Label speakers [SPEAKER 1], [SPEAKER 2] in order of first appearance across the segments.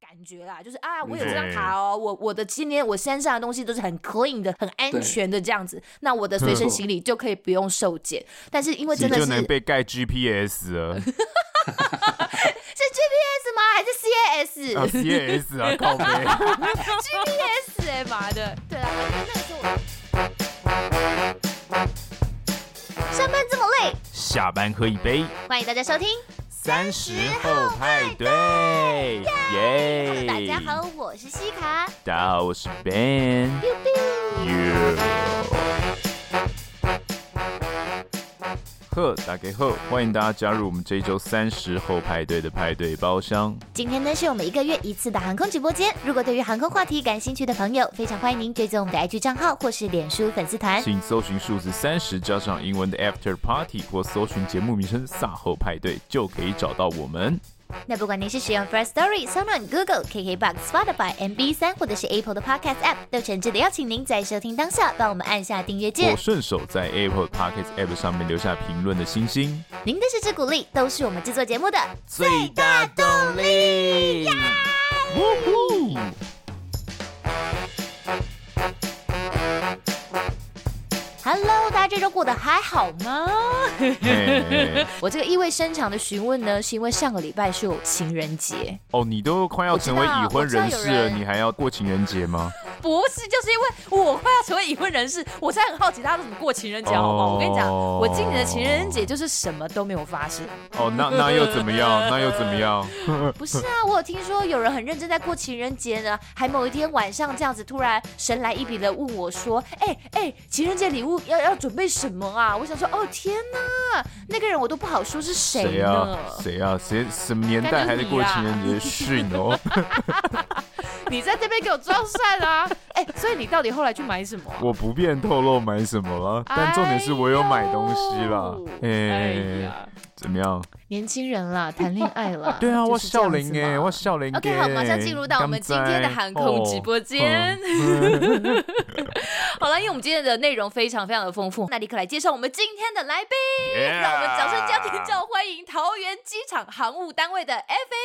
[SPEAKER 1] 感觉啦，就是啊，我有这
[SPEAKER 2] 嗯
[SPEAKER 1] 张卡哦，我我的今天我身上的东西都是很 clean 的、很安全的这样子，那我的随身行李就可以不用受检。但是因为
[SPEAKER 2] 你
[SPEAKER 1] 真的
[SPEAKER 2] 就是能被盖 GPS 了
[SPEAKER 1] 是 GPS 吗？还是 CAS？、
[SPEAKER 2] 啊，CS 啊， 靠背。
[SPEAKER 1] GPS 哎、妈的！对啊，那个时候我上班这么累，
[SPEAKER 2] 下班喝一杯，
[SPEAKER 1] 欢迎大家收听。
[SPEAKER 2] 三十后派对，耶！
[SPEAKER 1] 哦大家，好，我是西卡。
[SPEAKER 2] 大家好，我是 Ben。呵，大家好，欢迎大家加入我们这一周三十后派对的派对包厢。
[SPEAKER 1] 今天呢是我们一个月一次的航空直播间。如果对于航空话题感兴趣的朋友，非常欢迎您追踪我们的 IG 账号或是脸书粉丝团。
[SPEAKER 2] 请搜寻数字三十加上英文的 After Party，或搜寻节目名称“撒后派对”，就可以找到我们。
[SPEAKER 1] 那不管您是使用 First Story、Sound、Google、KKBox、Spotify、MB 三或者是 Apple 的 Podcast App，都诚挚的邀请您在收听当下帮我们按下订阅
[SPEAKER 2] 或
[SPEAKER 1] 键。
[SPEAKER 2] 顺手在 Apple Podcast App 上面留下评论的星星，
[SPEAKER 1] 您的支持鼓励都是我们制作节目的。
[SPEAKER 2] 最大动力。呜呼！
[SPEAKER 1] Hello，大家这周过得还好吗？
[SPEAKER 2] 嘿
[SPEAKER 1] 我这个意味深长的询问呢，是因为上个礼拜是有情人节，
[SPEAKER 2] 哦，你都快要成为已婚人
[SPEAKER 1] 我
[SPEAKER 2] 士
[SPEAKER 1] 知道有
[SPEAKER 2] 了，
[SPEAKER 1] 人
[SPEAKER 2] 你还要过情人节吗？
[SPEAKER 3] 不是，就是因为我快要成为已婚人士，我才很好奇大家都怎么过情人节，好不好？
[SPEAKER 2] 哦
[SPEAKER 3] 我跟你讲，我今年的情人节就是什么都没有发生。
[SPEAKER 2] 哦，那那又怎么样？那又怎么样？
[SPEAKER 1] 不是啊，我有听说有人很认真在过情人节呢，还某一天晚上这样子突然神来一笔的问我说：“哎、哎、情人节礼物要要准备什么啊？”我想说：“哦天哪，那个人我都不好说是谁
[SPEAKER 2] 谁
[SPEAKER 1] 呢。
[SPEAKER 2] 啊？谁啊？谁什么年代还在过情人节？训哦！
[SPEAKER 3] 你在这边给我装蒜啊！ 哎、所以你到底后来去买什么啊、
[SPEAKER 2] 我不便透露买什么了，
[SPEAKER 1] 啊
[SPEAKER 2] 但重点是我有买东西啦。
[SPEAKER 3] 哎
[SPEAKER 2] 哎，
[SPEAKER 3] 呀，
[SPEAKER 2] 怎么样？。
[SPEAKER 1] 年轻人啦，谈恋爱啦
[SPEAKER 2] 对啊，
[SPEAKER 1] 就
[SPEAKER 2] 我
[SPEAKER 1] 是这样
[SPEAKER 2] 笑
[SPEAKER 1] 子
[SPEAKER 2] 林哎，
[SPEAKER 1] 嘛
[SPEAKER 2] 我笑林。
[SPEAKER 3] OK，好，马上进入到我们今天的航空直播
[SPEAKER 2] 哦
[SPEAKER 3] 间。
[SPEAKER 2] 嗯
[SPEAKER 3] 好了，因为我们今天的内容非常非常的丰富，那立刻来介绍我们今天的来宾。 让我们掌声叫停叫欢迎桃园机场航务单位的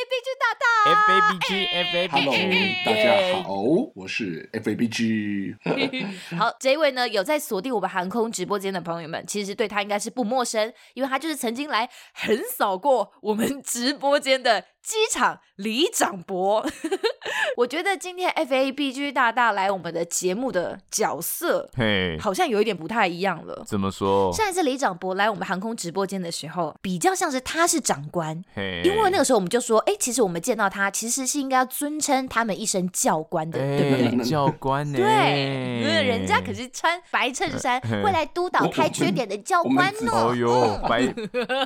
[SPEAKER 3] FABG
[SPEAKER 2] F A B G F A
[SPEAKER 4] Hello，
[SPEAKER 1] 嗯
[SPEAKER 2] B
[SPEAKER 4] 大家好，我是 FABG。
[SPEAKER 3] 大大。
[SPEAKER 1] 好，这一位呢有在锁定我们航空直播间的朋友们，其实对他应该是不陌生，因为他就是曾经来横扫过我们直播间的机场李长博。 我觉得今天 FABG 大大来我们的节目的角色
[SPEAKER 2] G。嘿，
[SPEAKER 1] 好像有一点不太一样了。
[SPEAKER 2] 怎么说？
[SPEAKER 1] 上一次李长博来我们航空直播间的时候，比较像是他是长官，
[SPEAKER 2] 嘿，
[SPEAKER 1] 因为那个时候我们就说，哎、其实我们见到他其实是应该要尊称他们一声教官的，对不对？
[SPEAKER 2] 哎教官呢？
[SPEAKER 1] 对，因为人家可是穿白衬 衫
[SPEAKER 2] 嘿
[SPEAKER 1] 会来督导
[SPEAKER 4] 我
[SPEAKER 1] 开缺点的教
[SPEAKER 4] 我们
[SPEAKER 1] 官
[SPEAKER 4] 自己
[SPEAKER 1] 哦
[SPEAKER 2] 哦。哟， 白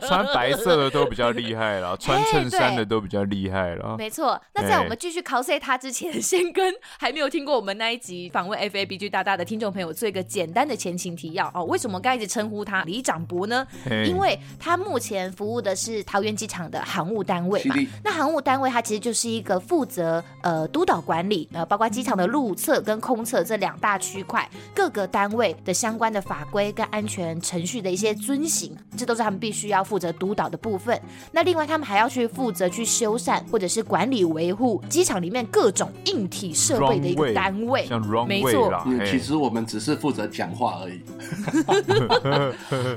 [SPEAKER 2] 穿白色的都比较厉害
[SPEAKER 1] 哎
[SPEAKER 2] 了，穿衬衫的
[SPEAKER 1] 对
[SPEAKER 2] 都比较厉害了。
[SPEAKER 1] 没错，那在
[SPEAKER 2] 哎
[SPEAKER 1] 我们继续 cos 他之前，先跟还没有听过我们那一集访问 FABG 大大的听众朋友做一个简单的前情提要哦。为什么刚一直称呼他李长博呢？
[SPEAKER 2] 嘿
[SPEAKER 1] 因为他目前服务的是桃园机场的航务单位嘛
[SPEAKER 4] 是的。
[SPEAKER 1] 那航务单位它其实就是一个负责呃督导管理，呃包括机场的路测跟空测这两大区块，各个单位的相关的法规跟安全程序的一些遵行，这都是他们必须要负责督导的部分。那另外他们还要去负责去修缮或者是管理维护机场里面各种硬体设备的一个
[SPEAKER 2] Runway，
[SPEAKER 1] 单位。
[SPEAKER 2] 像
[SPEAKER 1] 没
[SPEAKER 2] runway
[SPEAKER 1] 错
[SPEAKER 2] 啦，
[SPEAKER 4] 嗯，
[SPEAKER 2] 嘿
[SPEAKER 4] 其实我们只是负责讲话而已。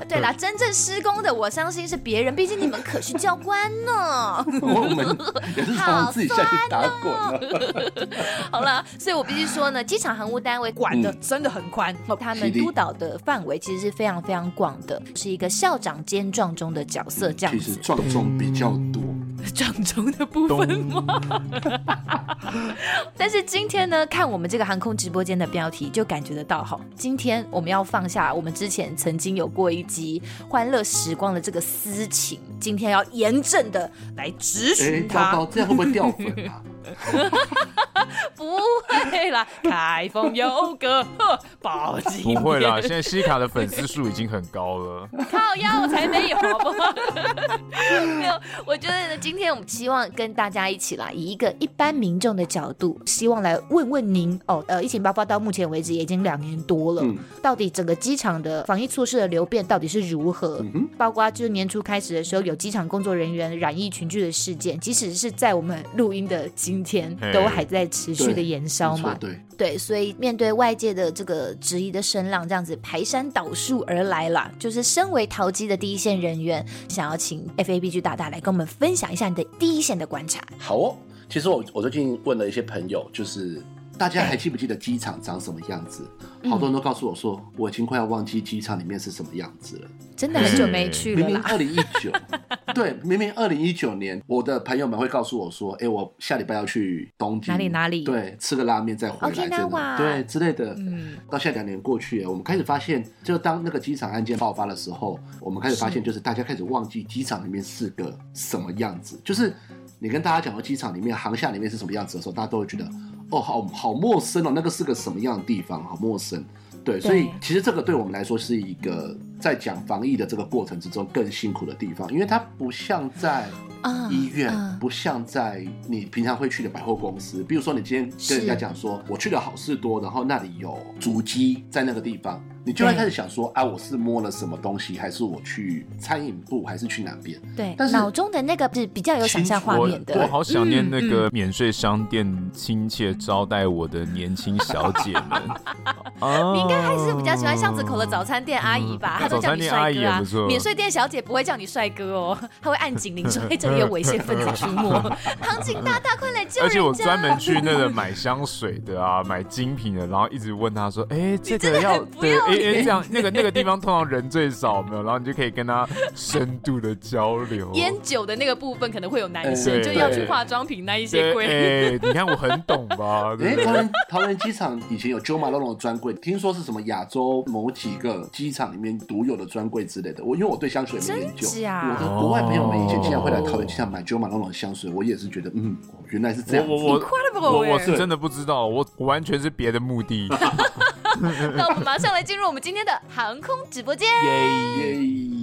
[SPEAKER 1] 对啦，真正施工的我相信是别人，毕竟你们可是教官呢。
[SPEAKER 4] 我们也是常常自己下去打滚啊
[SPEAKER 1] 哦
[SPEAKER 4] 了。
[SPEAKER 1] 好了，所以我必须说呢，机场航务单位管
[SPEAKER 4] 嗯
[SPEAKER 1] 的真的很宽，哦他们
[SPEAKER 4] 是的
[SPEAKER 1] 督导的范围其实是非常非常广的，是一个校长兼撞钟的角色这样
[SPEAKER 4] 嗯其实
[SPEAKER 1] 子。
[SPEAKER 4] 撞撞比较多，
[SPEAKER 3] 掌中的部
[SPEAKER 2] 咚
[SPEAKER 3] 分吗？
[SPEAKER 1] 但是今天呢，看我们这个航空直播间的标题就感觉得到哈，今天我们要放下我们之前曾经有过一集欢乐时光的这个私情，今天要严正的来质
[SPEAKER 4] 哎，
[SPEAKER 1] 询
[SPEAKER 4] 糟
[SPEAKER 1] 他。
[SPEAKER 4] 糕，这样会不会掉粉啊？
[SPEAKER 1] 不
[SPEAKER 5] 不会啦，开封有个呵包青
[SPEAKER 2] 不
[SPEAKER 5] 天，
[SPEAKER 2] 会啦，现在西卡的粉丝数已经很高了。
[SPEAKER 5] 靠腰我才没有，好不好？没有，我觉得今天我们
[SPEAKER 1] 希望跟大家一起啦，以一个一般民众的角度，希望来问问您哦。呃，疫情爆发到目前为止也已经两年多了，
[SPEAKER 4] 嗯
[SPEAKER 1] 到底整个机场的防疫措施的流变到底是如何？
[SPEAKER 4] 嗯哼，
[SPEAKER 1] 包括就是年初开始的时候，有机场工作人员染疫群聚的事件，即使是在我们录音的今天
[SPEAKER 2] 嘿，
[SPEAKER 1] 都还在持续的
[SPEAKER 4] 对
[SPEAKER 1] 延烧
[SPEAKER 4] 没
[SPEAKER 1] 嘛
[SPEAKER 4] 错，。对，
[SPEAKER 1] 对，所以面对外界的这个质疑的声浪，这样子排山倒树而来啦。就是身为淘机的第一线人员，想要请 FABG 大大来跟我们分享一下你的第一线的观察。
[SPEAKER 4] 好哦。其实我我最近问了一些朋友，就是大家还记不记得机场长什么样子？
[SPEAKER 1] 嗯
[SPEAKER 4] 好多人都告诉我说，我已经快要忘记机场里面是什么样子了。
[SPEAKER 1] 真的很久没去
[SPEAKER 4] 明
[SPEAKER 1] 了
[SPEAKER 4] 明
[SPEAKER 1] 啦，
[SPEAKER 4] 二零一 九，对，明明二零一九年，我的朋友们会告诉我说，哎、我下礼拜要去东京，
[SPEAKER 1] 哪里哪里
[SPEAKER 4] 对，吃个拉面再回来，这
[SPEAKER 1] Okinawa
[SPEAKER 4] 样子对之类的。
[SPEAKER 1] 嗯，
[SPEAKER 4] 到现在两年过去哎了，我们开始发现，就当那个机场案件爆发的时候，我们开始发现，就是大家开始忘记机场里面是个什么样子，就是。你跟大家讲到机场里面、航厦里面是什么样子的时候，大家都会觉得，哦，好好陌生哦，那个是个什么样的地方，好陌生。对，所以其实这个对我们来说是一个在讲防疫的这个过程之中更辛苦的地方，因为它不像在
[SPEAKER 1] 啊
[SPEAKER 4] 医院，
[SPEAKER 1] 啊
[SPEAKER 4] 不像在你平常会去的百货公司。比如说，你今天
[SPEAKER 1] 是
[SPEAKER 4] 跟人家讲说，我去了好事多，然后那里有足迹在那个地方，你就会
[SPEAKER 1] 对
[SPEAKER 4] 开始想说，啊，我是摸了什么东西，还是我去餐饮部，还是去哪边？
[SPEAKER 1] 对
[SPEAKER 4] 但，是
[SPEAKER 1] 脑中的那个是比较有想象画
[SPEAKER 2] 我
[SPEAKER 1] 面嗯
[SPEAKER 4] 对
[SPEAKER 2] 我
[SPEAKER 1] 的，
[SPEAKER 2] 好想念那个免税商店亲切招待我的年轻小姐们。 啊
[SPEAKER 5] 你应该还是比较喜欢巷子口的早餐店阿姨吧？
[SPEAKER 2] 嗯
[SPEAKER 5] 她都叫你帅
[SPEAKER 2] 早餐店
[SPEAKER 5] 哥
[SPEAKER 2] 阿姨也
[SPEAKER 5] 啊
[SPEAKER 2] 不错，
[SPEAKER 5] 免税店小姐不会叫你帅哥哦，她会按警铃说：“哎，这里有猥亵分子出 没，航警大大快来救人！”
[SPEAKER 2] 而且我专门去那个买香水的啊，买精品的，然后一直问他说：“哎、这
[SPEAKER 5] 真的
[SPEAKER 2] 个要
[SPEAKER 5] 很不
[SPEAKER 2] 对，
[SPEAKER 5] 要
[SPEAKER 2] 哎、
[SPEAKER 5] 脸
[SPEAKER 2] 哎这样那个那个地方通常人最少，没有，然后你就可以跟他深度的交流。”
[SPEAKER 5] 烟酒的那个部分可能会有男
[SPEAKER 4] 哎
[SPEAKER 5] 生，就
[SPEAKER 2] 对
[SPEAKER 5] 要去化妆品那一些
[SPEAKER 2] 对，
[SPEAKER 5] 柜。
[SPEAKER 2] 哎、你看我很懂吧？对
[SPEAKER 4] 哎、
[SPEAKER 2] 不对
[SPEAKER 4] 桃园桃园机场以前有 Jo Malone 的专柜，听说是什么亚洲某几个机场里面独有的专柜之类的。我因为我对香水没研究，
[SPEAKER 1] 真假
[SPEAKER 4] 我的国外朋友们以前经常会来
[SPEAKER 2] 哦
[SPEAKER 4] 桃园机场买 Jo Malone 的香水，我也是觉得，嗯，原来是这样子。
[SPEAKER 2] 我我我
[SPEAKER 5] Incredible！
[SPEAKER 2] 我我
[SPEAKER 5] 哎
[SPEAKER 2] 是真的不知道，我我完全是别的目的。
[SPEAKER 5] 那我们马上来进入我们今天的航空直播间。
[SPEAKER 2] 耶！
[SPEAKER 4] 耶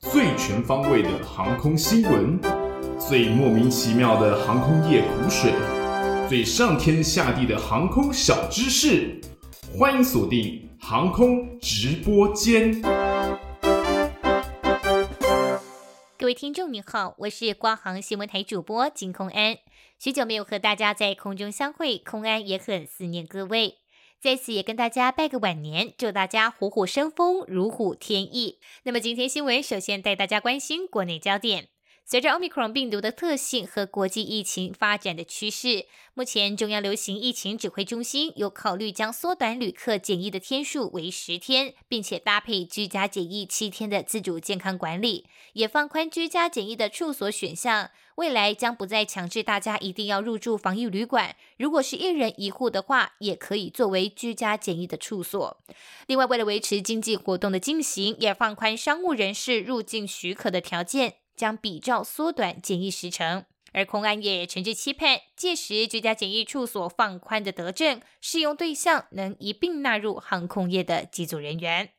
[SPEAKER 2] 最全方位的航空新闻，最莫名其妙的航空业苦水，最上天下地的航空小知识，欢迎锁定航空直播间。
[SPEAKER 6] 各位听众，你好，我是光航新闻台主播金空安。许久没有和大家在空中相会，空安也很思念各位。在此也跟大家拜个晚年，祝大家虎虎生风，如虎添翼。那么今天新闻首先带大家关心国内焦点。随着 Omicron 病毒的特性和国际疫情发展的趋势，目前中央流行疫情指挥中心有考虑将缩短旅客检疫的天数为十天，并且搭配居家检疫七天的自主健康管理，也放宽居家检疫的处所选项，未来将不再强制大家一定要入住防疫旅馆，如果是一人一户的话，也可以作为居家检疫的处所。另外，为了维持经济活动的进行，也放宽商务人士入境许可的条件，将比照缩短检疫时程。而空安也诚挚期盼，届时居家检疫处所放宽的德政适用对象能一并纳入航空业的机组人员。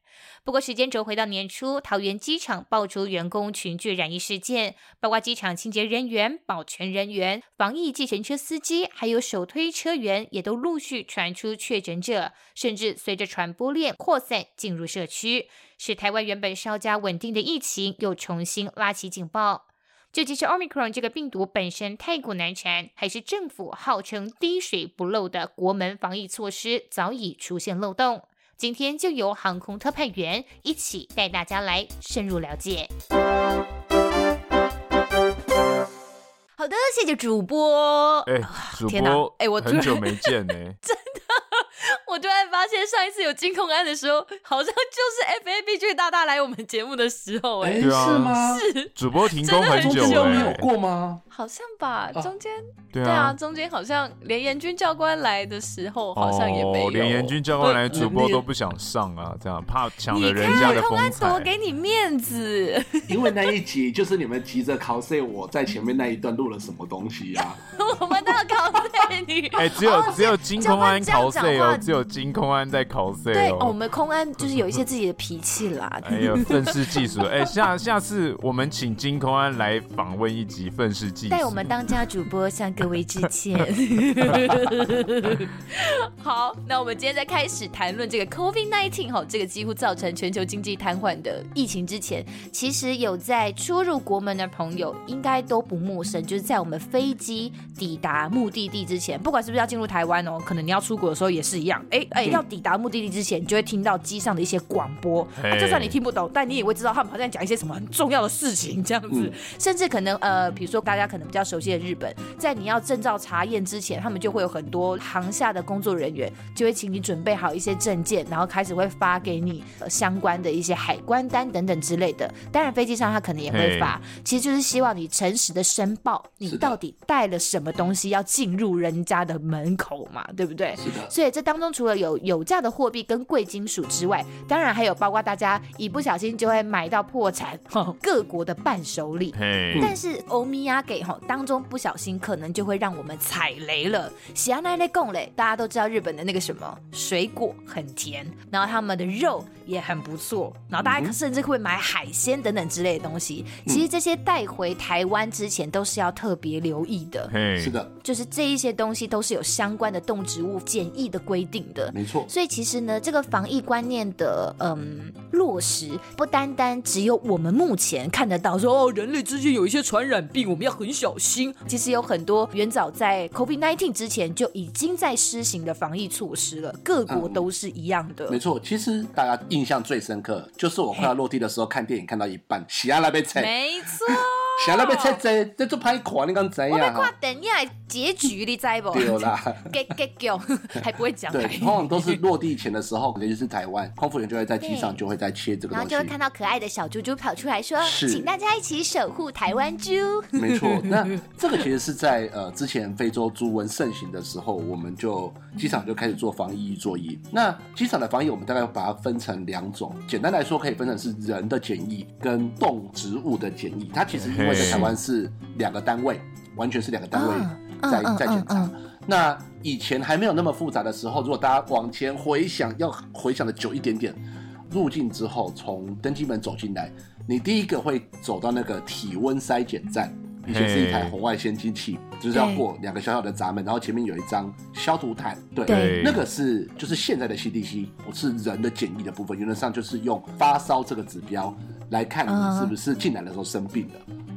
[SPEAKER 6] 不过，时间轴回到年初，桃园机场爆出员工群聚染疫事件，包括机场清洁人员、保全人员、防疫计程车司机，还有手推车员，也都陆续传出确诊者，甚至随着传播链扩散进入社区，使台湾原本稍加稳定的疫情又重新拉起警报。究竟是 Omicron 这个病毒本身太过难缠，还是政府号称滴水不漏的国门防疫措施早已出现漏洞？今天就由航空特派员一起带大家来深入了解。
[SPEAKER 5] 好的，谢谢主播。
[SPEAKER 2] 哎、主
[SPEAKER 3] 啊
[SPEAKER 5] 天哪
[SPEAKER 2] 播，
[SPEAKER 5] 哎我突 然
[SPEAKER 2] 很久没见呢、
[SPEAKER 5] 我突然发现
[SPEAKER 3] 上一次有金控安的时候，好像就是 FAB 巨大大来我们节目的时候、
[SPEAKER 4] 哎，
[SPEAKER 3] 哎、
[SPEAKER 4] 是
[SPEAKER 2] 对啊
[SPEAKER 4] 吗？
[SPEAKER 3] 是
[SPEAKER 2] 主播停工很
[SPEAKER 4] 中
[SPEAKER 2] 久
[SPEAKER 4] 间
[SPEAKER 2] 了、
[SPEAKER 4] 没有过吗？
[SPEAKER 3] 哎好像吧？
[SPEAKER 4] 啊
[SPEAKER 3] 中间、
[SPEAKER 2] 对
[SPEAKER 3] 对
[SPEAKER 2] 啊
[SPEAKER 3] 啊，，中间好像连严军教官来的时候，好像也没有。嗯
[SPEAKER 2] 哦，连严军教官来，主播
[SPEAKER 4] 你
[SPEAKER 2] 都不想上啊，这样怕抢了
[SPEAKER 3] 你
[SPEAKER 2] 人家
[SPEAKER 3] 看
[SPEAKER 2] 的
[SPEAKER 3] 控
[SPEAKER 2] 风
[SPEAKER 3] 安
[SPEAKER 2] 采
[SPEAKER 3] 多。给你面 子，
[SPEAKER 4] 因为那一集就是你们急着 cos 我在前面那一段录了什么东西啊？
[SPEAKER 3] 我们都要 搞对你。
[SPEAKER 2] 哎、只有、
[SPEAKER 3] 哦
[SPEAKER 2] 只有金空安
[SPEAKER 3] 教
[SPEAKER 2] 考
[SPEAKER 3] 官这样
[SPEAKER 2] 碎
[SPEAKER 3] 讲
[SPEAKER 2] 哦
[SPEAKER 3] 话，
[SPEAKER 2] 只有金空安在考碎
[SPEAKER 3] 对，哦我
[SPEAKER 2] 哦。
[SPEAKER 3] 们空安就是有一些自己的脾气啦。
[SPEAKER 2] 哎呦，愤世嫉俗！哎、下下次我们请金空安来访问一集愤世嫉俗。
[SPEAKER 3] 带我们当家主播向各位致 歉。好，那我们今天在开始谈论这个 COVID 19哈，这个几乎造成全球经济瘫痪的疫情之前，
[SPEAKER 1] 其实有在出入国门的朋友应该都不陌生，就是在我们飞机抵达目的地之前，不管是不是要进入台湾哦，可能你要出国的时候也是一样。哎哎，
[SPEAKER 3] 嗯
[SPEAKER 1] 要抵达目的地之前，你就会听到机上的一些广播、
[SPEAKER 2] 嘿
[SPEAKER 1] 啊就算你听不懂，但你也会知道他们好像讲一些什么很重要的事情这样子。
[SPEAKER 4] 嗯
[SPEAKER 1] 甚至可能呃，比如说大家可能比较熟悉的日本，在你要证照查验之前，他们就会有很多航下的工作人员就会请你准备好一些证件，然后开始会发给你、呃相关的一些海关单等等之类的。当然，飞机上他可能也会发，其实就是希望你诚实的申报你
[SPEAKER 4] 是的
[SPEAKER 1] 到底带了什么东西要进入人家的门口嘛，对不对？
[SPEAKER 4] 是的，
[SPEAKER 1] 所以这当中除了有有价的货币跟贵金属之外，当然还有包括大家一不小心就会买到破产、哦、各国的伴手礼。
[SPEAKER 2] 嘿，
[SPEAKER 1] 但是欧米亚给吼当中不小心可能就会让我们踩雷了。喜安奈奈贡嘞，大家都知道日本的那个什么水果很甜，然后他们的肉也很不错，然后大家甚至会买海鲜等等之类的东西。其实这些带回台湾之前都是要特别留意的，
[SPEAKER 2] 嘿，
[SPEAKER 4] 是，的，
[SPEAKER 1] 就是这一些东西都是有相关的动植物检疫的规定的。
[SPEAKER 4] 没错。
[SPEAKER 1] 所以其实呢，这个防疫观念的嗯落实，不单单只有我们目前看得到说哦，人类之间有一些传染病，我们要很小心。其实有很多远早在 COVID-19 之前就已经在施行的防疫措施了，各国
[SPEAKER 4] 嗯
[SPEAKER 1] 都是一样的。
[SPEAKER 4] 没错，其实大家印象最深刻就是我快要落地的时候看电影看到一半，喜亚那边菜，
[SPEAKER 3] 没 错。
[SPEAKER 1] 哦
[SPEAKER 4] 喜亚那边菜这这就拍垮，你刚怎
[SPEAKER 3] 我被
[SPEAKER 4] 样
[SPEAKER 3] 跨
[SPEAKER 4] 啊？
[SPEAKER 3] 等一下的结局，你知不？
[SPEAKER 4] 对啦，
[SPEAKER 3] 给给给，还不会讲。
[SPEAKER 4] 对，通常都是落地前的时候，可能就是台湾空服员就会在机上
[SPEAKER 1] 哎对
[SPEAKER 4] 就会在切这个
[SPEAKER 1] 然后
[SPEAKER 4] 东
[SPEAKER 1] 就会看
[SPEAKER 4] 西，
[SPEAKER 1] 到可爱的小猪猪跑出来说：“
[SPEAKER 4] 是
[SPEAKER 1] 请大家一起守护台湾猪。
[SPEAKER 4] 没错。那这个其实是在呃之前非洲猪瘟盛行的时候，我们就机场就开始做防疫作业。那机场的防疫我们大概把它分成两种，简单来说可以分成是人的检疫跟动植物的检疫，它其实因为在台湾是两个单位，完全是两个单位。
[SPEAKER 1] 嗯
[SPEAKER 4] 在
[SPEAKER 1] 嗯
[SPEAKER 4] 在检查
[SPEAKER 1] 嗯。
[SPEAKER 4] 那以前还没有那么复杂的时候，如果大家往前回想，要回想的久一点点，入境之后从登机门走进来，你第一个会走到那个体温筛检站。以前是一台
[SPEAKER 2] 嘿
[SPEAKER 4] 红外线机器，就是要过两个小小的闸门，然后前面有一张消毒毯，对，
[SPEAKER 2] 对
[SPEAKER 4] 那个是就是现在的 CDC，我是人的检疫的部分，原则上就是用发烧这个指标来看你是不是进来的时候生病了。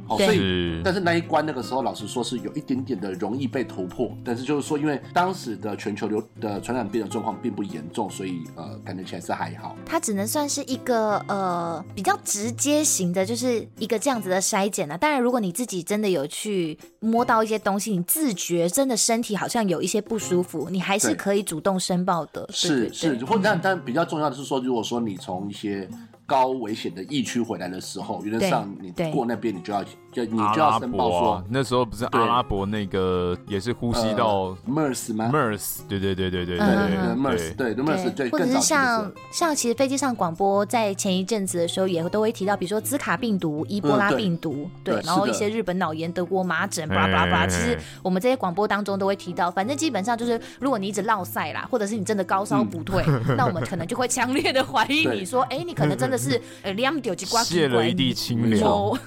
[SPEAKER 4] 好，
[SPEAKER 1] 对
[SPEAKER 4] 所以
[SPEAKER 2] 是
[SPEAKER 4] 但是那一关那个时候，老实说是有一点点的容易被突破，但是就是说，因为当时的全球流的传染病的状况并不严重，所以呃，感觉起来是还好。
[SPEAKER 1] 它只能算是一个呃比较直接型的，就是一个这样子的筛检啊。当然，如果你自己真的有去摸到一些东西，你自觉真的身体好像有一些不舒服，你还是
[SPEAKER 4] 对
[SPEAKER 1] 可以主动申报的。对
[SPEAKER 4] 是是，或但但比较重要的是说，如果说你从一些高危险的疫区回来的时候，原则上你
[SPEAKER 1] 对
[SPEAKER 4] 过那边你就要就你
[SPEAKER 2] 阿
[SPEAKER 4] 就要
[SPEAKER 2] 拉
[SPEAKER 4] 申报
[SPEAKER 2] 伯、
[SPEAKER 4] 说
[SPEAKER 2] 啊，那时候不是阿拉伯那个也是呼吸道
[SPEAKER 4] 呃 MERS 吗？
[SPEAKER 2] MERS，对对对对
[SPEAKER 1] 嗯
[SPEAKER 2] 对
[SPEAKER 4] 对
[SPEAKER 1] 嗯
[SPEAKER 4] 对对
[SPEAKER 2] 对
[SPEAKER 4] MERS 对对 MERS 对，
[SPEAKER 1] 或者是
[SPEAKER 4] 更早期的时候
[SPEAKER 1] 像像其实飞机上广播在前一阵子的时候也都会提到，比如说兹卡病毒、伊波拉
[SPEAKER 4] 嗯对
[SPEAKER 1] 病毒，对
[SPEAKER 4] 对，
[SPEAKER 1] 然后
[SPEAKER 4] 是
[SPEAKER 1] 一
[SPEAKER 4] 的
[SPEAKER 1] 些日本脑炎、德国麻疹，巴拉巴拉巴拉。
[SPEAKER 2] 嘿嘿嘿
[SPEAKER 1] 其实我们这些广播当中都会提到，反正基本上就是，如果你一直落赛啦，或者是你真的高烧不退，
[SPEAKER 2] 嗯
[SPEAKER 1] 那我们可能就会强烈的怀疑
[SPEAKER 4] 对
[SPEAKER 1] 你说，哎，你可能真的 是呃，两丢几瓜
[SPEAKER 2] 泄了一地清凉。
[SPEAKER 1] 有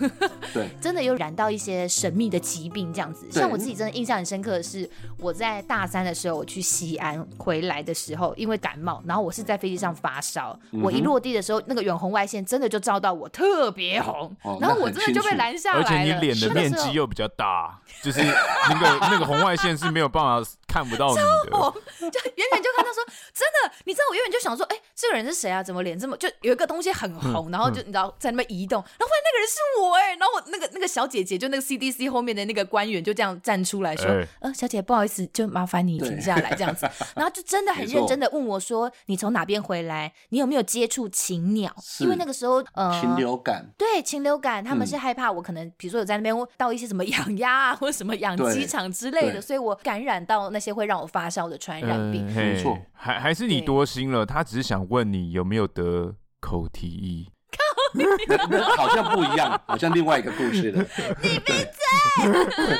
[SPEAKER 4] 对
[SPEAKER 1] 真的有染到一些神秘的疾病这样子。
[SPEAKER 4] 对
[SPEAKER 1] 像我自己真的印象很深刻的是，我在大三的时候，我去西安回来的时候，因为感冒，然后我是在飞机上发烧，
[SPEAKER 4] 嗯
[SPEAKER 1] 我一落地的时候，那个远红外线真的就照到我，特别红，
[SPEAKER 4] 哦
[SPEAKER 1] 然后
[SPEAKER 4] 那
[SPEAKER 1] 我
[SPEAKER 4] 很
[SPEAKER 1] 真的就被
[SPEAKER 4] 清楚
[SPEAKER 1] 拦下来
[SPEAKER 2] 而
[SPEAKER 1] 了。
[SPEAKER 2] 且你脸的
[SPEAKER 1] 那个
[SPEAKER 2] 面
[SPEAKER 1] 时候
[SPEAKER 2] 积又比较大，就是那个那个红外线是没有办法看不到你的，
[SPEAKER 3] 哦就远远就看到说，真的，你知道我远远就想说，哎、这个人是谁啊？怎么脸这么就有一个东西很红，然后就你知道在那边移动，然后发现那个人是我哎、然后我那个那个小姐姐就那个 CDC 后面的那个官员就这样站出来说，
[SPEAKER 2] 哎
[SPEAKER 3] 呃，小姐不好意思，就麻烦你停下来这样子，然后就真的很
[SPEAKER 4] 没错
[SPEAKER 3] 认真的问我说，你从哪边回来？你有没有接触禽鸟？
[SPEAKER 4] 是
[SPEAKER 1] 因为那个时候呃，
[SPEAKER 4] 禽流感，
[SPEAKER 3] 对禽流感，他们
[SPEAKER 4] 嗯
[SPEAKER 3] 是害怕我可能，比如说有在那边到一些什么养鸭啊，或者什么养
[SPEAKER 4] 对
[SPEAKER 3] 鸡场之类的，
[SPEAKER 4] 对
[SPEAKER 3] 所以我感染到那些会让我发烧的传染病。
[SPEAKER 2] 嗯
[SPEAKER 4] 没
[SPEAKER 2] 嘿
[SPEAKER 4] 错
[SPEAKER 2] 还还是你多心了，他只是想问你有没有得口蹄疫。
[SPEAKER 4] 那那好像不一样，好像另外一个故事了。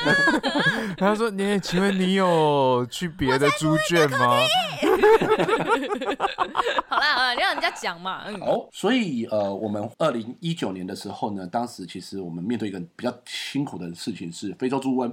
[SPEAKER 2] 他说：“你请问你有去别的猪圈吗？”
[SPEAKER 3] 好啦，好啦，让人家讲嘛。 嗯，
[SPEAKER 4] 好，所以呃，我们二零一九年的时候呢，当时其实我们面对一个比较辛苦的事情是非洲猪瘟。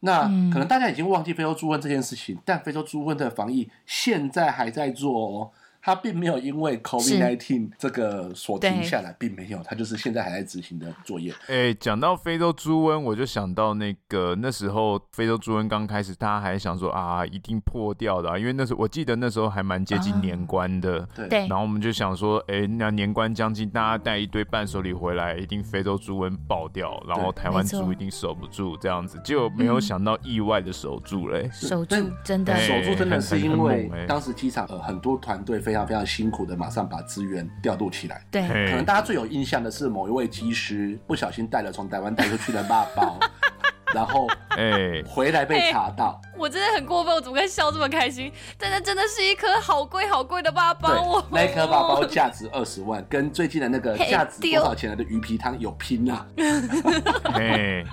[SPEAKER 4] 那可能大家已经忘记非洲猪瘟这件事情，但非洲猪瘟的防疫现在还在做哦，它并没有因为 COVID-19 这个所停下来，并没有，它就是现在还在执行的作业。
[SPEAKER 2] 哎，讲到非洲猪瘟，我就想到那个那时候非洲猪瘟刚开始，大家还想说啊，一定破掉的啊、因为那时候我记得那时候还蛮接近年关的。
[SPEAKER 4] 对
[SPEAKER 1] 对
[SPEAKER 2] 然后我们就想说，哎，那年关将近，大家带一堆伴手礼回来，一定非洲猪瘟爆掉，然后
[SPEAKER 4] 对
[SPEAKER 2] 台湾
[SPEAKER 1] 没错
[SPEAKER 2] 猪一定守不住这样子，结果没有想到意外的守住嘞、
[SPEAKER 1] 守住
[SPEAKER 4] 但
[SPEAKER 1] 真的
[SPEAKER 2] 哎
[SPEAKER 4] 守住真的是因为
[SPEAKER 2] 很很猛哎
[SPEAKER 4] 当时机场呃很多团队非常非常辛苦的马上把资源调度起来，
[SPEAKER 1] 对
[SPEAKER 2] 嘿
[SPEAKER 4] 可能大家最有印象的是某一位机师不小心带了从台湾带出去的辣 包，然后
[SPEAKER 2] 哎，
[SPEAKER 4] 回来被查到。
[SPEAKER 3] 我真的很过分，我怎么可以笑这么开心？但那真的是一颗好贵好贵的爸哦爸，哎我
[SPEAKER 4] 对，那一颗辣包价值二十万，跟最近的那个
[SPEAKER 3] 嘿
[SPEAKER 4] 价值多少钱的鱼皮汤有拼啊！
[SPEAKER 2] 嘿，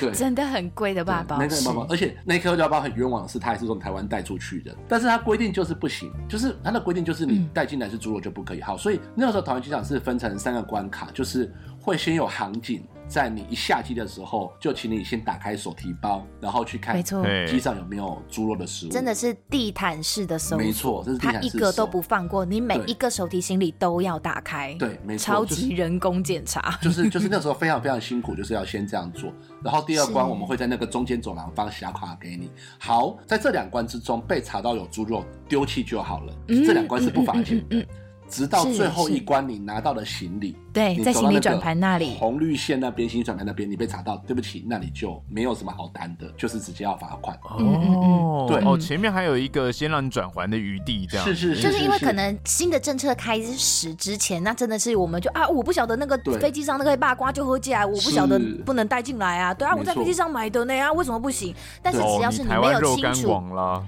[SPEAKER 4] 对，
[SPEAKER 3] 真的很贵的爸爸
[SPEAKER 4] 那。个包包，而且那颗辣包很冤枉的是，它还是从台湾带出去的，但是它规定就是不行，就是它的规定就是
[SPEAKER 1] 嗯
[SPEAKER 4] 你带进来是猪肉就不可以。好，所以那个时候桃园机场是分成三个关卡，就是会先有航警。在你一下机的时候，就请你先打开手提包，然后去看
[SPEAKER 1] 没错
[SPEAKER 2] 嘿
[SPEAKER 4] 机上有没有猪肉的食物。
[SPEAKER 1] 真的是地毯式的搜索，
[SPEAKER 4] 没错这是地
[SPEAKER 1] 它
[SPEAKER 4] 毯
[SPEAKER 1] 一
[SPEAKER 4] 式
[SPEAKER 1] 个
[SPEAKER 4] 搜
[SPEAKER 1] 都不放过，你每
[SPEAKER 4] 对
[SPEAKER 1] 一个手提行李都要打开，
[SPEAKER 4] 对，没错，
[SPEAKER 3] 超
[SPEAKER 4] 就是
[SPEAKER 3] 级人工检查，
[SPEAKER 4] 就是就是那时候非常非常辛苦，就是要先这样做。然后第二关
[SPEAKER 1] 是
[SPEAKER 4] 我们会在那个中间走廊放小卡给你。好，在这两关之中被查到有猪肉丢弃就好了，
[SPEAKER 1] 嗯
[SPEAKER 4] 这两关是不罚钱的。直到最后一关，你拿到了行李，
[SPEAKER 1] 对
[SPEAKER 4] 你
[SPEAKER 1] 哎在
[SPEAKER 4] 走到
[SPEAKER 1] 行李
[SPEAKER 4] 个
[SPEAKER 1] 转盘那里
[SPEAKER 4] 红绿线那边，行李转盘那边，你被查到，对不起，那你就没有什么好担的，就是直接要罚款。
[SPEAKER 2] 哦，
[SPEAKER 4] 对
[SPEAKER 2] 哦，前面还有一个先让你转还的余地，这样
[SPEAKER 4] 嗯是是
[SPEAKER 1] 嗯
[SPEAKER 4] 是，
[SPEAKER 1] 就是因为可能新的政策开始之前，那真的是我们就啊，我不晓得那个
[SPEAKER 4] 对
[SPEAKER 1] 飞机上那个八瓜就喝起来，我不
[SPEAKER 4] 是
[SPEAKER 1] 晓得不能带进来啊。对啊，
[SPEAKER 4] 没
[SPEAKER 1] 我在
[SPEAKER 4] 错
[SPEAKER 1] 飞机上买的呢啊，为什么不行？但是
[SPEAKER 2] 哦
[SPEAKER 1] 只要
[SPEAKER 2] 你
[SPEAKER 1] 是你
[SPEAKER 2] 台
[SPEAKER 1] 没
[SPEAKER 2] 湾
[SPEAKER 1] 有
[SPEAKER 2] 肉
[SPEAKER 1] 清
[SPEAKER 2] 干
[SPEAKER 1] 楚，
[SPEAKER 2] 网啦，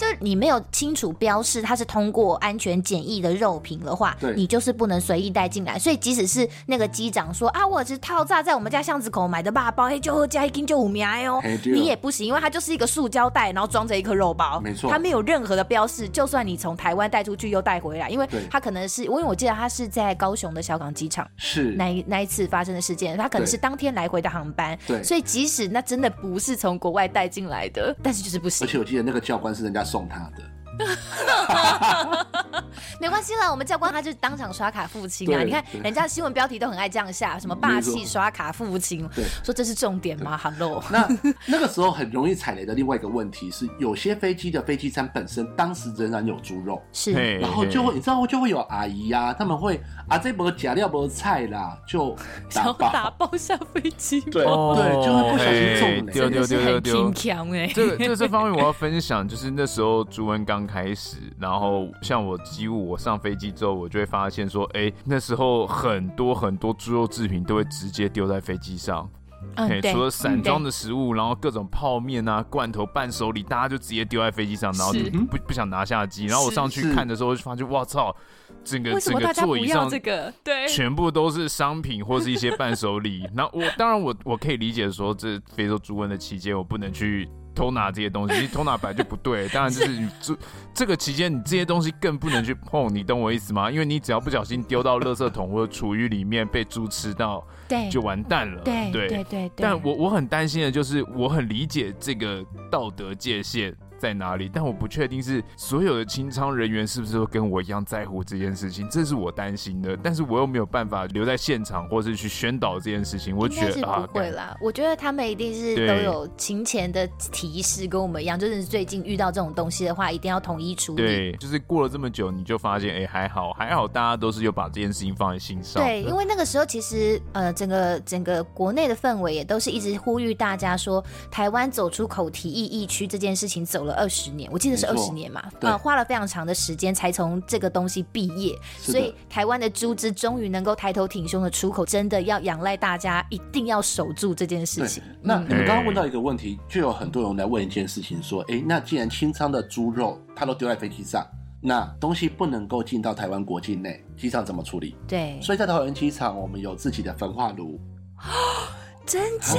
[SPEAKER 1] 就是你没有清楚标示它是通过安全检疫的肉品的话
[SPEAKER 4] 对，
[SPEAKER 1] 你就是不能随意带进来。所以即使是那个机长说啊，我只套炸在我们家巷子口买的霸包，嘿，就喝加一斤就五苗哦
[SPEAKER 4] 嘿，对哦
[SPEAKER 1] 你也不行，因为它就是一个塑胶袋，然后装着一颗肉包，
[SPEAKER 4] 没错
[SPEAKER 1] 它没有任何的标示。就算你从台湾带出去又带回来，因为
[SPEAKER 4] 对
[SPEAKER 1] 它可能是，因为我记得它是在高雄的小港机场。
[SPEAKER 4] 是
[SPEAKER 1] 那一那一次发生的事件，它可能是当天来回的航班，
[SPEAKER 4] 嗯对
[SPEAKER 1] 所以即使那真的不是从国外带进来的，但是就是不
[SPEAKER 4] 而
[SPEAKER 1] 行，
[SPEAKER 4] 且我记得那个教官是人家送他的，
[SPEAKER 1] 没关系啦，我们教官他就当场刷卡付清啊！
[SPEAKER 4] 对
[SPEAKER 1] 你看
[SPEAKER 4] 对
[SPEAKER 1] 人家新闻标题都很爱这样下，什么霸气刷卡付清
[SPEAKER 4] 对，
[SPEAKER 1] 说这是重点吗？Hello，
[SPEAKER 4] 那那个时候很容易踩雷的另外一个问题是，有些飞机的飞机餐本身当时仍然有猪肉，
[SPEAKER 1] 是
[SPEAKER 2] 嘿
[SPEAKER 4] 然后
[SPEAKER 2] 嘿
[SPEAKER 4] 就会你知道就会有阿姨呀、他们会啊这波假料波菜啦，就
[SPEAKER 3] 想
[SPEAKER 4] 打包，
[SPEAKER 3] 打包下飞机吗，
[SPEAKER 4] 对
[SPEAKER 1] 哦
[SPEAKER 4] 对，就会不小心
[SPEAKER 2] 嘿
[SPEAKER 4] 中雷，
[SPEAKER 2] 丢
[SPEAKER 3] 真
[SPEAKER 2] 丢
[SPEAKER 3] 的是
[SPEAKER 2] 丢丢
[SPEAKER 3] 很
[SPEAKER 2] 丢
[SPEAKER 3] 挺。强
[SPEAKER 1] 欸
[SPEAKER 3] 哎。
[SPEAKER 2] 这个这这方面我要分享，就是那时候朱温刚开始，然后像我几乎我上飞机之后，我就会发现说，哎、那时候很多很多猪肉制品都会直接丢在飞机上。嘿
[SPEAKER 1] 嗯，对
[SPEAKER 2] 除，了散装的食物，然后各种泡面啊、罐头、伴手礼，大家就直接丢在飞机上，然后就是不不想拿下机。然后我上去
[SPEAKER 4] 是
[SPEAKER 2] 看的时候，就发现哇操，整个
[SPEAKER 3] 为什
[SPEAKER 2] 整
[SPEAKER 3] 么
[SPEAKER 2] 个
[SPEAKER 3] 大家
[SPEAKER 2] 座
[SPEAKER 3] 不
[SPEAKER 2] 椅
[SPEAKER 3] 要
[SPEAKER 2] 上
[SPEAKER 3] 这个？哎对，
[SPEAKER 2] 全部都是商品或是一些伴手礼。 那我当然我我可以理解说，这非洲猪瘟的期间，我不能去偷拿这些东西，其实偷拿本来就不对。当然就是你这这个期间，你这些东西更不能去碰，你懂我意思吗？因为你只要不小心丢到垃圾桶或者厨余里面被猪吃到，
[SPEAKER 1] 对
[SPEAKER 2] 就呃完蛋了。
[SPEAKER 1] 对对对对，
[SPEAKER 2] 但我我很担心的就是，我很理解这个道德界限，在哪里，但我不确定是所有的清仓人员是不是都跟我一样在乎这件事情，这是我担心的。但是我又没有办法留在现场，或是去宣导这件事情，我
[SPEAKER 1] 应
[SPEAKER 2] 觉
[SPEAKER 1] 该是
[SPEAKER 2] 得啊
[SPEAKER 1] 不，会
[SPEAKER 2] 干
[SPEAKER 1] 啦，我觉得他们一定是
[SPEAKER 2] 对
[SPEAKER 1] 都有勤前的提示，跟我们一样，就是最近遇到这种东西的话，一定要统一处理。
[SPEAKER 2] 对，就是过了这么久，你就发现，哎、还好，还好，大家都是有把这件事情放在心上。
[SPEAKER 1] 对，因为那个时候其实呃，整个整个国内的氛围也都是一直呼吁大家说，台湾走出口蹄疫疫区这件事情走了二十年，我记得是
[SPEAKER 4] 没
[SPEAKER 1] 二
[SPEAKER 4] 错
[SPEAKER 1] 十年嘛，
[SPEAKER 4] 对
[SPEAKER 1] 呃，花了非常长的时间才从这个东西毕业，
[SPEAKER 4] 是的
[SPEAKER 1] 所以台湾的猪只终于能够抬头挺胸的出口，真的要仰赖大家一定要守住这件事
[SPEAKER 4] 对
[SPEAKER 1] 情。，
[SPEAKER 4] 那
[SPEAKER 1] 嗯
[SPEAKER 4] 你们刚刚问到一个问题，就有很多人来问一件事情，说，哎，那既然清仓的猪肉它都丢在飞机上，那东西不能够进到台湾国境内，机场怎么处理？
[SPEAKER 2] 嗯
[SPEAKER 1] 对，
[SPEAKER 4] 所以在桃园机场，我们有自己的焚化炉，
[SPEAKER 1] 真假？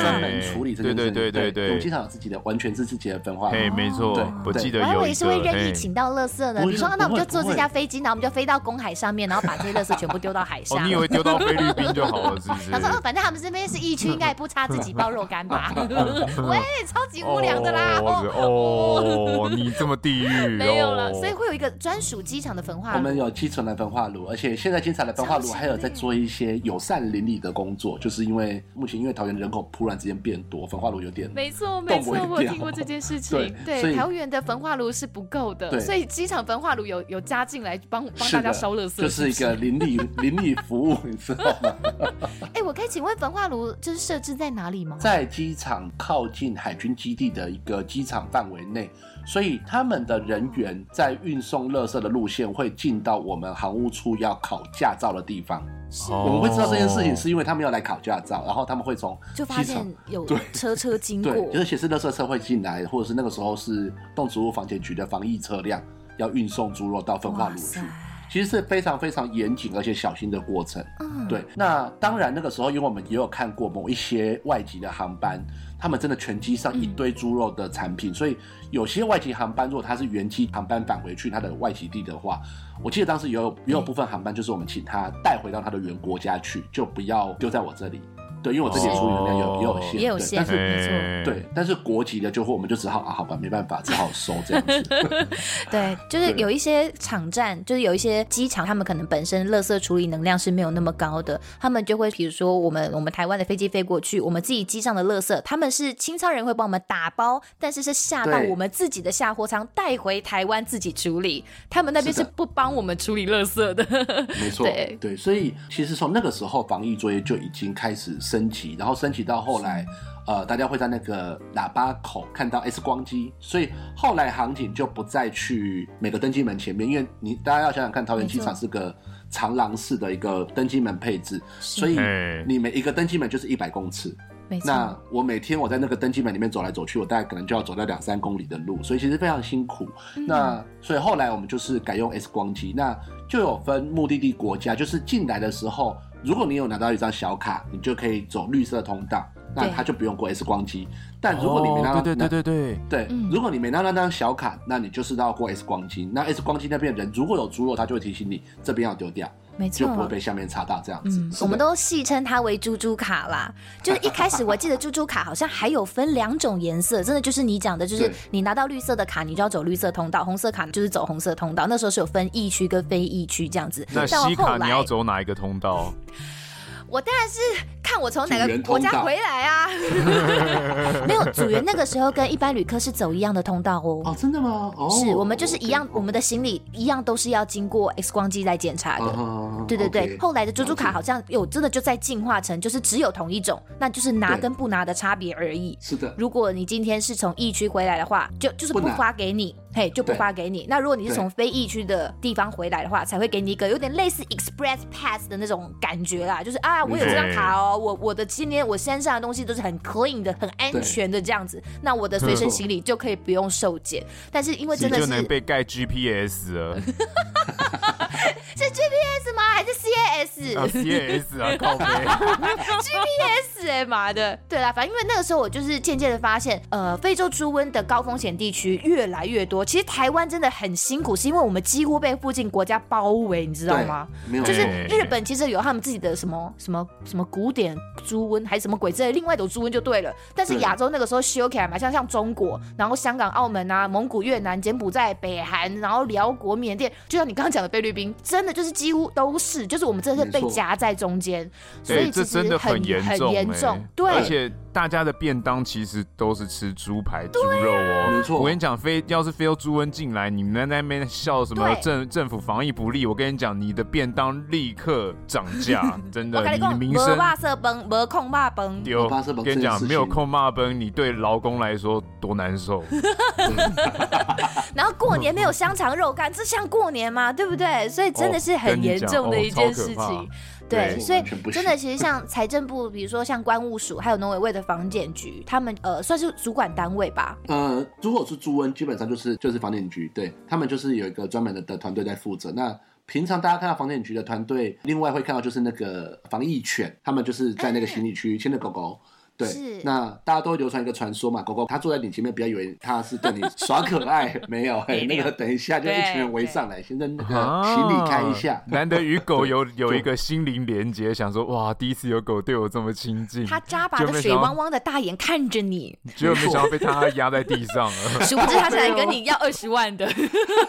[SPEAKER 4] 专门处理这件事情。
[SPEAKER 2] 对对对对对
[SPEAKER 4] 我们机场有自己的，完全是自己的焚化炉。
[SPEAKER 2] 嘿，没错
[SPEAKER 4] 对，
[SPEAKER 2] 我记得
[SPEAKER 1] 我还以
[SPEAKER 2] 有
[SPEAKER 1] 为
[SPEAKER 2] 一
[SPEAKER 1] 是会
[SPEAKER 2] 个，
[SPEAKER 1] 任意
[SPEAKER 2] 嘿，
[SPEAKER 1] 请到垃圾呢。
[SPEAKER 4] 不
[SPEAKER 1] 比如说，啊
[SPEAKER 4] 是
[SPEAKER 6] 哎
[SPEAKER 1] 那我们就
[SPEAKER 4] 不
[SPEAKER 1] 坐
[SPEAKER 4] 会不
[SPEAKER 1] 这
[SPEAKER 4] 会
[SPEAKER 1] 架飞机，然后我们就飞到公海上面，然后把这些垃圾全部丢到海
[SPEAKER 2] 哦，
[SPEAKER 1] 上。
[SPEAKER 2] 你以
[SPEAKER 6] 啊
[SPEAKER 2] 为丢到菲律宾就好了，是不是
[SPEAKER 6] 他？说：“哦，反正他们这边是疫区，应该也不差自己包肉干吧？”喂，超级无聊的啦！
[SPEAKER 2] 哦
[SPEAKER 6] 哦
[SPEAKER 2] 哦，你这么地 狱，
[SPEAKER 6] 没有了，
[SPEAKER 2] 哦
[SPEAKER 6] 所以会有一个专属机场的焚化
[SPEAKER 4] 我
[SPEAKER 6] 炉。
[SPEAKER 4] 们有基层的焚化炉，而且现在机场的焚化炉还有在做一些友善邻里的工作，就是因为目前因为桃园人口突然之间变多，焚化炉有点
[SPEAKER 6] 没错，
[SPEAKER 4] 动
[SPEAKER 6] 没
[SPEAKER 4] 不
[SPEAKER 6] 错，
[SPEAKER 4] 了
[SPEAKER 6] 我有听过这件事情。
[SPEAKER 4] 对
[SPEAKER 6] 对，
[SPEAKER 4] 所以
[SPEAKER 6] 桃园的焚化炉是不够的，
[SPEAKER 4] 对
[SPEAKER 6] 所以机场焚化炉有有加进来帮帮
[SPEAKER 4] 是
[SPEAKER 6] 大
[SPEAKER 4] 的
[SPEAKER 6] 家烧垃圾，
[SPEAKER 4] 就是一
[SPEAKER 6] 不
[SPEAKER 4] 个邻里 邻里服务，你知道吗？
[SPEAKER 6] 哎，我可以请问焚化炉就是设置在哪里吗？
[SPEAKER 4] 在机场靠近海军基地的一个机场范围内，所以他们的人员在运送垃圾的路线会进到我们航务处要考驾照的地方。我们会知道这件事情，是因为他们要来考驾照，然后他们会从
[SPEAKER 1] 就发
[SPEAKER 4] 机场
[SPEAKER 1] 现有
[SPEAKER 4] 对
[SPEAKER 1] 车车经过，
[SPEAKER 4] 对，就是显示垃圾车会进来，或者是那个时候是动植物防检局的防疫车辆要运送猪肉到焚化炉
[SPEAKER 1] 哇
[SPEAKER 4] 去
[SPEAKER 1] 塞，
[SPEAKER 4] 其实是非常非常严谨而且小心的过程。
[SPEAKER 1] 嗯，
[SPEAKER 4] 对，那当然那个时候，因为我们也有看过某一些外籍的航班，他们真的全机上
[SPEAKER 1] 嗯
[SPEAKER 4] 一堆猪肉的产品，所以有些外籍航班如果它是原机航班返回去它的外籍地的话，我记得当时也有
[SPEAKER 1] 嗯
[SPEAKER 4] 也有部分航班就是我们请他带回到他的原国家去，就不要丢在我这里。对，因为我这里的处理能量有也有限，
[SPEAKER 1] 哦也有
[SPEAKER 4] 对
[SPEAKER 1] 限
[SPEAKER 4] 但是
[SPEAKER 1] 没错
[SPEAKER 2] 嘿
[SPEAKER 4] 对，但是国籍的就会我们就只好啊，好吧，没办法，只好收这样子。
[SPEAKER 1] 对，就是有一些场站，就是有一些机场，他们可能本身垃圾处理能量是没有那么高的，他们就会比如说我们我们台湾的飞机飞过去，我们自己机上的垃圾，他们是清仓人会帮我们打包，但是是下到
[SPEAKER 4] 对
[SPEAKER 1] 我们自己的下货仓带回台湾自己处理，他们那边
[SPEAKER 4] 是
[SPEAKER 1] 是
[SPEAKER 4] 的
[SPEAKER 1] 不帮我们处理垃圾的。
[SPEAKER 4] 没错，
[SPEAKER 1] 对
[SPEAKER 4] 所以其实从那个时候防疫作业就已经开始升级，然后升级到后来，呃，大家会在那个喇叭口看到 X 光机，所以后来航警就不再去每个登机门前面，因为你大家要想想看，桃园机场是个长廊式的一个登机门配置，所以
[SPEAKER 2] 嘿
[SPEAKER 4] 你每一个登机门就是一百公尺，
[SPEAKER 1] 没错，
[SPEAKER 4] 那我每天我在那个登机门里面走来走去，我大概可能就要走到两三公里的路，所以其实非常辛苦。
[SPEAKER 1] 嗯
[SPEAKER 4] 那所以后来我们就是改用 X 光机，那就有分目的地国家，就是进来的时候，如果你有拿到一张小卡，你就可以走绿色通道，那
[SPEAKER 1] 对
[SPEAKER 4] 它就不用过 X 光机。但如果你没拿到，
[SPEAKER 2] 哦对对对对对，
[SPEAKER 4] 对，
[SPEAKER 1] 嗯
[SPEAKER 4] 如果你没拿到那张小卡，那你就是要过 X 光机。那 X 光机那边人如果有猪肉，他就会提醒你这边要丢掉，
[SPEAKER 1] 没
[SPEAKER 4] 就不会
[SPEAKER 1] 错。
[SPEAKER 4] 被下面查到这样子。
[SPEAKER 1] 嗯
[SPEAKER 4] 是，的
[SPEAKER 1] 我们都戏称它为“猪猪卡” 啦。就是一开始我记得猪猪卡好像还有分两种颜色，真的就是你讲的，就是
[SPEAKER 4] 对
[SPEAKER 1] 你拿到绿色的卡，你就要走绿色通道；红色卡就是走红色通道。那时候是有分疫区跟非疫区这样子。
[SPEAKER 2] 那
[SPEAKER 1] 到
[SPEAKER 2] 西
[SPEAKER 1] 后
[SPEAKER 2] 卡
[SPEAKER 1] 来
[SPEAKER 2] 你要走哪一个通道？
[SPEAKER 1] 我当然是看我从哪
[SPEAKER 4] 组
[SPEAKER 1] 个
[SPEAKER 4] 员
[SPEAKER 1] 国
[SPEAKER 4] 通道
[SPEAKER 1] 家回来啊。 没有组员那个时候跟一般旅客是走一样的通道哦。
[SPEAKER 4] 哦，真的吗？哦，
[SPEAKER 1] 是我们就是一样
[SPEAKER 4] OK，，
[SPEAKER 1] 我们的行李一样都是要经过 X 光机来检查的。
[SPEAKER 4] 啊
[SPEAKER 1] 对对对
[SPEAKER 4] OK
[SPEAKER 1] 后来的猪猪
[SPEAKER 4] 了
[SPEAKER 1] 卡
[SPEAKER 4] 解
[SPEAKER 1] 好像有真的就在进化成，就是只有同一种，那就是拿跟不拿的差别而已。
[SPEAKER 4] 是的，
[SPEAKER 1] 如果你今天是从疫区回来的话，就就是不
[SPEAKER 4] 不拿
[SPEAKER 1] 发给你，嘿，就不
[SPEAKER 4] 对
[SPEAKER 1] 发给你。那如果你是
[SPEAKER 4] 对
[SPEAKER 1] 从非疫区的地方回来的话，才会给你一个有点类似 Express Pass 的那种感觉啦，就是啊，
[SPEAKER 4] 嗯
[SPEAKER 1] 我有这张卡哦，我我的今天我身上的东西都是很 clean 的、很安全的这样子，那我的随身行李就可以不用受检。但是因为
[SPEAKER 2] 你
[SPEAKER 1] 真的
[SPEAKER 2] 就是能被盖 GPS 了。
[SPEAKER 1] 是 GPS 吗？还是 CAS？、
[SPEAKER 4] 呃
[SPEAKER 2] 啊，CAS 啊，靠背，
[SPEAKER 1] GPS 哎、妈的！对啦，反正因为那个时候我就是渐渐的发现，呃，非洲猪瘟的高风险地区越来越多。其实台湾真的很辛苦，是因为我们几乎被附近国家包围，你知道吗？
[SPEAKER 4] 对没有
[SPEAKER 1] 就是
[SPEAKER 2] 对
[SPEAKER 1] 日本其实有他们自己的什么什么什么古典猪瘟还是什么鬼之类的，另外一种猪瘟就对了。但是
[SPEAKER 4] 对
[SPEAKER 1] 亚洲那个时候修起来嘛，像像中国，然后香港、澳门啊、蒙古、越南、柬埔寨、北韩，然后辽国、缅甸，就像你刚刚讲的菲律宾，真的就是几乎都是，就是我们真的是被
[SPEAKER 4] 没错
[SPEAKER 1] 夹在中间， 所
[SPEAKER 2] 对，
[SPEAKER 1] 以
[SPEAKER 2] 这
[SPEAKER 1] 其
[SPEAKER 2] 真
[SPEAKER 1] 实
[SPEAKER 2] 的
[SPEAKER 1] 很
[SPEAKER 2] 严
[SPEAKER 1] 很
[SPEAKER 2] 重、欸，
[SPEAKER 1] 严重，
[SPEAKER 2] 而
[SPEAKER 1] 对。
[SPEAKER 2] 且大家的便当其实都是吃猪排、猪肉
[SPEAKER 1] 啊
[SPEAKER 2] 哦。
[SPEAKER 4] 没错
[SPEAKER 2] 我跟你讲，非要是非洲猪瘟进来，你们在那边笑什么
[SPEAKER 1] 对
[SPEAKER 2] 政政府防疫不力，我跟你讲，你的便当立刻涨 价，真的
[SPEAKER 1] 我，跟你
[SPEAKER 2] 你的
[SPEAKER 1] 讲，
[SPEAKER 2] 民
[SPEAKER 1] 没
[SPEAKER 2] 生。
[SPEAKER 1] 肉色崩，没空霸崩。
[SPEAKER 2] 丢
[SPEAKER 4] 我发生了这件
[SPEAKER 2] 跟你讲，
[SPEAKER 4] 事情
[SPEAKER 2] 没有空骂崩，你对劳工来说多难受。
[SPEAKER 1] 然后过年没有香肠肉干，这像过年吗？对不对？所以真的是
[SPEAKER 2] 哦跟
[SPEAKER 1] 很
[SPEAKER 2] 你
[SPEAKER 1] 严
[SPEAKER 2] 讲
[SPEAKER 1] 重的
[SPEAKER 2] 哦
[SPEAKER 1] 一
[SPEAKER 2] 超
[SPEAKER 1] 件
[SPEAKER 2] 可
[SPEAKER 1] 事
[SPEAKER 2] 怕
[SPEAKER 1] 情。
[SPEAKER 2] 对
[SPEAKER 1] 对，所以
[SPEAKER 4] 完全不
[SPEAKER 1] 真
[SPEAKER 4] 行
[SPEAKER 1] 的，其实像财政部，比如说像关务署，还有农委会的房检局，他们呃算是主管单位吧。
[SPEAKER 4] 呃，如果是猪瘟，基本上就是就是房检局，对他们就是有一个专门的的团队在负责。那平常大家看到房检局的团队，另外会看到就是那个防疫犬，他们就是在那个行李区牵着狗 狗。对
[SPEAKER 1] 是，
[SPEAKER 4] 那大家都会流传一个传说嘛，狗狗它坐在你前面，不要以为它是对你耍可爱，没有，嘿那个等一下就一群人围上来，先 跟那个行李开一下，
[SPEAKER 2] 哦难得与狗有有一个心灵连接，想说哇，第一次有狗对我这么亲近，
[SPEAKER 3] 他扎巴
[SPEAKER 2] 嗯就
[SPEAKER 3] 的
[SPEAKER 2] 没
[SPEAKER 3] 水
[SPEAKER 2] 想到
[SPEAKER 3] 汪汪的大眼看着你，
[SPEAKER 2] 结果没想到被它压在地上 了。
[SPEAKER 3] 殊不知他是来跟你要二十万的。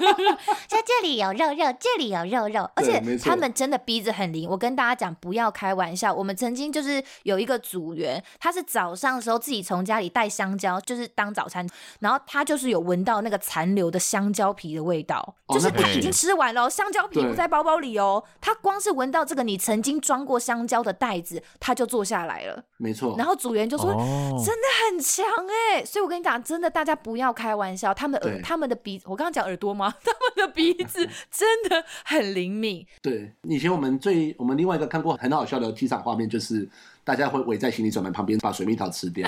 [SPEAKER 6] 说这里有肉肉，这里有肉肉，
[SPEAKER 1] 而
[SPEAKER 4] 对
[SPEAKER 1] 且
[SPEAKER 4] 没错
[SPEAKER 1] 他们真的鼻子很灵，我跟大家讲，不要开玩笑。我们曾经就是有一个组员，他是早上的时候自己从家里带香蕉，就是当早餐，然后他就是有闻到那个残留的香蕉皮的味道，
[SPEAKER 4] 哦
[SPEAKER 1] 就是
[SPEAKER 4] 那不
[SPEAKER 1] 他已
[SPEAKER 2] 行
[SPEAKER 1] 经吃完了哦，香蕉皮
[SPEAKER 4] 对
[SPEAKER 1] 不在包包里哦，他光是闻到这个你曾经装过香蕉的袋子，他就坐下来了。
[SPEAKER 4] 没错。
[SPEAKER 1] 然后组员就说：“
[SPEAKER 2] 哦
[SPEAKER 1] 真的很强
[SPEAKER 3] 欸
[SPEAKER 1] 哎、所以我跟你讲，真的大家不要开玩笑，他们耳
[SPEAKER 4] 对
[SPEAKER 1] 他们的鼻，我刚刚讲耳 朵吗？他们的鼻子真的很灵敏。
[SPEAKER 4] 对，以前我们最我们另外一个看过很好笑的机场画面，就是大家会围在行李转盘旁边把水蜜桃 吃掉。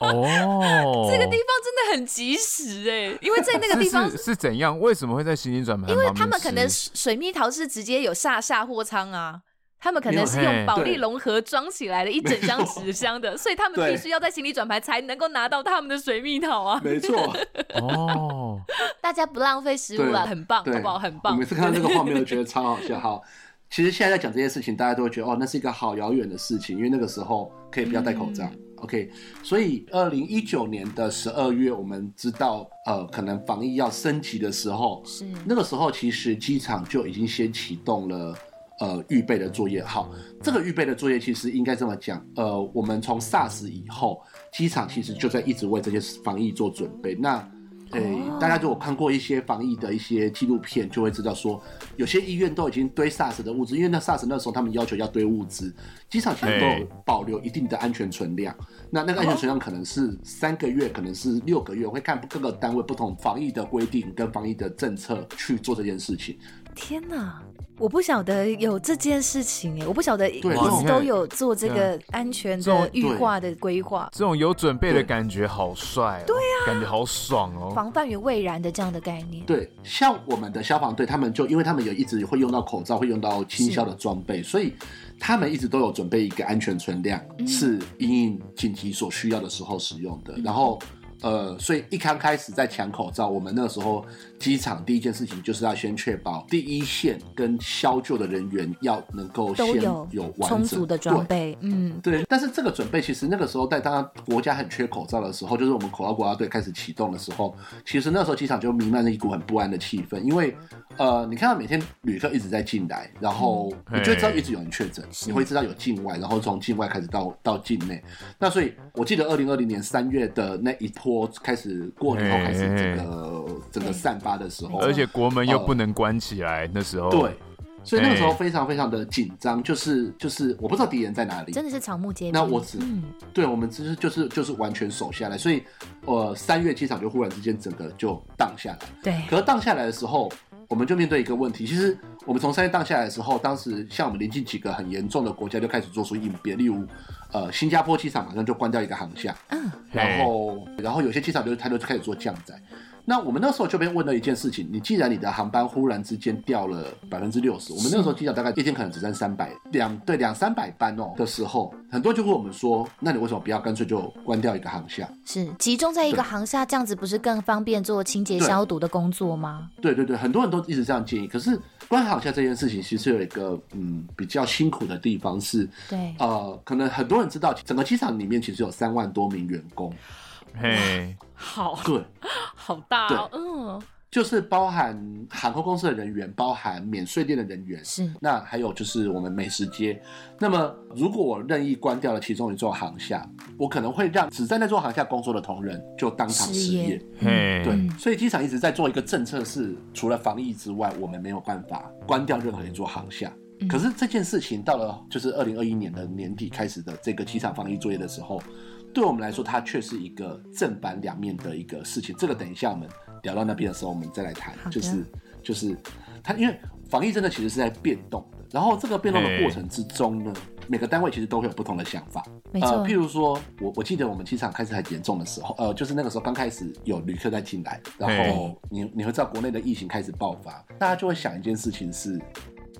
[SPEAKER 2] 哦，这个地
[SPEAKER 3] 地方真的很及时哎、因为在那个地方
[SPEAKER 2] 是，是怎样？为什么会在行星转盘？因
[SPEAKER 3] 因为他们可能水水蜜桃是直接有下下货仓啊。他们可能是
[SPEAKER 2] 没有嘿
[SPEAKER 3] 用保利龙盒装起来的一整箱纸箱的，所以他们
[SPEAKER 4] 对
[SPEAKER 3] 必须要在行李转盘才能够拿到他们的水蜜桃啊！
[SPEAKER 4] 没错，
[SPEAKER 2] 哦，
[SPEAKER 3] 大家不浪费食物了，
[SPEAKER 4] 对
[SPEAKER 3] 很棒，
[SPEAKER 4] 对，
[SPEAKER 3] 好不好？很
[SPEAKER 4] 我
[SPEAKER 3] 棒
[SPEAKER 4] 每。次看到那个画面，我觉得超好笑。好，其实现在在讲这些事情，大家都会觉得哦，那是一个好遥远的事情，因为那个时候可以不要戴口罩。OK，所以二零一九年的十二月，我们知道呃，可能防疫要升级的时候，
[SPEAKER 1] 是
[SPEAKER 4] 那个时候其实机场就已经先启动了。呃，预备的作业，好，这个预备的作业其实应该这么讲，呃，我们从 SARS 以后，机场其实就在一直为这些防疫做准备。那，呃，大家如果看过一些防疫的一些纪录片，就会知道说，有些医院都已经堆 SARS 的物资，因为那 SARS 那时候他们要求要堆物资，机场其实都
[SPEAKER 2] 哎
[SPEAKER 4] 有保留一定的安全存量。那那个安全存量可能是三个月，可能是六个月，会看各个单位不同防疫的规定跟防疫的政策去做这件事情。
[SPEAKER 3] 天哪，我不晓得有这件事情哎、我不晓得一
[SPEAKER 4] 对
[SPEAKER 3] 直都有做这
[SPEAKER 4] 啊
[SPEAKER 3] 个安全
[SPEAKER 2] 这种
[SPEAKER 3] 的预化的规划，
[SPEAKER 2] 这种有准备的感觉好帅、哦，对呀、感觉好爽哦。
[SPEAKER 1] 防范于未然的这样的概念。
[SPEAKER 4] 对，像我们的消防队，他们就因为他们有一直会用到口罩，会用到清消的装备，所以他们一直都有准备一个安全存量，
[SPEAKER 1] 嗯
[SPEAKER 4] 是因应紧急所需要的时候使用的。然后，呃，所以一刚开始在抢口罩，我们那个时候机场第一件事情就是要先确保第一线跟消救的人员要能够先
[SPEAKER 1] 都有
[SPEAKER 4] 有完整
[SPEAKER 1] 充足的装备，嗯，
[SPEAKER 4] 对，但是这个准备其实那个时候在当国家很缺口罩的时候，就是我们口罩国家队开始启动的时候，其实那时候机场就弥漫着一股很不安的气氛，因为呃，你看到每天旅客一直在进来，然后
[SPEAKER 2] 嗯
[SPEAKER 4] 你就会知道
[SPEAKER 2] 嘿
[SPEAKER 4] 一直有人确诊，你会知道有境外，然后从境外开始到到境内。那所以我记得二零二零年三月的那一波开始过年后
[SPEAKER 2] 嘿
[SPEAKER 4] 开始整
[SPEAKER 2] 嘿
[SPEAKER 4] 个整个散发的时候，
[SPEAKER 2] 而且国门又不能关起来，那时候
[SPEAKER 4] 啊对，所以那个时候
[SPEAKER 2] 哎
[SPEAKER 4] 非常非常的紧张，就是就是我不知道敌人在哪里，
[SPEAKER 1] 真的是草木皆兵。
[SPEAKER 4] 那我只、
[SPEAKER 1] 嗯
[SPEAKER 4] 对我们就是就是就是完全守下来，所以呃三月机场就忽然之间整个就荡下来。
[SPEAKER 3] 对，
[SPEAKER 4] 可是荡下来的时候，我们就面对一个问题。其实我们从三月荡下来的时候，当时像我们临近几个很严重的国家就开始做出应变，例如呃新加坡机场马上就关掉一个航厦，
[SPEAKER 2] 嘿
[SPEAKER 4] 然后然后有些机场就它就开始做降载。那我们那时候就被问了一件事情：你既然你的航班忽然之间掉了百分之六十，我们那时候机长大概一天可能只占三百两对两三百班哦的时候，很多人就问我们说，那你为什么不要干脆就关掉一个航厦？
[SPEAKER 1] 是集中在一个
[SPEAKER 4] 对
[SPEAKER 1] 航厦，这样子不是更方便做清洁
[SPEAKER 4] 对
[SPEAKER 1] 消毒的工作吗？
[SPEAKER 4] 对对对，很多人都一直这样建议。可是关航厦这件事情其实有一个嗯比较辛苦的地方是，
[SPEAKER 1] 对，
[SPEAKER 4] 呃，可能很多人知道，整个机场里面其实有三万多名员工，
[SPEAKER 2] 嘿，
[SPEAKER 3] 好
[SPEAKER 4] 对，
[SPEAKER 3] 好大哦，嗯，
[SPEAKER 4] 就是包含航空公司的人员，包含免税店的人员，
[SPEAKER 1] 是
[SPEAKER 4] 那还有就是我们美食街。那么，如果我任意关掉了其中一座航厦，我可能会让只在那座航厦工作的同仁就当场
[SPEAKER 1] 失
[SPEAKER 4] 失
[SPEAKER 1] 业
[SPEAKER 4] 业。
[SPEAKER 2] 嘿，
[SPEAKER 4] 对，
[SPEAKER 1] 嗯
[SPEAKER 4] 所以机场一直在做一个政策是，除了防疫之外，我们没有办法关掉任何一座航厦。
[SPEAKER 1] 嗯
[SPEAKER 4] 可是这件事情到了就是二零二一年的年底开始的这个机场防疫作业的时候，对我们来说，它却是一个正反两面的一个事情。这个等一下我们聊到那边的时候，我们再来谈
[SPEAKER 1] 好的。
[SPEAKER 4] 就是就是它，因为防疫真的其实是在变动的，然后这个变动的过程之中呢，每个单位其实都会有不同的想法。
[SPEAKER 1] 没
[SPEAKER 4] 呃
[SPEAKER 1] 错，，
[SPEAKER 4] 譬如说，我我记得我们机场开始很严重的时候，呃，就是那个时候刚开始有旅客在进来，然后你你会知道国内的疫情开始爆发，大家就会想一件事情是，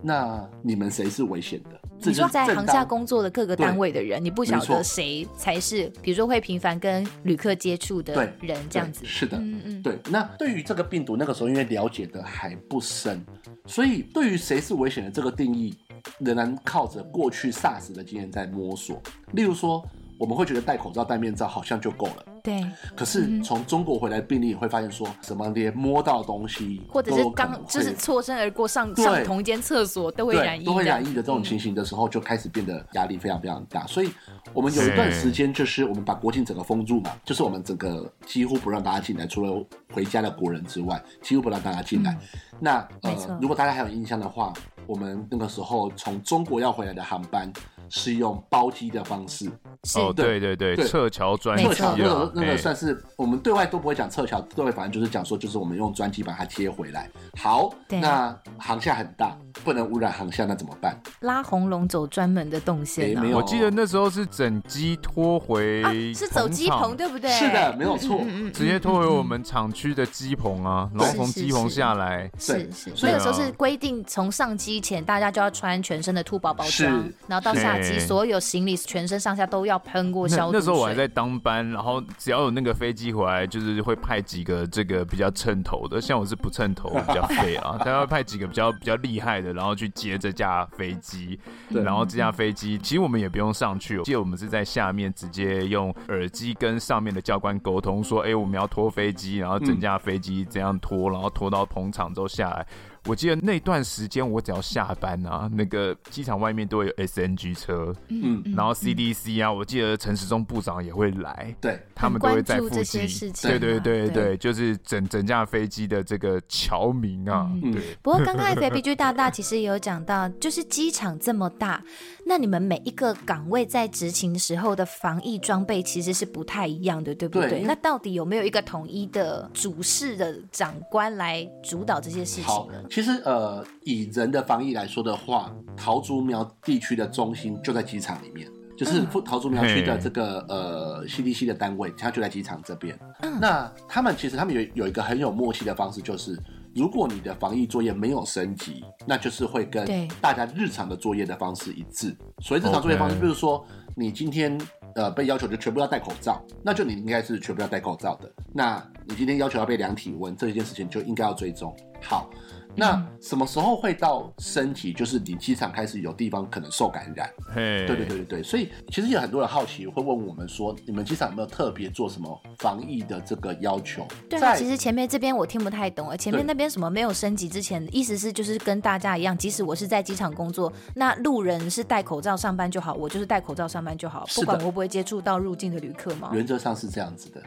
[SPEAKER 4] 那你们谁是危险的？这
[SPEAKER 1] 你
[SPEAKER 4] 就
[SPEAKER 1] 说
[SPEAKER 4] 是
[SPEAKER 1] 在
[SPEAKER 4] 正
[SPEAKER 1] 航
[SPEAKER 4] 当
[SPEAKER 1] 厦工作的各个
[SPEAKER 4] 对
[SPEAKER 1] 单位的人，你不晓
[SPEAKER 4] 没
[SPEAKER 1] 得
[SPEAKER 4] 错
[SPEAKER 1] 谁才是，比如说会频繁跟旅客接触的
[SPEAKER 4] 对
[SPEAKER 1] 人，这样子
[SPEAKER 4] 对。是的，
[SPEAKER 1] 嗯嗯，
[SPEAKER 4] 对，那对于这个病毒，那个时候因为了解的还不深，所以对于谁是危险的这个定义，仍然靠着过去 SARS 的经验在摸索。例如说，我们会觉得戴口罩、戴面罩好像就够了，
[SPEAKER 1] 对，
[SPEAKER 4] 可
[SPEAKER 3] 嗯
[SPEAKER 4] 是从中国回来的病例，你会发现说什么连摸到的东西
[SPEAKER 3] 或者
[SPEAKER 4] 都
[SPEAKER 3] 是
[SPEAKER 4] 有可能
[SPEAKER 3] 刚就是
[SPEAKER 4] 会
[SPEAKER 3] 错身而过上
[SPEAKER 4] 对
[SPEAKER 3] 上同一间厕所都会染
[SPEAKER 4] 对
[SPEAKER 3] 疫，
[SPEAKER 4] 都会染疫
[SPEAKER 3] 的。
[SPEAKER 4] 的这种情形的时候，就开始变得压力非常非常大。所以我们有一段时间就是我们把国境整个封住嘛，就是我们整个几乎不让大家进来，除了回家的国人之外，几乎不让大家进来。
[SPEAKER 3] 嗯
[SPEAKER 4] 那
[SPEAKER 1] 没错
[SPEAKER 4] 呃，如果大家还有印象的话，我们那个时候从中国要回来的航班是用包机的方式，
[SPEAKER 1] 是
[SPEAKER 2] 哦，对对对，
[SPEAKER 4] 对
[SPEAKER 2] 撤侨专机
[SPEAKER 1] 没
[SPEAKER 4] 撤
[SPEAKER 1] 错
[SPEAKER 4] 侨那
[SPEAKER 2] 啊
[SPEAKER 4] 个，那
[SPEAKER 2] 嘿
[SPEAKER 4] 个算是我们对外都不会讲撤侨，对外反正就是讲说，就是我们用专机把它贴回来。好，
[SPEAKER 1] 对
[SPEAKER 4] 那航厦很大，不能污染航厦，那怎么办？
[SPEAKER 1] 拉红龙走专门的动线
[SPEAKER 4] 诶
[SPEAKER 1] 啊
[SPEAKER 4] 没有
[SPEAKER 2] 我记得那时候是整机拖回、
[SPEAKER 3] 啊，是走鸡棚，对嗯不对？
[SPEAKER 4] 是的，，没有错。
[SPEAKER 1] 嗯
[SPEAKER 2] 直接拖回我们厂区的机棚啊，然后从机棚下来，
[SPEAKER 1] 是
[SPEAKER 4] 对
[SPEAKER 1] 是，
[SPEAKER 2] 是
[SPEAKER 1] 那个
[SPEAKER 2] 啊
[SPEAKER 1] 时候是规定，从上机前大家就要穿全身的兔宝宝
[SPEAKER 4] 是
[SPEAKER 1] 装，然后到下机
[SPEAKER 2] 对
[SPEAKER 1] 所有行李全身上下都要喷过消
[SPEAKER 2] 那
[SPEAKER 1] 毒
[SPEAKER 2] 那时候我还
[SPEAKER 1] 水
[SPEAKER 2] 在当班，然后只要有那个飞机回来，就是会派几个这个比较称头的，像我是不称头，比较废啊，他要派几个比较比较厉害的，然后去接这架飞机，
[SPEAKER 4] 对
[SPEAKER 2] 然后这架飞机其实我们也不用上去，我记得我们是在下面直接用耳机跟上面的教官沟通说，哎、我们要拖飞机，然后整架飞机这样拖，然后拖到棚场之后下来。我记得那段时间，我只要下班啊，那个机场外面都会有 SNG 车，
[SPEAKER 4] 嗯，
[SPEAKER 2] 然后 CDC 啊，我记得陈时中部长也会来，
[SPEAKER 4] 对，
[SPEAKER 2] 他们都会在附
[SPEAKER 1] 很关注这
[SPEAKER 2] 近
[SPEAKER 1] 些事。情
[SPEAKER 2] 对对
[SPEAKER 1] 啊
[SPEAKER 2] 对
[SPEAKER 1] 对
[SPEAKER 2] 对，就是整整架飞机的这个侨民啊，
[SPEAKER 4] 嗯
[SPEAKER 2] 对，
[SPEAKER 1] 不过刚刚 FABG 大大 其实也有讲到，就是机场这么大，那你们每一个岗位在执勤时候的防疫装备其实是不太一样的，对不对？
[SPEAKER 4] 对
[SPEAKER 1] 那到底有没有一个统一的主事的长官来主导这些事情
[SPEAKER 4] 好
[SPEAKER 1] 呢？，
[SPEAKER 4] 其实呃，以人的防疫来说的话，桃竹苗地区的中心就在机场里面，就是
[SPEAKER 1] 嗯
[SPEAKER 4] 富桃竹苗区的这个呃 CDC 的单位，它就在机场这边。
[SPEAKER 1] 嗯
[SPEAKER 4] 那他们其实他们有有一个很有默契的方式，就是如果你的防疫作业没有升级，那就是会跟
[SPEAKER 1] 对
[SPEAKER 4] 大家日常的作业的方式一致。所以日常作业方式，
[SPEAKER 2] OK
[SPEAKER 4] 比如说你今天呃被要求就全部要戴口罩，那就你应该是全部要戴口罩的。那你今天要求要被量体温这一件事情，就应该要追踪。好，那什么时候会到身体？就是你机场开始有地方可能受感染，
[SPEAKER 2] 嘿，
[SPEAKER 4] 对对对对对，所以其实有很多人好奇会问我们说，你们机场有没有特别做什么防疫的这个要求？
[SPEAKER 1] 对啊，
[SPEAKER 4] 在
[SPEAKER 1] 其实前面这边我听不太懂，哎，前面
[SPEAKER 4] 对
[SPEAKER 1] 那边什么没有升级之前，意思是就是跟大家一样，即使我是在机场工作，那路人是戴口罩上班就好，我就是戴口罩上班就好，
[SPEAKER 4] 是
[SPEAKER 1] 不
[SPEAKER 4] 的
[SPEAKER 1] 管我会不会接触到入境的旅客嘛。
[SPEAKER 4] 原则上是这样子的。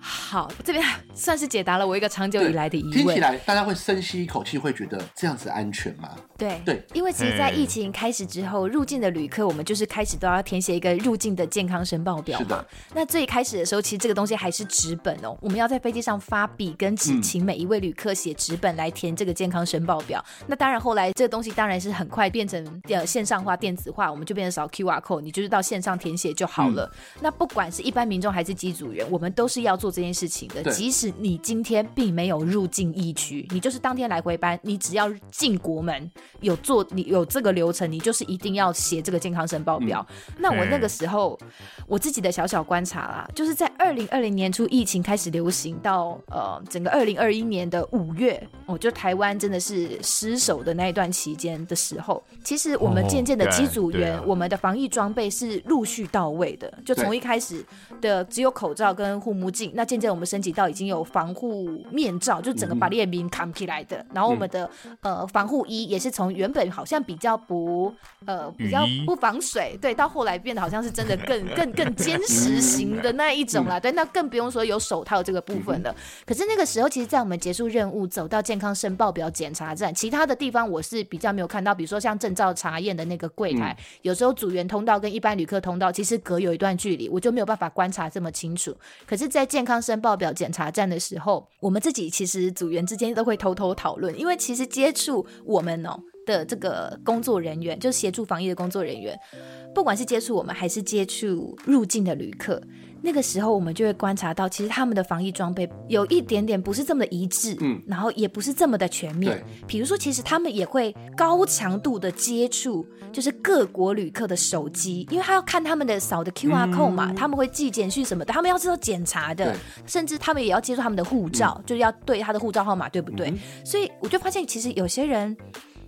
[SPEAKER 3] 好，这 边算是解答了我一个长久以来的疑
[SPEAKER 4] 听起
[SPEAKER 3] 问。
[SPEAKER 4] 来大家会深吸一口气，会觉得这样子安全吗？
[SPEAKER 1] 对
[SPEAKER 4] 对
[SPEAKER 1] 因为其实，在
[SPEAKER 2] 嘿
[SPEAKER 1] 疫情开始之后，入境的旅客我们就是开始都要填写一个入境的健康申报表
[SPEAKER 4] 是
[SPEAKER 1] 嘛
[SPEAKER 4] 的。
[SPEAKER 1] 那最开始的时候，其实这个东西还是纸本哦，我们要在飞机上发笔跟纸，
[SPEAKER 4] 嗯
[SPEAKER 1] 请每一位旅客写纸本来填这个健康申报表。那当然，后来这个东西当然是很快变成呃线上化、电子化，我们就变成扫 QR
[SPEAKER 4] 嗯
[SPEAKER 1] code，你就是到线上填写就好了。那不管是一般民众还是机组员，我们都是要做这件事情的。
[SPEAKER 4] 对
[SPEAKER 1] 即使你今天并没有入境疫区，你就是当天来回班，你只要进国门有做你有这个流程，你就是一定要写这个健康申报表。
[SPEAKER 4] 嗯
[SPEAKER 1] 那我那个时候我自己的小小观察啦，就是在二零二零年初疫情开始流行到呃整个二零二一年的五月，哦，就台湾真的是失守的那一段期间的时候，其实我们
[SPEAKER 2] 哦
[SPEAKER 1] 渐渐的
[SPEAKER 2] 对
[SPEAKER 1] 机组
[SPEAKER 2] 对
[SPEAKER 1] 员，
[SPEAKER 2] 啊
[SPEAKER 1] 我们的防疫装备是陆续到位的，就从
[SPEAKER 4] 对
[SPEAKER 1] 一开始的只有口罩跟护目镜，那渐渐我们升级到已经有防护面罩，就整个把列兵扛起来的。然后我们的、呃防护衣也是从原本好像比较不呃比较
[SPEAKER 2] 雨衣
[SPEAKER 1] 不防水，对，到后来变得好像是真的更更更坚实型的那一种啦。对，那更不用说有手套这个部分了。可是那个时候，其实，在我们结束任务走到健康申报表检查站，其他的地方我是比较没有看到，比如说像证照查验的那个柜台，有时候组员通道跟一般旅客通道其实隔有一段距离，我就没有办法观察这么清楚。可是，在健康申报表检查站的时候，我们自己其实组员之间都会偷偷讨论，因为其实接触我们哦。的这个工作人员，就是协助防疫的工作人员，不管是接触我们还是接触入境的旅客，那个时候我们就会观察到，其实他们的防疫装备有一点点不是这么的一致，
[SPEAKER 4] 嗯
[SPEAKER 1] 然后也不是这么的全面
[SPEAKER 4] 对。
[SPEAKER 1] 比如说，其实他们也会高强度的接触，就是各国旅客的手机，因为他要看他们的扫的 QR code 嘛，他们会寄简讯什么的，他们要知道检查的
[SPEAKER 4] 对，
[SPEAKER 1] 甚至他们也要接触他们的护照，就是要对他的护照号码对不对？所以我就发现，其实有些人。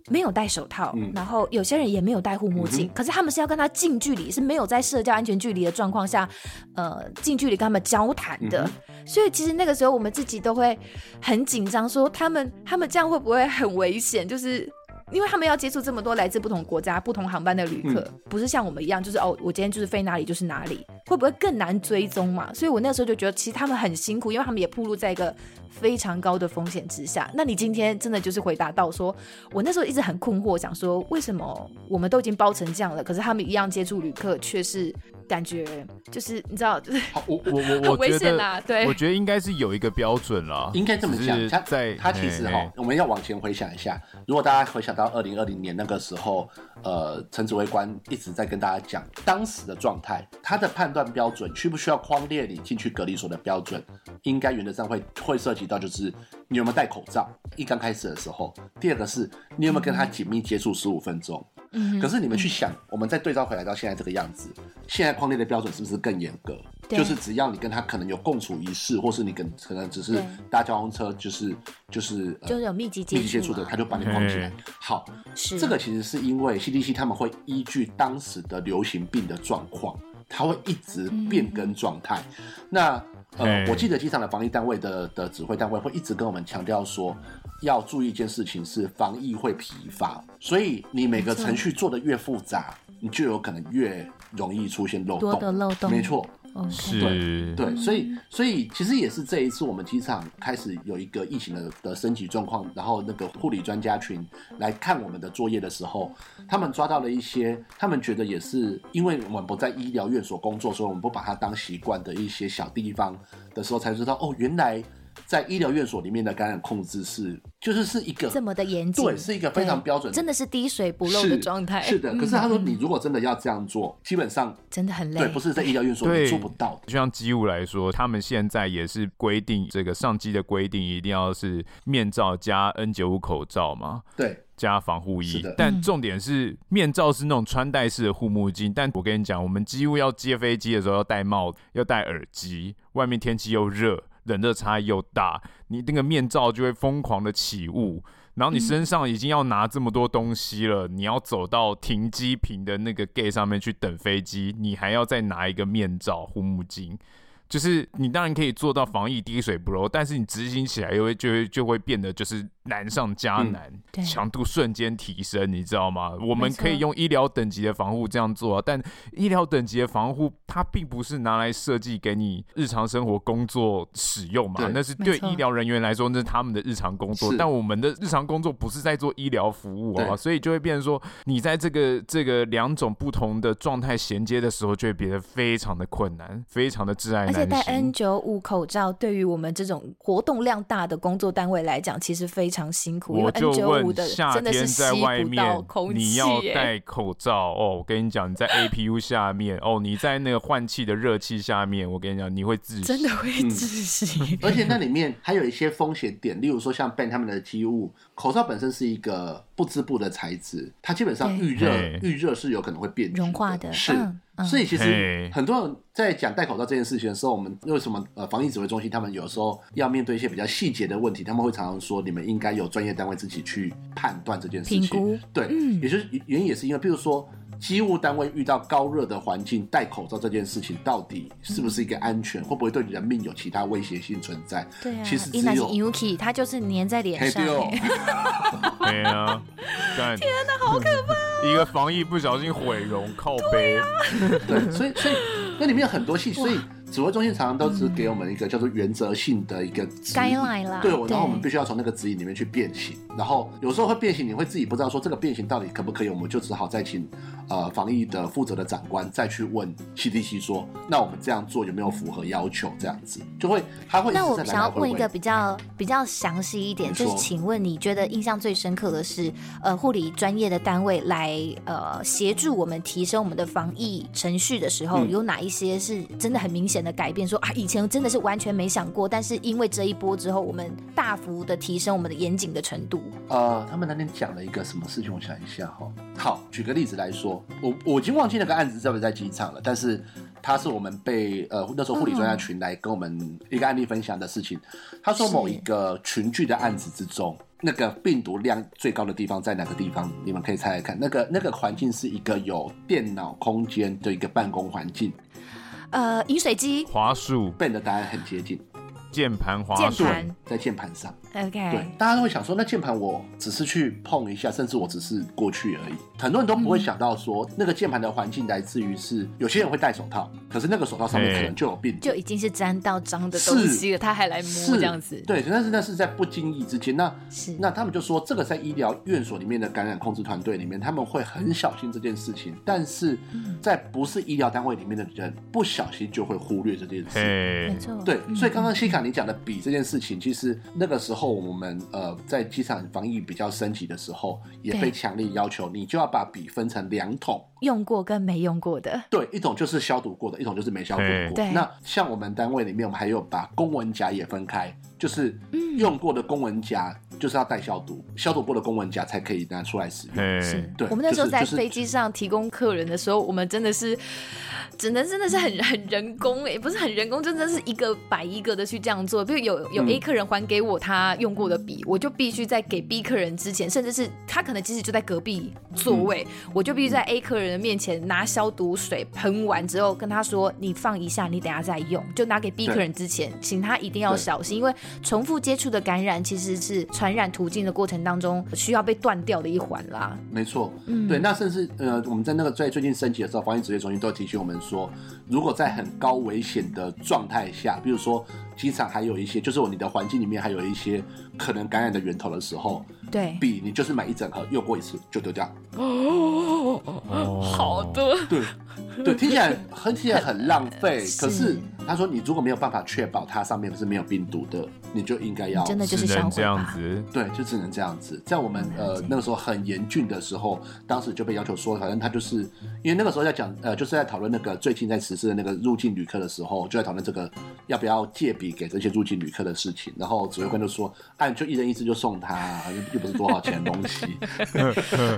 [SPEAKER 1] 没有戴手套，然后有些人也没有戴护目镜，可是他们是要跟他近距离，是没有在社交安全距离的状况下，呃，近距离跟他们交谈的。所以其实那个时候我们自己都会很紧张，说他们他们这样会不会很危险？就是。因为他们要接触这么多来自不同国家、不同航班的旅客，
[SPEAKER 4] 嗯
[SPEAKER 1] 不是像我们一样，就是哦，我今天就是飞哪里就是哪里，会不会更难追踪嘛？所以我那时候就觉得，其实他们很辛苦，因为他们也暴露在一个非常高的风险之下。那你今天真的就是回答到说，我那时候一直很困惑，想说为什么我们都已经包成这样了，可是他们一样接触旅客，却是感觉就是你知道，就是
[SPEAKER 4] 好，我
[SPEAKER 2] 我我
[SPEAKER 1] 很
[SPEAKER 2] 我
[SPEAKER 1] 危
[SPEAKER 2] 觉
[SPEAKER 1] 险啦
[SPEAKER 2] 得，
[SPEAKER 1] 对
[SPEAKER 2] 我觉得应该是有一个标准啦，
[SPEAKER 4] 应该这么
[SPEAKER 2] 只
[SPEAKER 4] 讲，
[SPEAKER 2] 是
[SPEAKER 4] 他
[SPEAKER 2] 在
[SPEAKER 4] 他其实
[SPEAKER 2] 嘿
[SPEAKER 4] 哈，我们要往前回想一下，如果大家回想到二零二零年那个时候，呃，陈指挥官一直在跟大家讲当时的状态，他的判断标准需不需要框列你进去隔离所的标准，应该原则上会会涉及到就是你有没有戴口罩，一刚开始的时候，第二个是你有没有跟他紧密接触十五分钟。
[SPEAKER 7] 嗯
[SPEAKER 4] 可是你们去想，我们再对照回来到现在这个样子，现在框列的标准是不是更严格？
[SPEAKER 1] 对
[SPEAKER 4] 就是只要你跟他可能有共处一室，或是你跟可能只是
[SPEAKER 7] 对
[SPEAKER 4] 搭交通车，就是就是、呃、
[SPEAKER 7] 就是有密集接
[SPEAKER 4] 密集接
[SPEAKER 7] 触
[SPEAKER 4] 触的，
[SPEAKER 7] 嘛
[SPEAKER 4] 他就把你框起来
[SPEAKER 2] 嗯。
[SPEAKER 4] 好，
[SPEAKER 7] 是
[SPEAKER 4] 这个其实是因为 CDC 他们会依据当时的流行病的状况，它会一直
[SPEAKER 7] 嗯
[SPEAKER 4] 变更状态。那呃
[SPEAKER 2] 嗯，
[SPEAKER 4] 我记得机场的防疫单位的的指挥单位会一直跟我们强调说，要注意一件事情是防疫会疲乏，所以你每个程序做的越复杂，你就有可能越容易出现漏洞。
[SPEAKER 7] 多的漏洞
[SPEAKER 4] 没错，
[SPEAKER 2] 是，
[SPEAKER 4] 对，所
[SPEAKER 7] 嗯
[SPEAKER 4] 以所以其实也是这一次我们机场开始有一个疫情的的升级状况，然后那个护理专家群来看我们的作业的时候，他们抓到了一些他们觉得也是因为我们不在医疗院所工作，所以我们不把它当习惯的一些小地方的时候，才知道哦，原来在医疗院所里面的感染控制是就是是一个
[SPEAKER 7] 这么的严谨，
[SPEAKER 4] 对，是一个非常标准的
[SPEAKER 7] 真的是滴水不漏
[SPEAKER 4] 是
[SPEAKER 7] 的状态，嗯
[SPEAKER 4] 是的，可是他说你如果真的要这样做，基本上
[SPEAKER 1] 嗯真的很累
[SPEAKER 4] 对，。不是在医疗院所
[SPEAKER 2] 对
[SPEAKER 4] 你做不到的。
[SPEAKER 2] 就像机务来说，他们现在也是规定这个上机的规定，一定要是面罩加 N 9 5口罩嘛。
[SPEAKER 4] 对，
[SPEAKER 2] 加防护
[SPEAKER 4] 是
[SPEAKER 2] 衣
[SPEAKER 4] 的，
[SPEAKER 2] 但重点是面罩是那种穿戴式的护目镜。但我跟你讲，我们几乎要接飞机的时候要戴帽，要戴耳机，外面天气又热，冷热差异又大，你那个面罩就会疯狂的起雾。然后你身上已经要拿这么多东西了，你要走到停机坪的那个 gate 上面去等飞机，你还要再拿一个面罩、护目镜，就是你当然可以做到防疫滴水不漏，但是你执行起来又会就会就会变得就是难上加难，
[SPEAKER 7] 对
[SPEAKER 2] 强度瞬间提升，你知道吗？我
[SPEAKER 7] 没
[SPEAKER 2] 们
[SPEAKER 7] 错
[SPEAKER 2] 可以用医疗等级的防护这样做、啊，但医疗等级的防护它并不是拿来设计给你日常生活工作使用嘛
[SPEAKER 4] 对，
[SPEAKER 2] 那是
[SPEAKER 7] 没
[SPEAKER 2] 对
[SPEAKER 7] 错
[SPEAKER 2] 医疗人员来说那是他们的日常工作
[SPEAKER 4] 是，
[SPEAKER 2] 但我们的日常工作不是在做医疗服务啊，
[SPEAKER 4] 对
[SPEAKER 2] 所以就会变成说你在这个这个两种不同的状态衔接的时候，就会变得非常的困难，非常的挚爱
[SPEAKER 1] 而
[SPEAKER 2] 难
[SPEAKER 1] 且
[SPEAKER 2] 行。
[SPEAKER 1] 戴 N 9 5口罩，对于我们这种活动量大的工作单位来讲，其实非
[SPEAKER 3] 常辛苦，因为
[SPEAKER 2] 我就
[SPEAKER 3] N 九五
[SPEAKER 2] 问，
[SPEAKER 3] 的
[SPEAKER 2] 夏
[SPEAKER 3] 真的
[SPEAKER 2] 天
[SPEAKER 3] 是
[SPEAKER 2] 在
[SPEAKER 3] 吸
[SPEAKER 2] 外
[SPEAKER 3] 不到
[SPEAKER 2] 面
[SPEAKER 3] 空
[SPEAKER 2] 你
[SPEAKER 3] 气
[SPEAKER 2] 要
[SPEAKER 3] 耶
[SPEAKER 2] 戴口罩哦。我跟你讲，你在 APU 下面哦，你在那个换气的热气下面，我跟你讲，你会窒息。
[SPEAKER 3] 真的会窒
[SPEAKER 2] 嗯
[SPEAKER 3] 息。
[SPEAKER 4] 而且那里面还有一些风险点，例如说像 Ben 他们的机物，口罩本身是一个不织布的材质，它基本上
[SPEAKER 3] 对
[SPEAKER 4] 预热
[SPEAKER 2] 嘿
[SPEAKER 4] 预热是有可能会变质
[SPEAKER 3] 融化的
[SPEAKER 4] 是。
[SPEAKER 3] 嗯嗯
[SPEAKER 4] 所以其实
[SPEAKER 2] 嘿
[SPEAKER 4] 很多人在讲戴口罩这件事情的时候，我们为什么呃防疫指挥中心他们有时候要面对一些比较细节的问题，他们会常常说你们应该有专业单位自己去判断这件事
[SPEAKER 3] 评估嗯
[SPEAKER 4] 情。对，也就是原因也是因为，比如说机务单位遇到高热的环境，戴口罩这件事情到底是不是一个安全，会不会对人命有其他威胁性存在？
[SPEAKER 3] 对啊，
[SPEAKER 4] 其实
[SPEAKER 3] 伊
[SPEAKER 4] 只
[SPEAKER 3] 那是
[SPEAKER 4] 有
[SPEAKER 3] Yuki，他就是粘在脸
[SPEAKER 4] 嘿
[SPEAKER 3] 上
[SPEAKER 4] 对
[SPEAKER 3] 欸、
[SPEAKER 4] 哦，
[SPEAKER 2] 对 啊，天哪，好可
[SPEAKER 3] 哦
[SPEAKER 2] 怕！ 一个防疫不小心毁容，靠背。
[SPEAKER 3] 啊
[SPEAKER 4] 对，所以所以那里面有很多戏，所以指挥中心常常都只给我们一个叫做原则性的一个指引
[SPEAKER 3] Guideline 啦
[SPEAKER 4] 对，我
[SPEAKER 3] 对
[SPEAKER 4] 然后我们必须要从那个指引里面去变形，然后有时候会变形，你会自己不知道说这个变形到底可不可以，我们就只好再请呃防疫的负责的长官再去问 CDC 说，那我们这样做有没有符合要求？这样子就会他会一直
[SPEAKER 1] 那我
[SPEAKER 4] 在来
[SPEAKER 1] 想要
[SPEAKER 4] 来回
[SPEAKER 1] 问一
[SPEAKER 4] 回嗯
[SPEAKER 1] 个比较比较详细一点，
[SPEAKER 4] 你
[SPEAKER 1] 就
[SPEAKER 4] 说
[SPEAKER 1] 是请问你觉得印象最深刻的是，呃，护理专业的单位来呃协助我们提升我们的防疫程序的时候，
[SPEAKER 4] 嗯
[SPEAKER 1] 有哪一些是真的很明显的改变？说啊，以前真的是完全没想过，但是因为这一波之后，我们大幅的提升我们的严谨的程度。
[SPEAKER 4] 呃，他们那天讲了一个什么事情，我想一下哈、好，举个例子来说，我我已经忘记那个案子在不在机场了，但是它是我们被呃那时候护理专家群来跟我们一个案例分享的事情。他说某一个群聚的案子之中，那个病毒量最高的地方在哪个地方？你们可以猜猜看。那个那个环境是一个有电脑空间的一个办公环境，
[SPEAKER 1] 呃，饮水机
[SPEAKER 2] 滑鼠、
[SPEAKER 4] 笨的答案很接近，
[SPEAKER 2] 键盘、滑
[SPEAKER 1] 键
[SPEAKER 2] 鼠，
[SPEAKER 1] 盘
[SPEAKER 4] 在键盘上。对
[SPEAKER 1] ，OK，，
[SPEAKER 4] 大家都会想说，那键盘我只是去碰一下，甚至我只是过去而已。很多人都不会想到说，那个键盘的环境来自于是有些人会戴手套，可是那个手套上面可能就有病毒
[SPEAKER 3] 就已经是沾到脏的
[SPEAKER 4] 是
[SPEAKER 3] 东西了，他还来摸
[SPEAKER 4] 是
[SPEAKER 3] 这样子，
[SPEAKER 4] 对，但是那是在不经意之间。那
[SPEAKER 1] 是
[SPEAKER 4] 那他们就说，这个在医疗院所里面的感染控制团队里面，他们会很小心这件事情，但是
[SPEAKER 3] 嗯
[SPEAKER 4] 在不是医疗单位里面的人，不小心就会忽略这件事。
[SPEAKER 2] 嘿
[SPEAKER 1] 没，错，嗯
[SPEAKER 4] 对，
[SPEAKER 3] 嗯
[SPEAKER 4] 所以刚刚西卡你讲的比这件事情，其实那个时候我们呃在机场防疫比较升级的时候，也
[SPEAKER 3] 对
[SPEAKER 4] 被强烈要求你就要把笔分成两桶。
[SPEAKER 3] 用过跟没用过的，
[SPEAKER 4] 对，一种就是消毒过的，一种就是没消毒
[SPEAKER 2] 嘿
[SPEAKER 4] 过
[SPEAKER 3] 对。
[SPEAKER 4] 那像我们单位里面，我们还有把公文夹也分开，就是
[SPEAKER 3] 嗯
[SPEAKER 4] 用过的公文夹就是要带消毒，消毒过的公文夹才可以拿出来使用。
[SPEAKER 2] 嘿，
[SPEAKER 4] 对，
[SPEAKER 3] 我们那时候
[SPEAKER 4] 就是
[SPEAKER 3] 在
[SPEAKER 4] 就是
[SPEAKER 3] 飞机上提供客人的时候，我们真的是，只能真的是很很人工也、不是很人工，真的是一个摆一个的去这样做。比如有有
[SPEAKER 4] 嗯
[SPEAKER 3] A 客人还给我他用过的笔，我就必须在给 B 客人之前，甚至是他可能即使就在隔壁座位，
[SPEAKER 4] 嗯
[SPEAKER 3] 我就必须在 A 客人的面前拿消毒水喷完之后，跟他说：“你放一下，你等下再用。”就拿给 B
[SPEAKER 4] 对
[SPEAKER 3] 客人之前，请他一定要
[SPEAKER 4] 对
[SPEAKER 3] 小心，因为重复接触的感染其实是传染途径的过程当中需要被断掉的一环啦。
[SPEAKER 4] 没错，
[SPEAKER 3] 嗯
[SPEAKER 4] 对，那甚至呃，我们在那个最最近升级的时候，防疫职业中心都有提醒我们说，如果在很高危险的状态下，比如说机场还有一些，就是你的环境里面还有一些可能感染的源头的时候，
[SPEAKER 3] 对，
[SPEAKER 4] 笔你就是买一整盒，用过一次就丢掉。
[SPEAKER 2] 好的，
[SPEAKER 3] 的，
[SPEAKER 4] 对，对，听起来很听起来很浪费，可
[SPEAKER 3] 是
[SPEAKER 4] 是他说你如果没有办法确保它上面是没有病毒的，你就应该要
[SPEAKER 3] 真的就是
[SPEAKER 2] 只
[SPEAKER 3] 销
[SPEAKER 2] 能
[SPEAKER 3] 毁
[SPEAKER 2] 这 样
[SPEAKER 3] 吧。
[SPEAKER 2] 子。
[SPEAKER 4] 对，就只能这样子。在我们呃那个时候很严峻的时候，当时就被要求说，反正他就是因为那个时候在讲呃，就是在讨论那个最近在实施的那个入境旅客的时候，就在讨论这个要不要借笔给这些入境旅客的事情。然后指挥官就说，啊按、你就一人一支就送他，又又不是多少钱的东西。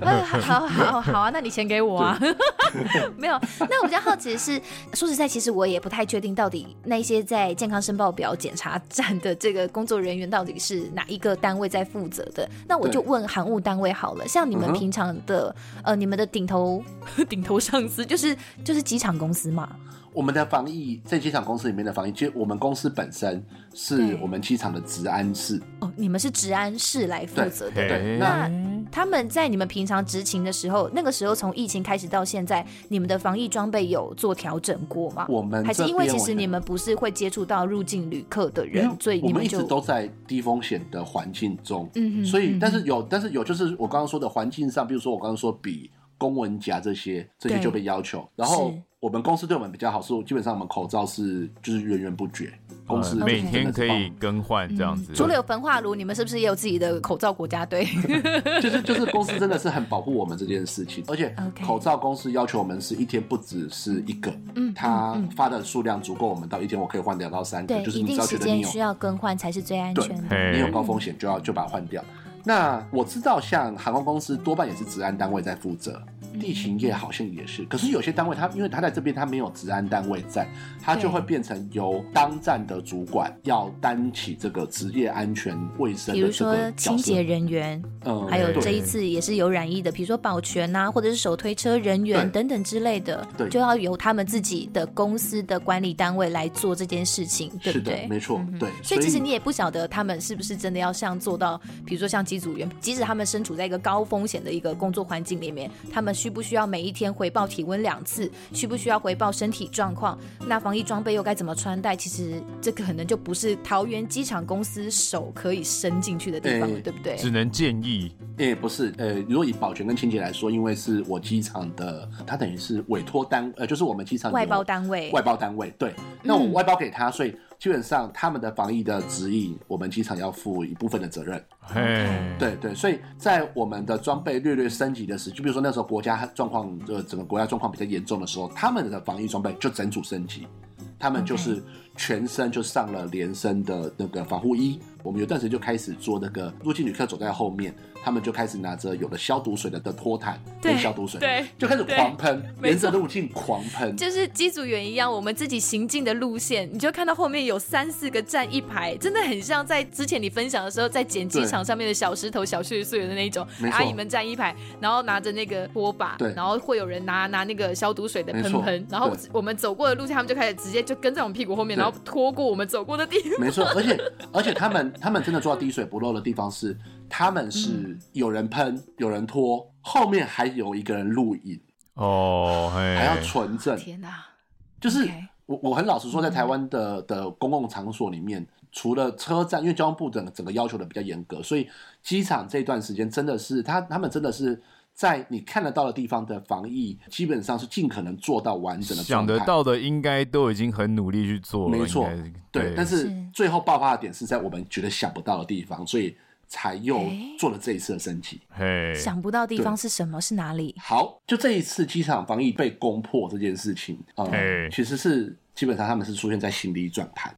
[SPEAKER 1] 哎
[SPEAKER 3] 啊，好好好啊，那你钱给我啊。
[SPEAKER 1] 没有，那我比较好奇的是，说实在，其实我也不太确定到底那一些在健康申报表检查站的这个工作人员到底是哪一个单位在负责的。那我就
[SPEAKER 4] 对
[SPEAKER 1] 问航务单位好了，像你
[SPEAKER 4] 嗯
[SPEAKER 1] 们
[SPEAKER 4] 哼
[SPEAKER 1] 平常的、呃，你们的顶头
[SPEAKER 3] 顶头上司就
[SPEAKER 1] 就是是就是机场公司嘛，
[SPEAKER 4] 我们的防疫在机场公司里面的防疫，其实我们公司本身是
[SPEAKER 1] 对
[SPEAKER 4] 我们机场的治安室，
[SPEAKER 1] 哦，你们是治安室来负责的。
[SPEAKER 2] 嘿，
[SPEAKER 1] 那他们在你们平常执勤的时候，那个时候从疫情开始到现在，你们的防疫装备有做调整过吗？
[SPEAKER 4] 我们
[SPEAKER 1] 还是
[SPEAKER 4] 这
[SPEAKER 1] 因为
[SPEAKER 4] 边
[SPEAKER 1] 其实
[SPEAKER 4] 我觉
[SPEAKER 1] 你
[SPEAKER 4] 得
[SPEAKER 1] 们不是会接触到入境旅客的
[SPEAKER 4] 因
[SPEAKER 1] 人
[SPEAKER 4] 为，
[SPEAKER 1] 所以
[SPEAKER 4] 我
[SPEAKER 1] 你
[SPEAKER 4] 们一
[SPEAKER 1] 就
[SPEAKER 4] 直都在低风险的环境中，
[SPEAKER 1] 嗯哼
[SPEAKER 4] 所以
[SPEAKER 1] 嗯
[SPEAKER 4] 但是有，但是有，就是我刚刚说的环境上，比如说我刚刚说比公文夹这些，这些
[SPEAKER 1] 对
[SPEAKER 4] 就被要求。然后
[SPEAKER 1] 是
[SPEAKER 4] 我们公司对我们比较好，是基本上我们口罩是就是源源不绝，公司
[SPEAKER 2] 呃每
[SPEAKER 1] OK
[SPEAKER 2] 天可以
[SPEAKER 4] 真的是
[SPEAKER 2] 更换这样
[SPEAKER 3] 嗯
[SPEAKER 2] 子。
[SPEAKER 1] 除了有焚化炉，你们是不是也有自己 的口罩国家队？
[SPEAKER 4] 棒就是就是公司真的是很保护我们这件事情，而且
[SPEAKER 1] OK
[SPEAKER 4] 口罩公司要求我们是一天不只是一个，嗯，它发的数量足够我们到一天我可以换两到三个，
[SPEAKER 8] 对，
[SPEAKER 4] 就是
[SPEAKER 8] 一
[SPEAKER 4] 你只
[SPEAKER 8] 定
[SPEAKER 4] 要
[SPEAKER 8] 时
[SPEAKER 4] 觉得你
[SPEAKER 8] 间
[SPEAKER 4] 有
[SPEAKER 8] 需要更换才是最安
[SPEAKER 4] 对
[SPEAKER 8] 全的。
[SPEAKER 4] 你
[SPEAKER 2] 嘿
[SPEAKER 4] 有高风险就要就把它换掉。那我知道，像航空公司多半也是治安单位在负责，
[SPEAKER 8] 嗯
[SPEAKER 4] 地勤业好像也是。可是有些单位它因为它在这边它没有治安单位在，它就会变成由当站的主管要担起这个职业安全卫生
[SPEAKER 8] 比
[SPEAKER 4] 的
[SPEAKER 8] 如
[SPEAKER 4] 这
[SPEAKER 8] 说
[SPEAKER 4] 个角
[SPEAKER 8] 清
[SPEAKER 4] 色
[SPEAKER 8] 洁。人员，
[SPEAKER 4] 嗯，
[SPEAKER 8] 还有
[SPEAKER 4] 对
[SPEAKER 8] 这一次也是有染疫的，比如说保全
[SPEAKER 1] 啊
[SPEAKER 8] 呐、或者是手推车人员
[SPEAKER 4] 对
[SPEAKER 8] 等等之类的，
[SPEAKER 4] 对
[SPEAKER 8] 就要由他们自己的公司的管理单位来做这件事情，对不
[SPEAKER 4] 是的
[SPEAKER 8] 对，？嗯
[SPEAKER 4] 没错，对。
[SPEAKER 1] 所以其实你也不晓得他们是不是真的要像做到，比如说像机组员，即使他们身处在一个高风险的一个工作环境里面，他们需不需要每一天回报体温两次，需不需要回报身体状况？那防疫装备又该怎么穿戴？其实这可能就不是桃园机场公司手可以伸进去的地方了，
[SPEAKER 4] 哎
[SPEAKER 1] 对不对？
[SPEAKER 2] 只能建议，
[SPEAKER 4] 诶、不是，呃，如果以保全跟清洁来说，因为是我机场的，它等于是委托单，呃，就是我们机场有
[SPEAKER 1] 外包单位
[SPEAKER 4] 外包单位对。
[SPEAKER 1] 嗯
[SPEAKER 4] 那我外包给他，所以基本上他们的防疫的指引，我们机场要负一部分的责任。
[SPEAKER 2] 嘿，
[SPEAKER 4] 对对，所以在我们的装备略略升级的时候，就比如说那时候国家状况，呃，整个国家状况比较严重的时候，他们的防疫装备就整组升级，他们就是全身就上了连身的那个防护衣。我们有段时间就开始做那个入境旅客走在后面，他们就开始拿着有了消毒水的的拖毯
[SPEAKER 1] 对
[SPEAKER 4] 跟消毒水，
[SPEAKER 1] 对
[SPEAKER 4] 就开始狂喷，
[SPEAKER 1] 没
[SPEAKER 4] 沿着路径狂喷，
[SPEAKER 1] 就是机组员一样，我们自己行进的路线，你就看到后面有三四个站一排，真的很像在之前你分享的时候，在捡机场上面的小石头、小碎碎的那一种
[SPEAKER 4] 没，错
[SPEAKER 1] 阿姨们站一排，然后拿着那个拖把，
[SPEAKER 4] 对
[SPEAKER 1] 然后会有人拿拿那个消毒水的
[SPEAKER 4] 没
[SPEAKER 1] 喷
[SPEAKER 4] 错
[SPEAKER 1] 喷，然后
[SPEAKER 4] 对
[SPEAKER 1] 我们走过的路线，他们就开始直接就跟在我们屁股后面，
[SPEAKER 4] 对
[SPEAKER 1] 然后拖过我们走过的地方。
[SPEAKER 4] 没错，而且而且他们他们真的做到滴水不漏的地方是，他们
[SPEAKER 1] 嗯
[SPEAKER 4] 是有人喷，有人拖，后面还有一个人录影，
[SPEAKER 2] 哦，嘿，
[SPEAKER 4] 还要纯正，
[SPEAKER 1] 天哪！
[SPEAKER 4] 就是。
[SPEAKER 1] OK 嗯
[SPEAKER 4] 我我很老实说，在台湾的的公共场所里面，除了车站，因为交通部整个整个要求的比较严格，所以机场这段时间真的是他他们真的是在你看得到的地方的防疫，基本上是尽可能做到完整的状
[SPEAKER 2] 想
[SPEAKER 4] 态。
[SPEAKER 2] 得到的应该都已经很努力去做了，
[SPEAKER 4] 没错
[SPEAKER 2] 应该
[SPEAKER 4] 对，但是最后爆发的点是在我们觉得想不到的地方，所以才又
[SPEAKER 1] 诶
[SPEAKER 4] 做了这一次的升级。
[SPEAKER 2] 嘿，
[SPEAKER 1] 想不到地
[SPEAKER 4] 对
[SPEAKER 1] 方是什么，是哪里？
[SPEAKER 4] 好，就这一次机场防疫被攻破这件事情，
[SPEAKER 2] 嘿
[SPEAKER 4] 呃，其实是基本上他们是出现在行李转盘。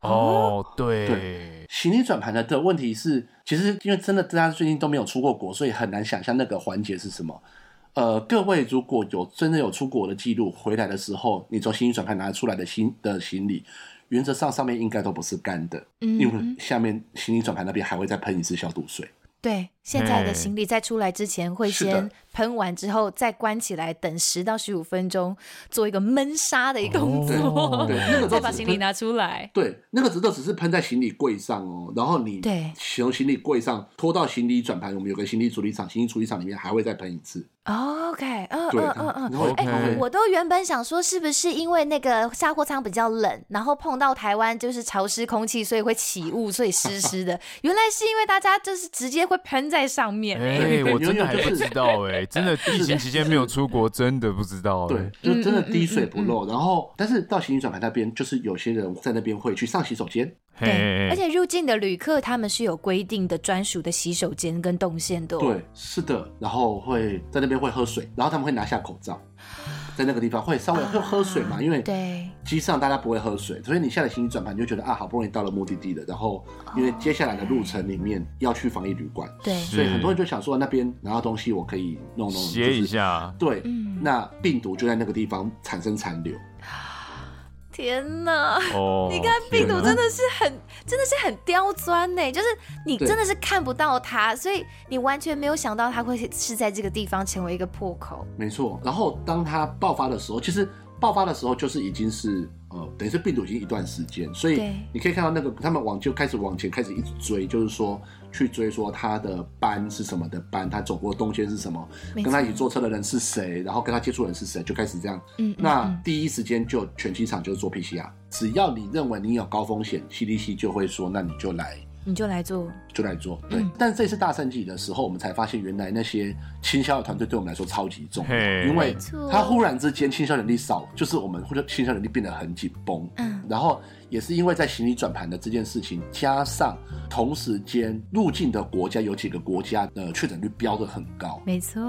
[SPEAKER 2] 哦，对，
[SPEAKER 4] 行李转盘的的问题是，其实因为真的大家最近都没有出过国，所以很难想象那个环节是什么。呃，各位如果有真的有出国的记录，回来的时候，你从行李转盘拿出来的行的行李，原则上上面应该都不是干的，
[SPEAKER 1] 嗯
[SPEAKER 4] 因为下面行李转盘那边还会再喷一次消毒水。
[SPEAKER 1] 对，现在的
[SPEAKER 2] 哎
[SPEAKER 1] 行李在出来之前会
[SPEAKER 4] 是
[SPEAKER 1] 先
[SPEAKER 4] 的
[SPEAKER 1] 喷完之后再关起来，等十到十五分钟做一个闷杀的一个动作，
[SPEAKER 2] 哦
[SPEAKER 4] 对，那个都
[SPEAKER 1] 再
[SPEAKER 4] 只
[SPEAKER 1] 把行李拿出来。
[SPEAKER 4] 对，那个只都只是喷在行李柜上哦，然后你
[SPEAKER 1] 对
[SPEAKER 4] 从行李柜上拖到行李转盘，我们有个行李处理厂，行李处理厂里面还会再喷一次。
[SPEAKER 1] 哦 OK，嗯
[SPEAKER 4] 对，
[SPEAKER 1] 嗯嗯嗯。
[SPEAKER 4] 然后
[SPEAKER 2] OK
[SPEAKER 4] 对
[SPEAKER 8] 我都原本想说，是不是因为那个下货舱比较冷，然后碰到台湾就是潮湿空气，所以会起雾，所以湿湿的。
[SPEAKER 1] 原来是因为大家就是直接会喷在上面、
[SPEAKER 2] 哎，
[SPEAKER 4] 对
[SPEAKER 2] 我真的还
[SPEAKER 4] 永远
[SPEAKER 2] 不
[SPEAKER 4] 就是
[SPEAKER 2] 知道 哎，真的疫情期间没有出国，真的不知道。哎
[SPEAKER 1] 嗯
[SPEAKER 4] 对，，就真的滴水不漏。然后，但是到行李转盘那边，就是有些人在那边会去上洗手间，
[SPEAKER 2] 嘿，
[SPEAKER 1] 而且入境的旅客他们是有规定的专属的洗手间跟动线的、哦。
[SPEAKER 4] 对，是的，然后会在那边会喝水，然后他们会拿下口罩，在那个地方会稍微会喝水嘛，因为
[SPEAKER 1] 啊对
[SPEAKER 4] 机上大家不会喝水，所以你下了行李转盘你就觉得啊，好不容易到了目的地了，然后因为接下来的
[SPEAKER 2] 啊
[SPEAKER 4] 路程里面要去防疫旅馆，
[SPEAKER 1] 对
[SPEAKER 2] 是
[SPEAKER 4] 所以很多人就想说那边拿到东西我可以弄弄，
[SPEAKER 2] 歇一。下，
[SPEAKER 4] 对，那病毒就在那个地方产生残留，
[SPEAKER 1] 天哪！
[SPEAKER 2] 哦，
[SPEAKER 1] 你看病毒
[SPEAKER 2] 天哪
[SPEAKER 1] 真的是很，真的是很刁钻呢，就是你
[SPEAKER 4] 对
[SPEAKER 1] 真的是看不到它，所以你完全没有想到它会是在这个地方成为一个破口。
[SPEAKER 4] 没错。然后当它爆发的时候，其实爆发的时候就是已经是呃，等于是病毒已经一段时间，所以
[SPEAKER 1] 对
[SPEAKER 4] 你可以看到那个他们往就开始往前开始一直追，就是说去追说它的班是什么的班，它走过的动线是什么，
[SPEAKER 1] 没
[SPEAKER 4] 跟
[SPEAKER 1] 错
[SPEAKER 4] 他一起坐车的人是谁，然后跟他接触的人是谁，就开始这样。
[SPEAKER 1] 嗯嗯
[SPEAKER 4] 那
[SPEAKER 1] 嗯
[SPEAKER 4] 第一时间就全机场就是做 PCR，只要你认为你有高风险，CDC 就会说那你就来
[SPEAKER 1] 你就来做，
[SPEAKER 4] 就来做。对，但这次大升级的时候，我们才发现原来那些倾销的团队对我们来说超级重要，
[SPEAKER 2] 嘿
[SPEAKER 4] 因为
[SPEAKER 8] 错
[SPEAKER 4] 他忽然之间倾销能力少，就是我们或者倾销能力变得很紧绷。嗯，然后也是因为在行李转盘的这件事情，加上同时间入境的国家有几个国家的确诊率飙得很高，
[SPEAKER 3] 没错，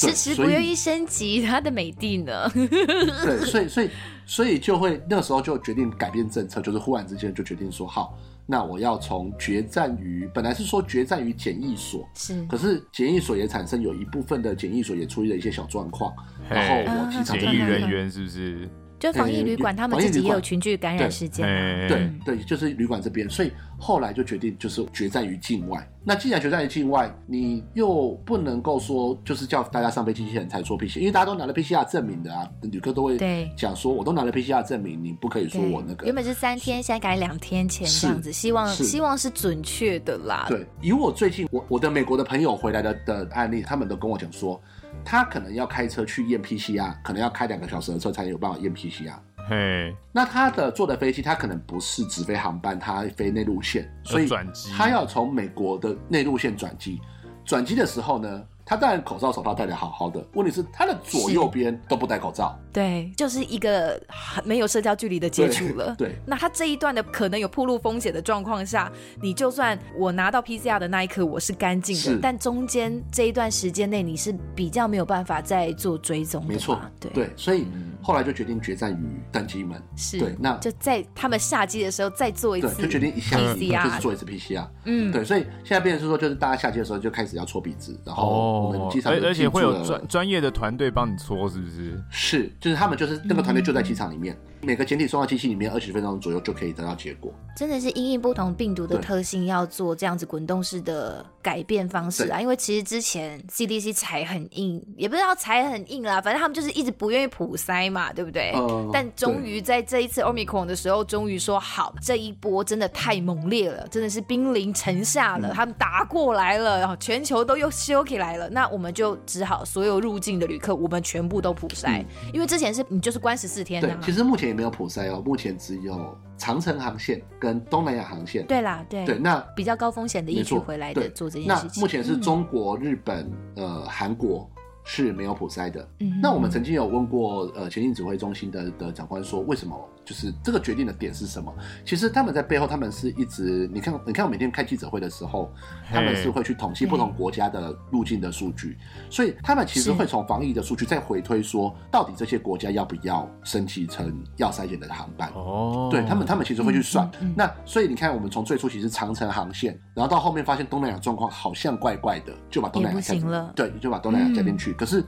[SPEAKER 4] 对
[SPEAKER 3] 迟迟不
[SPEAKER 4] 所以
[SPEAKER 3] 愿意升级它的美帝呢。
[SPEAKER 4] 对，所以所以所以就会那时候就决定改变政策，就是忽然之间就决定说好，那我要从决战于本来是说决战于检疫所，
[SPEAKER 3] 是
[SPEAKER 4] 可是检疫所也产生有一部分的检疫所也出现了一些小状况，
[SPEAKER 2] 嘿
[SPEAKER 4] 然后我机场
[SPEAKER 2] 啊检
[SPEAKER 4] 就
[SPEAKER 2] 疫人员是不是？
[SPEAKER 3] 就防疫旅馆，
[SPEAKER 4] 嗯
[SPEAKER 3] 他们
[SPEAKER 4] 防疫
[SPEAKER 3] 自己
[SPEAKER 4] 旅
[SPEAKER 3] 也有
[SPEAKER 4] 馆
[SPEAKER 3] 群聚感染
[SPEAKER 4] 对
[SPEAKER 3] 事件啊。
[SPEAKER 2] 哎，
[SPEAKER 4] 对对，就是旅馆这边，所以后来就决定就是决战于境外。那既然决战于境外，你又不能够说就是叫大家上飞机前才做 PCR，因为大家都拿了 PCR 证明的啊，旅客都会
[SPEAKER 3] 对
[SPEAKER 4] 讲说我都拿了 PCR 证明，你不可以说我那个
[SPEAKER 3] 原。本是三天，现在改两天前
[SPEAKER 4] 是
[SPEAKER 3] 这样子，希望
[SPEAKER 4] 是
[SPEAKER 3] 希望是准确的啦。
[SPEAKER 4] 对，以我最近我我的美国的朋友回来的的案例，他们都跟我讲说，他可能要开车去验 PCR，可能要开两个小时的车才有办法验 PCR。
[SPEAKER 2] 嘿，
[SPEAKER 4] 那他的坐的飞机，他可能不是直飞航班，他飞内陆线，所以
[SPEAKER 2] 要转机
[SPEAKER 4] 他要从美国的内陆线转机。转机的时候呢，他当然口罩、手套戴得好好的，问题是他的左右边都不戴口罩。
[SPEAKER 3] 对，就是一个很没有社交距离的接触了。
[SPEAKER 4] 对对
[SPEAKER 3] 那他这一段的可能有暴露风险的状况下，你就算我拿到 PCR 的那一刻我是干净的
[SPEAKER 4] 是，
[SPEAKER 3] 但中间这一段时间内你是比较没有办法再做追踪的嘛。
[SPEAKER 4] 没错，
[SPEAKER 3] 对，
[SPEAKER 4] 对，所以
[SPEAKER 2] 嗯
[SPEAKER 4] 后来就决定决战于登机门。
[SPEAKER 1] 嗯
[SPEAKER 3] 是，
[SPEAKER 4] 对那
[SPEAKER 3] 就在他们下机的时候再做一
[SPEAKER 4] 对，
[SPEAKER 3] 次，
[SPEAKER 4] 就决定一下子
[SPEAKER 3] PCR
[SPEAKER 4] 就是做一次 PCR。
[SPEAKER 3] 嗯，
[SPEAKER 4] 对，所以现在变成是说，就是大家下机的时候就开始要搓鼻子，然后我们
[SPEAKER 2] 哦
[SPEAKER 4] 机，场
[SPEAKER 2] 而
[SPEAKER 4] 就
[SPEAKER 2] 而且
[SPEAKER 4] 进驻
[SPEAKER 2] 会有
[SPEAKER 4] 了
[SPEAKER 2] 专专业的团队帮你搓，是不是？
[SPEAKER 4] 是，就是他们就是那个团队就在机场里面，每个简体送到机器里面二十分钟左右就可以得到结果。
[SPEAKER 1] 真的是因应不同病毒的
[SPEAKER 4] 对
[SPEAKER 1] 特性，要做这样子滚动式的改变方式啊。因为其实之前 CDC 踩很硬，也不知道踩很硬啦，反正他们就是一直不愿意普筛嘛，对不对？
[SPEAKER 4] 嗯
[SPEAKER 1] 但终
[SPEAKER 4] 对
[SPEAKER 1] 于在这一次 Omicron 的时候，终于说好，这一波真的太猛烈了，真的是兵临城下
[SPEAKER 4] 嗯
[SPEAKER 1] 了，他们打过来了，然后全球都又修起来了。那我们就只好所有入境的旅客，我们全部都普筛，因为之前是你就是关十四天
[SPEAKER 4] 嗯对
[SPEAKER 1] 啊，。
[SPEAKER 4] 其实目前也没有普筛哦，目前只有长城航线跟东南亚航线。
[SPEAKER 1] 对啦，对
[SPEAKER 4] 对，那
[SPEAKER 1] 比较高风险的疫
[SPEAKER 4] 没
[SPEAKER 1] 区
[SPEAKER 4] 错，
[SPEAKER 1] 回来
[SPEAKER 4] 对
[SPEAKER 1] 的做这件
[SPEAKER 4] 那
[SPEAKER 1] 事情。嗯
[SPEAKER 4] 目前是中国、日本、呃韩国是没有普筛的。
[SPEAKER 1] 嗯
[SPEAKER 4] 那我们曾经有问过呃前进指挥中心的的长官说，为什么就是这个决定的点是什么？其实他们在背后，他们是一直你看，你看我每天开记者会的时候，他们是会去统计不同国家的路径的数据，
[SPEAKER 3] 嗯
[SPEAKER 4] 所以他们其实会从防疫的数据再回推说，到底这些国家要不要升级成要筛检的航班？
[SPEAKER 2] 哦，
[SPEAKER 4] 对他们，他们其实会去算。
[SPEAKER 3] 嗯
[SPEAKER 4] 那所以你看，我们从最初其实长城航线，然后到后面发现东南亚状况好像怪怪的，就把东南
[SPEAKER 3] 也
[SPEAKER 4] 亚
[SPEAKER 3] 不
[SPEAKER 4] 加进
[SPEAKER 3] 行了
[SPEAKER 4] 对，就把东南亚加进去。可是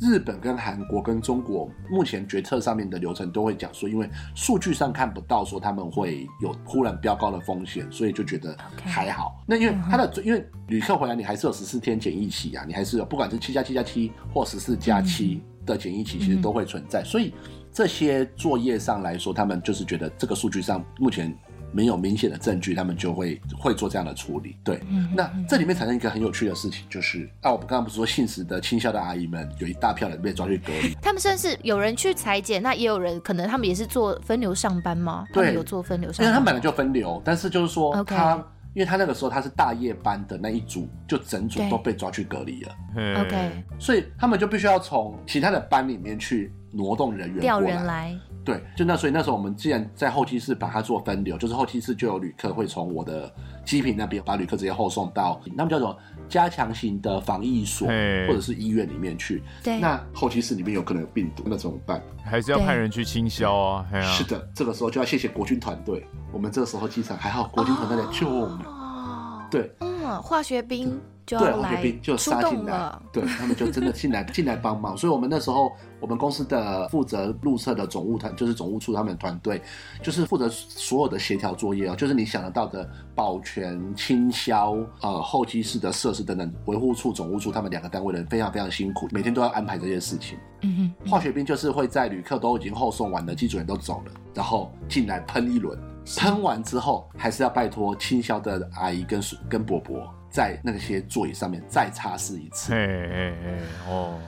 [SPEAKER 4] 日本跟韩国跟中国目前决策上面的流程都会讲说，因为数据上看不到说他们会有忽然飙高的风险，所以就觉得还好。那因为它的、因为旅客回来，你还是有十四天检疫期啊，你还是有不管是七加七加七或十四加七的检疫期，其实都会存在，所以。这些作业上来说，他们就是觉得这个数据上目前没有明显的证据，他们就会会做这样的处理。对，
[SPEAKER 1] 嗯
[SPEAKER 4] 那这里面产生一个很有趣的事情，就是啊，我们刚刚不是说信实的倾销的阿姨们有一大票人被抓去隔离，
[SPEAKER 1] 他们甚至有人去裁剪，那也有人可能他们也是做分流上班吗？他
[SPEAKER 4] 对
[SPEAKER 1] 们有做分流
[SPEAKER 4] 因
[SPEAKER 1] 上
[SPEAKER 4] 为
[SPEAKER 1] 班
[SPEAKER 4] 他
[SPEAKER 1] 吗，
[SPEAKER 4] 们本来就分流，但是就是说
[SPEAKER 1] 啊 OK
[SPEAKER 4] 他。因为他那个时候他是大夜班的那一组，就整组
[SPEAKER 1] 对
[SPEAKER 4] 都被抓去隔离了，
[SPEAKER 2] 嘿
[SPEAKER 1] OK
[SPEAKER 4] 所以他们就必须要从其他的班里面去挪动人员
[SPEAKER 1] 调
[SPEAKER 4] 过
[SPEAKER 1] 人
[SPEAKER 4] 来。
[SPEAKER 1] 来，
[SPEAKER 4] 对，就那所以那时候我们既然在候机室把它做分流，就是候机室就有旅客会从我的机坪那边把旅客直接后送到那们叫做加强型的防疫所
[SPEAKER 2] 嘿
[SPEAKER 4] 或者是医院里面去。
[SPEAKER 1] 对
[SPEAKER 4] 那候机室里面有可能有病毒，那怎么办？
[SPEAKER 2] 还是要派人去清消啊，嘿啊
[SPEAKER 4] 是，的，这个时候就要谢谢国军团队。我们这个时候机场还好，国军团队来救我们。
[SPEAKER 1] 哦，
[SPEAKER 4] 对
[SPEAKER 1] 嗯，化学兵就
[SPEAKER 4] 对，
[SPEAKER 1] 要
[SPEAKER 4] 黄
[SPEAKER 1] 来
[SPEAKER 4] 学兵就
[SPEAKER 1] 出
[SPEAKER 4] 杀
[SPEAKER 1] 动
[SPEAKER 4] 进来
[SPEAKER 1] 了，，
[SPEAKER 4] 对他们就真的 进来进来帮忙。所以我们那时候，我们公司的负责路测的总务团，就是总务处他们团队，就是负责所有的协调作业哦，就是你想得到的保全、清消、呃候机室的设施等等，维护处、总务处他们两个单位人非常非常辛苦，每天都要安排这些事情。
[SPEAKER 1] 嗯哼，
[SPEAKER 4] 化学兵就是会在旅客都已经后送完了，机组人都走了，然后进来喷一轮，喷完之后还是要拜托清消的阿姨跟叔跟伯伯在那些座椅上面再擦拭一次
[SPEAKER 2] 嘿。嘿嘿，哦，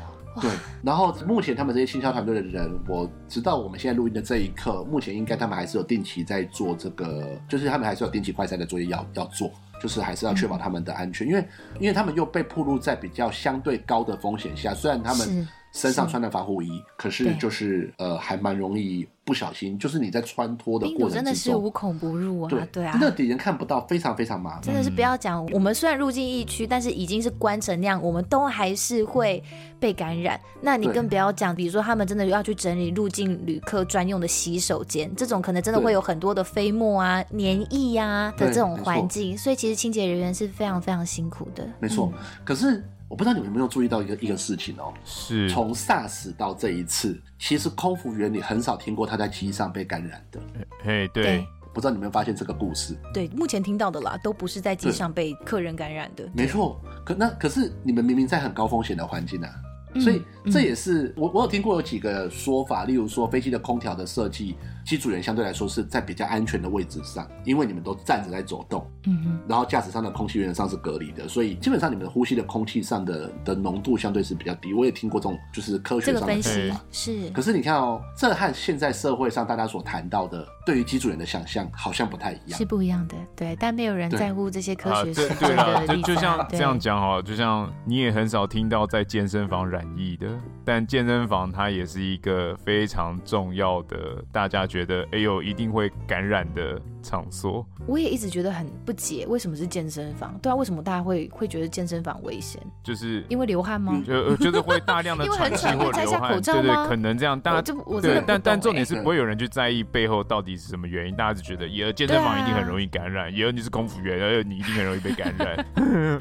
[SPEAKER 4] 对，然后目前他们这些清销团队的人，我直到我们现在录音的这一刻，目前应该他们还是有定期在做这个，就是他们还是有定期快筛的作业要要做，就是还是要确保
[SPEAKER 3] 嗯
[SPEAKER 4] 他们的安全，因为因为他们又被暴露在比较相对高的风险下，虽然他们
[SPEAKER 1] 是
[SPEAKER 4] 身上穿的防护衣，可是
[SPEAKER 1] 对
[SPEAKER 4] 就是呃，还蛮容易不小心，就是你在穿脱的
[SPEAKER 3] 病毒
[SPEAKER 4] 过程
[SPEAKER 3] 真
[SPEAKER 4] 之
[SPEAKER 3] 的是无
[SPEAKER 4] 中，
[SPEAKER 3] 孔不入啊，
[SPEAKER 4] 对嗯
[SPEAKER 3] 对啊
[SPEAKER 4] 真。的敌人看不到，非常非常麻
[SPEAKER 1] 真
[SPEAKER 4] 烦。
[SPEAKER 1] 的是不要讲，我们虽然入境疫区，但是已经是关成那样，我们都还是会被感染。那你
[SPEAKER 4] 对
[SPEAKER 1] 更不要讲，比如说他们真的要去整理入境旅客专用的洗手间，这种可能真的
[SPEAKER 4] 对
[SPEAKER 1] 会有很多的飞沫啊、黏液啊的
[SPEAKER 4] 对
[SPEAKER 1] 这种
[SPEAKER 4] 没错
[SPEAKER 1] 环境，所以其实清洁人员是非常非常辛苦的。
[SPEAKER 3] 嗯
[SPEAKER 4] 没错，可是我不知道你们有没有注意到一个一个事情哦，
[SPEAKER 2] 是
[SPEAKER 4] 从 SARS 到这一次，其实空服员你很少听过他在机上被感染的，
[SPEAKER 2] 嘿，对，
[SPEAKER 4] 不知道你们有没有发现这个故事？
[SPEAKER 3] 对，目前听到的啦，都不是在机
[SPEAKER 4] 对
[SPEAKER 3] 上被客人感染的。
[SPEAKER 4] 没错，可那可是你们明明在很高风险的环境啊，
[SPEAKER 1] 嗯
[SPEAKER 4] 所以这也是、我我有听过有几个说法，例如说飞机的空调的设计，机组员相对来说是在比较安全的位置上，因为你们都站着在走动，
[SPEAKER 1] 嗯哼，
[SPEAKER 4] 然后驾驶舱的空气原则上是隔离的，所以基本上你们的呼吸的空气上的的浓度相对是比较低。我也听过这种就是科学
[SPEAKER 1] 这个
[SPEAKER 4] 上的
[SPEAKER 1] 分
[SPEAKER 4] 说
[SPEAKER 1] 析
[SPEAKER 4] 法。
[SPEAKER 1] 是
[SPEAKER 4] 可是你看哦，这和现在社会上大家所谈到的对于机组员的想象好像不太一样
[SPEAKER 1] 是。不一样的，对，但没有人
[SPEAKER 4] 对
[SPEAKER 1] 在乎这些科
[SPEAKER 2] 啊，
[SPEAKER 1] 学实
[SPEAKER 2] 对对
[SPEAKER 1] 证
[SPEAKER 2] 了，
[SPEAKER 1] 的
[SPEAKER 2] 就
[SPEAKER 1] 立
[SPEAKER 2] 就像
[SPEAKER 1] 法。
[SPEAKER 2] 这
[SPEAKER 1] 对
[SPEAKER 2] 样讲好了，就像你也很少听到在健身房染疫的，但健身房它也是一个非常重要的，大家觉得哎呦一定会感染的场所。
[SPEAKER 3] 我也一直觉得很不解，为什么是健身房？对啊，为什么大家会会觉得健身房危险？
[SPEAKER 2] 就是
[SPEAKER 3] 因为流汗
[SPEAKER 4] 嗯
[SPEAKER 3] 吗？
[SPEAKER 2] 就呃就是会大量的
[SPEAKER 3] 因为
[SPEAKER 2] 喘
[SPEAKER 3] 很
[SPEAKER 2] 气
[SPEAKER 3] 喘
[SPEAKER 2] 或
[SPEAKER 3] 会摘
[SPEAKER 2] 流
[SPEAKER 3] 下
[SPEAKER 2] 汗，
[SPEAKER 3] 口罩
[SPEAKER 2] 对对，
[SPEAKER 3] 吗
[SPEAKER 2] 可能这样。
[SPEAKER 3] 我
[SPEAKER 2] 大家
[SPEAKER 3] 就我真
[SPEAKER 2] 对
[SPEAKER 3] 的，欸
[SPEAKER 2] 但但重点
[SPEAKER 3] 是，
[SPEAKER 2] 是不会有人去在意背后到底是什么原因，大家只觉得，也健身房一定很容易感染，也有你是空服员，也有你一定很容易被 感染。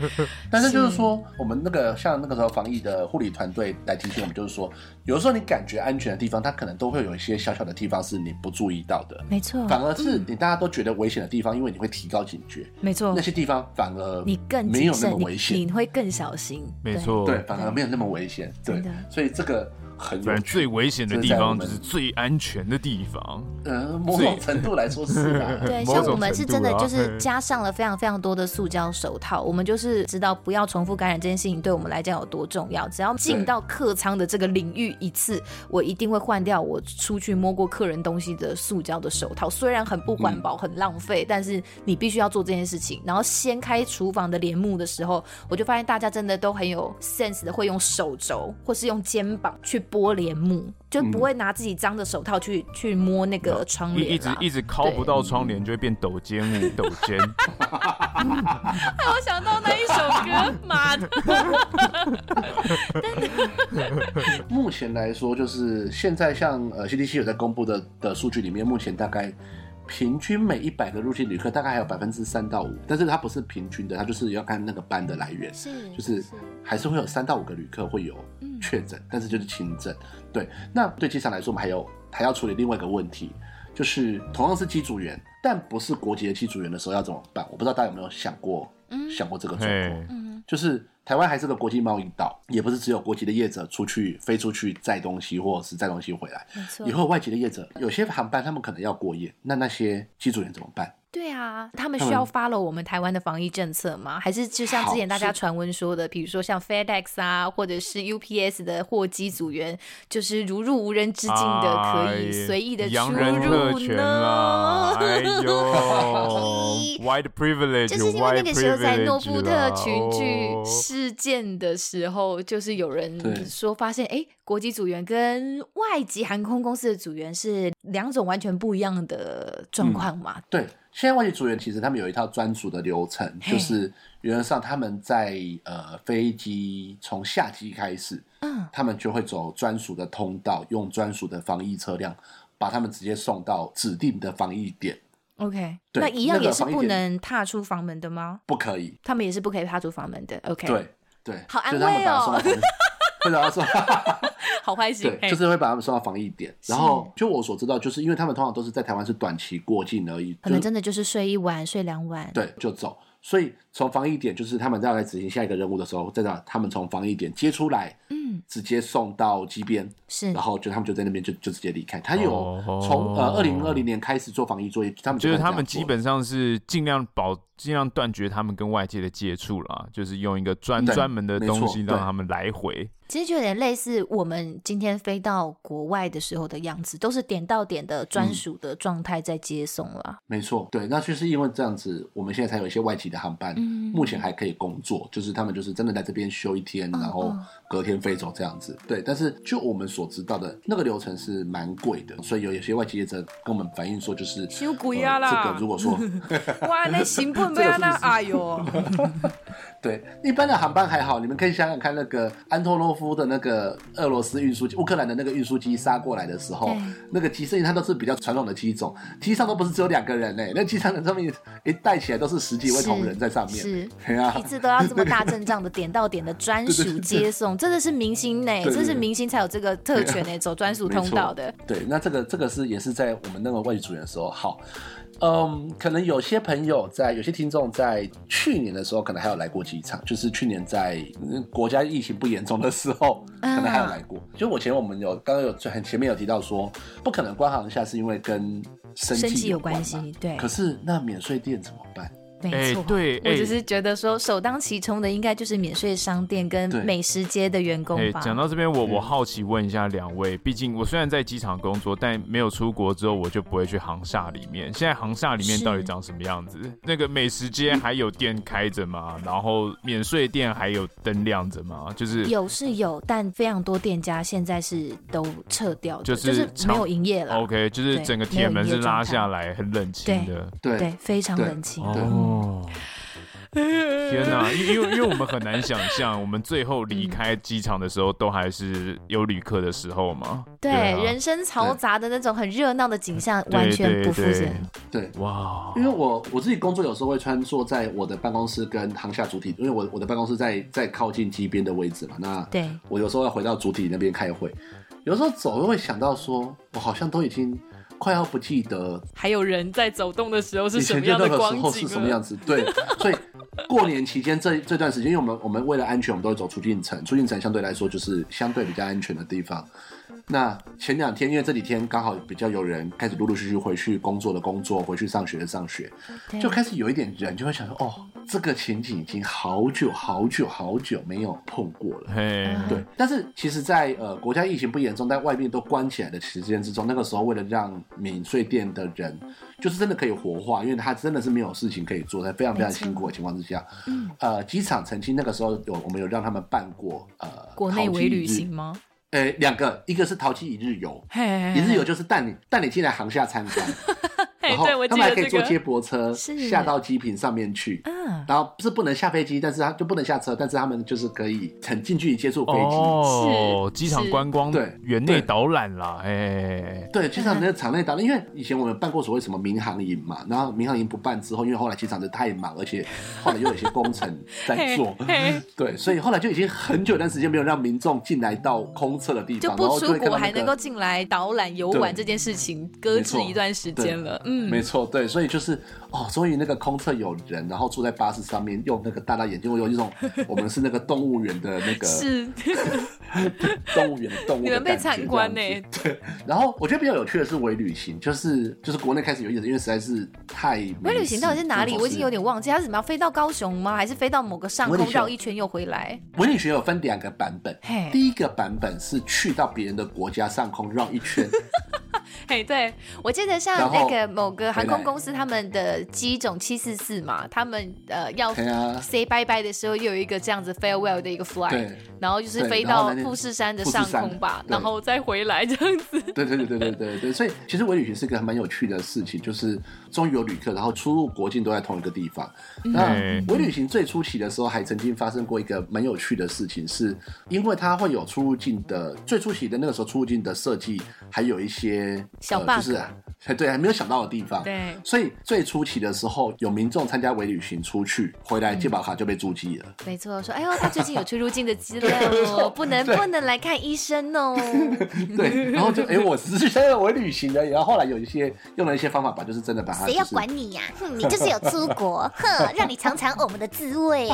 [SPEAKER 4] 但是就是说，我们那个像那个时候防疫的护理团队来提醒我们，就是说，有的时候你感觉安全的地方，它可能都会有一些小小的地方是你不注意到的，
[SPEAKER 1] 没
[SPEAKER 3] 嗯
[SPEAKER 1] 错，
[SPEAKER 4] 反而是你大家都觉得危险的地方，因为你会提高警觉，
[SPEAKER 3] 没错
[SPEAKER 4] 那，些地方反而
[SPEAKER 3] 嗯你更
[SPEAKER 4] 没有
[SPEAKER 3] 谨
[SPEAKER 4] 那
[SPEAKER 3] 慎，
[SPEAKER 4] 么危
[SPEAKER 3] 你
[SPEAKER 4] 险
[SPEAKER 3] 你，会更小心。
[SPEAKER 2] 没
[SPEAKER 3] 对，
[SPEAKER 2] 错，
[SPEAKER 4] 对，反而没有那么危险，对
[SPEAKER 1] 真的，
[SPEAKER 4] 所以这个很有
[SPEAKER 2] 反正
[SPEAKER 4] 趣
[SPEAKER 2] 最危险的地
[SPEAKER 4] 这在我
[SPEAKER 2] 方
[SPEAKER 4] 们
[SPEAKER 2] 就是最安全的地方。
[SPEAKER 4] 呃，某种程度来说 是吧？
[SPEAKER 1] 对，
[SPEAKER 2] 某
[SPEAKER 1] 像
[SPEAKER 2] 种
[SPEAKER 1] 我们
[SPEAKER 2] 程
[SPEAKER 1] 是
[SPEAKER 2] 度
[SPEAKER 1] 真的
[SPEAKER 2] 啦
[SPEAKER 1] 就是
[SPEAKER 2] 嘿
[SPEAKER 1] 加上了非常非常多的塑胶手套，我们就是知道不要重复感染这件事情对我们来讲有多重要。只要进
[SPEAKER 4] 对
[SPEAKER 1] 到客舱的这个领域一次，我一定会换掉我出去摸过客人东西的塑胶的手套。虽然很不
[SPEAKER 2] 嗯
[SPEAKER 1] 环保、很浪费，但是你必须要做这件事情。然后掀开厨房的帘幕的时候，我就发现大家真的都很有 sense 的，会用手肘或是用肩膀去拨帘幕，就不会拿自己脏的手套去去摸那个窗
[SPEAKER 2] 嗯一一
[SPEAKER 1] 帘
[SPEAKER 2] 直
[SPEAKER 1] 啦
[SPEAKER 2] 一直靠不
[SPEAKER 1] 对
[SPEAKER 2] 到窗帘，就会变抖肩舞抖 肩。
[SPEAKER 3] 我想到那一首歌，妈 的，
[SPEAKER 4] 目前来说，就是现在像呃 CDC 有在公布的的数据里面，目前大概平均每一百个入境旅客大概还有百分之三到五，但是它不是平均的，它就是要看那个班的来源，
[SPEAKER 1] 是
[SPEAKER 4] 就是还是会有三到五个旅客会有确诊，但是就是轻症。对，那对机场来说，我们还有还要处理另外一个问题，就是同样是机组员，但不是国籍的机组员的时候要怎么办？我不知道大家有没有想过，想过这个状况
[SPEAKER 2] 嘿。，
[SPEAKER 4] 就是台湾还是个国际贸易岛，也不是只有国籍的业者出去飞出去载东西，或者是载东西回来。
[SPEAKER 1] 没错
[SPEAKER 4] 以后外籍的业者，有些航班他们可能要过夜，那那些机组员怎么办？
[SPEAKER 3] 对啊，他们
[SPEAKER 4] 他
[SPEAKER 3] 需
[SPEAKER 4] 们
[SPEAKER 3] 要 follow 我们台湾的防疫政策吗？还是就像之前大家传闻说的，比如说像 FedEx 啊，或者是 UPS 的货机组员，就是如入无人之境的，可以
[SPEAKER 2] 哎
[SPEAKER 3] 随意的出
[SPEAKER 2] 洋人特
[SPEAKER 3] 入
[SPEAKER 2] 权啦
[SPEAKER 3] 呢？，
[SPEAKER 2] 哎 呦，white privilege，
[SPEAKER 3] 就是因为那个时候在诺布特群聚
[SPEAKER 2] white privilege 啦哦
[SPEAKER 3] 事件的时候，就是有
[SPEAKER 4] 对
[SPEAKER 3] 人说发现，哎，国际组员跟外籍航空公司的组员是两种完全不一样的
[SPEAKER 4] 嗯
[SPEAKER 3] 状况嘛？
[SPEAKER 4] 对，现在外籍组员其实他们有一套专属的流程，
[SPEAKER 3] 嘿
[SPEAKER 4] 就是原则上他们在呃飞机从下机开始，
[SPEAKER 3] 嗯，
[SPEAKER 4] 他们就会走专属的通道，用专属的防疫车辆把他们直接送到指定的防疫点，
[SPEAKER 3] OK，
[SPEAKER 4] 对
[SPEAKER 3] 那一样
[SPEAKER 4] 那个
[SPEAKER 3] 也是
[SPEAKER 4] 防疫
[SPEAKER 3] 不
[SPEAKER 4] 点
[SPEAKER 3] 能踏出房门的吗？
[SPEAKER 4] 不可以。
[SPEAKER 3] 他们也是不可以踏出房门的。OK，，
[SPEAKER 4] 对对，
[SPEAKER 3] 好安
[SPEAKER 4] 就是他们
[SPEAKER 3] 慰
[SPEAKER 4] 把他送
[SPEAKER 3] 哦
[SPEAKER 4] 到 防疫会把他送。
[SPEAKER 3] 好开心。
[SPEAKER 4] 对，就是会把他们送到防疫点。然后就我所知道，就是因为他们通常都是在台湾是短期过境而已，
[SPEAKER 1] 可能
[SPEAKER 4] 就
[SPEAKER 1] 真的就是睡一晚、睡两晚，
[SPEAKER 4] 对就走。所以从防疫点，就是他们在来执行下一个任务的时候，再让他们从防疫点接出来，嗯，直接送到机边，
[SPEAKER 3] 嗯
[SPEAKER 1] 是
[SPEAKER 4] 然后就他们就在那边就就直接离开。他有
[SPEAKER 2] 哦
[SPEAKER 4] 从呃二零二零年开始做防疫作业，他们
[SPEAKER 2] 就是
[SPEAKER 4] 开始这
[SPEAKER 2] 他
[SPEAKER 4] 样
[SPEAKER 2] 们
[SPEAKER 4] 做
[SPEAKER 2] 基本上是尽量保尽量断绝他们跟外界的接触啦，就是用一个专
[SPEAKER 4] 对
[SPEAKER 2] 专门的
[SPEAKER 4] 没错
[SPEAKER 2] 东西让
[SPEAKER 4] 对
[SPEAKER 2] 他们来回。
[SPEAKER 1] 其实就有点类似我们今天飞到国外的时候的样子，都是点到点的
[SPEAKER 4] 嗯
[SPEAKER 1] 专属的状态在接送啦。
[SPEAKER 4] 没错，对，那就是因为这样子，我们现在才有一些外籍的航班，
[SPEAKER 3] 嗯
[SPEAKER 4] 目前还可以工作，就是他们就是真的在这边休一
[SPEAKER 3] 嗯
[SPEAKER 4] 天，然后隔天飞走这样子。对，但是就我们所知道的那个流程是蛮贵的，所以有有些外籍业者跟我们反映说，就是
[SPEAKER 3] 太贵啊
[SPEAKER 4] 呃
[SPEAKER 3] 啦
[SPEAKER 4] 这个如 果说
[SPEAKER 3] 哇，那行不不要那，哎呦，
[SPEAKER 4] 对一般的航班还好，你们可以想想看，那个安托诺夫的那个俄罗斯运输机、乌克兰的那个运输机杀过来的时候
[SPEAKER 1] 对，
[SPEAKER 4] 那个机身它都是比较传统的机种，机上都不是只有两个人嘞、那机上人上面一带起来都是十几位同仁在上面。
[SPEAKER 1] 是。
[SPEAKER 4] 对啊
[SPEAKER 1] 一，次都要这么大阵仗的点到点的专 属接送，真的是明星呢、
[SPEAKER 4] 嗯对对啊
[SPEAKER 1] 这是明星才有这个特权呢、走专属通道的。
[SPEAKER 4] 对，那这个这个是也是在我们那个外籍组员的时候，好，嗯，可能有些朋友在，有些听众在去年的时候，可能还有来过机场，就是去年在嗯国家疫情不严重的时候，可能还有来过。就我前我们有刚刚有很前面有提到说，不可能关航一下是因为跟生
[SPEAKER 1] 生
[SPEAKER 4] 计
[SPEAKER 1] 计有
[SPEAKER 4] 关
[SPEAKER 1] 关
[SPEAKER 4] 嘛
[SPEAKER 1] 系对
[SPEAKER 4] 可是那免税店怎么办？
[SPEAKER 1] 没
[SPEAKER 2] 哎
[SPEAKER 1] 错，，
[SPEAKER 2] 对，
[SPEAKER 1] 我只
[SPEAKER 2] 哎
[SPEAKER 1] 是觉得说，首当其冲的应该就是免税商店跟
[SPEAKER 4] 对
[SPEAKER 1] 美食街的员工
[SPEAKER 2] 哎，
[SPEAKER 1] 吧。
[SPEAKER 2] 讲到这边，我我好奇问一下两位，毕竟我虽然在机场工作，但没有出国之后，我就不会去航厦里面。现在航厦里面
[SPEAKER 1] 是
[SPEAKER 2] 到底长什么样子？那个美食街还有店开着吗？然后免税店还有灯亮着吗？就是
[SPEAKER 1] 有是有，但非常多店家现在是都撤掉的，
[SPEAKER 2] 就哦
[SPEAKER 1] 就是是
[SPEAKER 2] 常
[SPEAKER 1] 没有营业了。
[SPEAKER 2] OK，就是
[SPEAKER 1] 对
[SPEAKER 2] 整个
[SPEAKER 1] 没有
[SPEAKER 2] 铁门
[SPEAKER 1] 营业
[SPEAKER 2] 是拉
[SPEAKER 1] 状态
[SPEAKER 2] 下来，很冷
[SPEAKER 1] 对
[SPEAKER 2] 清的。
[SPEAKER 4] 对
[SPEAKER 1] 对，非常
[SPEAKER 4] 对
[SPEAKER 1] 冷清。
[SPEAKER 4] 对
[SPEAKER 2] 哦，天哪、因因为因为我们很难想象，我们最后
[SPEAKER 1] 嗯
[SPEAKER 2] 离开机场的时候，都还是有旅客的时候嘛。
[SPEAKER 1] 对，
[SPEAKER 2] 啊
[SPEAKER 1] 人声嘈杂的那种很热闹的景象，
[SPEAKER 2] 对
[SPEAKER 1] 完全
[SPEAKER 2] 对
[SPEAKER 1] 不复
[SPEAKER 2] 对
[SPEAKER 1] 现。
[SPEAKER 4] 对，
[SPEAKER 2] 哇
[SPEAKER 1] 嗯
[SPEAKER 4] 因为我我自己工作有时候会穿梭在我的办公室跟航厦主体，因为我我的办公室在在靠近机边的位置嘛，那
[SPEAKER 1] 对
[SPEAKER 4] 我有时候要回到主体那边开会，有时候总会想到说，我好像都已经快要不记得
[SPEAKER 3] 还有人在走动的时候是
[SPEAKER 4] 以
[SPEAKER 3] 什
[SPEAKER 4] 前
[SPEAKER 3] 么
[SPEAKER 4] 就
[SPEAKER 3] 样
[SPEAKER 4] 那
[SPEAKER 3] 的
[SPEAKER 4] 个时
[SPEAKER 3] 光
[SPEAKER 4] 候是
[SPEAKER 3] 景啊
[SPEAKER 4] 什么样
[SPEAKER 3] 了？
[SPEAKER 4] 子。对，所以过年期间这这段时间，因为我们我们为了安全，我们都会走出境城，出境城相对来说就是相对比较安全的地方。那前两天，因为这几天刚好比较有人开始陆陆续续回去工作的工作，回去上学的上学，就开始有一点人就会想说，哦，这个情景已经好久好久好久没有碰过了。
[SPEAKER 2] 嘿，
[SPEAKER 1] 嗯
[SPEAKER 3] 嗯
[SPEAKER 4] 对，但是其实在，呃国家疫情不严重，但外面都关起来的时间之中，那个时候为了让免税店的人就是真的可以活化，因为他真的是没有事情可以做，在非常非常辛苦的情况之下，
[SPEAKER 3] 嗯
[SPEAKER 4] 呃，机场曾经那个时候有我们有让他们办过呃
[SPEAKER 3] 国内
[SPEAKER 4] 淘
[SPEAKER 3] 微
[SPEAKER 4] 气一
[SPEAKER 3] 旅
[SPEAKER 4] 日
[SPEAKER 3] 行吗？
[SPEAKER 4] 呃，两个，一个是淘气一日游，
[SPEAKER 3] 嘿嘿
[SPEAKER 4] 一
[SPEAKER 3] 嘿
[SPEAKER 4] 日游就是带你带你进来航厦参 观，
[SPEAKER 3] 嘿
[SPEAKER 4] 然后
[SPEAKER 3] 哎对我
[SPEAKER 4] 他
[SPEAKER 3] 记
[SPEAKER 4] 们还
[SPEAKER 3] 得
[SPEAKER 4] 可
[SPEAKER 3] 这
[SPEAKER 4] 以坐接
[SPEAKER 3] 个。
[SPEAKER 4] 驳车
[SPEAKER 1] 是
[SPEAKER 4] 下到机坪上面去，
[SPEAKER 1] 嗯，
[SPEAKER 4] 然后是不能下飞机，但是他就不能下车，但是他们就是可以很近距离接触飞机。
[SPEAKER 2] 哦，
[SPEAKER 3] 是
[SPEAKER 2] 机场观光
[SPEAKER 4] 对
[SPEAKER 2] 园内导览啦，哎，
[SPEAKER 4] 对，机
[SPEAKER 3] 嗯
[SPEAKER 4] 场的场内打，因为以前我们办过所谓什么民航营嘛，然后民航营不办之后，因为后来机场真的太忙，而且后来又有一些工程 在做，对，所以后来就已经很久一段时间没有让民众进来到空侧的地
[SPEAKER 3] 就
[SPEAKER 4] 方，然
[SPEAKER 3] 不
[SPEAKER 4] 后就
[SPEAKER 3] 出
[SPEAKER 4] 会看
[SPEAKER 3] 国
[SPEAKER 4] 到那
[SPEAKER 3] 还能够
[SPEAKER 4] 个。
[SPEAKER 3] 进来导览游
[SPEAKER 4] 对
[SPEAKER 3] 玩这件事情，搁
[SPEAKER 4] 没
[SPEAKER 3] 置
[SPEAKER 4] 错
[SPEAKER 3] 一段时
[SPEAKER 4] 对
[SPEAKER 3] 间了。嗯，
[SPEAKER 4] 没错，对，所以就是哦，终于那个空侧有人，然后坐在巴士上面，用那个大大眼睛，我有一种我们是那个动物园的那个
[SPEAKER 3] 是
[SPEAKER 4] 动物园的动物的感觉，
[SPEAKER 3] 你们被参观呢、欸
[SPEAKER 4] 这样子然后我觉得比较有趣的是微旅行，就是就是国内开始有意思，因为实在是太
[SPEAKER 1] 微旅行到底是哪里？我已经有
[SPEAKER 4] 点。
[SPEAKER 1] 点忘记，它是怎么样飞到高雄吗？还是飞到某个上
[SPEAKER 4] 微旅
[SPEAKER 1] 空
[SPEAKER 4] 行
[SPEAKER 1] 绕一圈又回来？
[SPEAKER 4] 文理学有分两个版本
[SPEAKER 1] 嘿，
[SPEAKER 4] 第一个版本是去到别人的国家上空绕 一圈，
[SPEAKER 1] 嘿，对，我记得
[SPEAKER 4] 然
[SPEAKER 1] 像
[SPEAKER 4] 后
[SPEAKER 1] 那个某个航
[SPEAKER 4] 回
[SPEAKER 1] 空
[SPEAKER 4] 来
[SPEAKER 1] 公司他们的机种七四四嘛，他们呃要
[SPEAKER 4] 对啊
[SPEAKER 1] say bye bye 的时候，又有一个这样子 farewell 的一个 fly，
[SPEAKER 4] 对
[SPEAKER 1] 然后就是
[SPEAKER 4] 对
[SPEAKER 1] 飞
[SPEAKER 4] 然后
[SPEAKER 1] 到
[SPEAKER 4] 呢
[SPEAKER 1] 富士山的
[SPEAKER 4] 富士
[SPEAKER 1] 上
[SPEAKER 4] 山
[SPEAKER 1] 空吧，
[SPEAKER 4] 对
[SPEAKER 1] 然后再回来这样子。
[SPEAKER 4] 对对对对对对对，所以其实文旅行是一个还蛮有趣的事情，就是终于有旅客，然后出入国境都在同一个地方。那
[SPEAKER 2] 嗯
[SPEAKER 4] 文旅行最初期的时候，还曾经发生过一个蛮有趣的事情，是因为它会有出入境的，最初期的那个时候出入境的设计还有一些
[SPEAKER 1] 小
[SPEAKER 4] 呃
[SPEAKER 1] bug
[SPEAKER 4] 就是还对还没有想到的地方。
[SPEAKER 3] 对
[SPEAKER 4] 所以最初期的时候，有民众参加伪旅行出去，回来健保卡就被注记 了。
[SPEAKER 1] 没错，说哎呦，他最 近有出入境的资料哦，不能不能来看医生 哦。
[SPEAKER 4] 对，然后就哎、我只是现在伪旅行的，然后后来有一些用了一些方法吧，就是真的把它、啊就是、
[SPEAKER 6] 谁要管你 呀、哼，你就是有出国，哼，让你尝尝我们的滋味。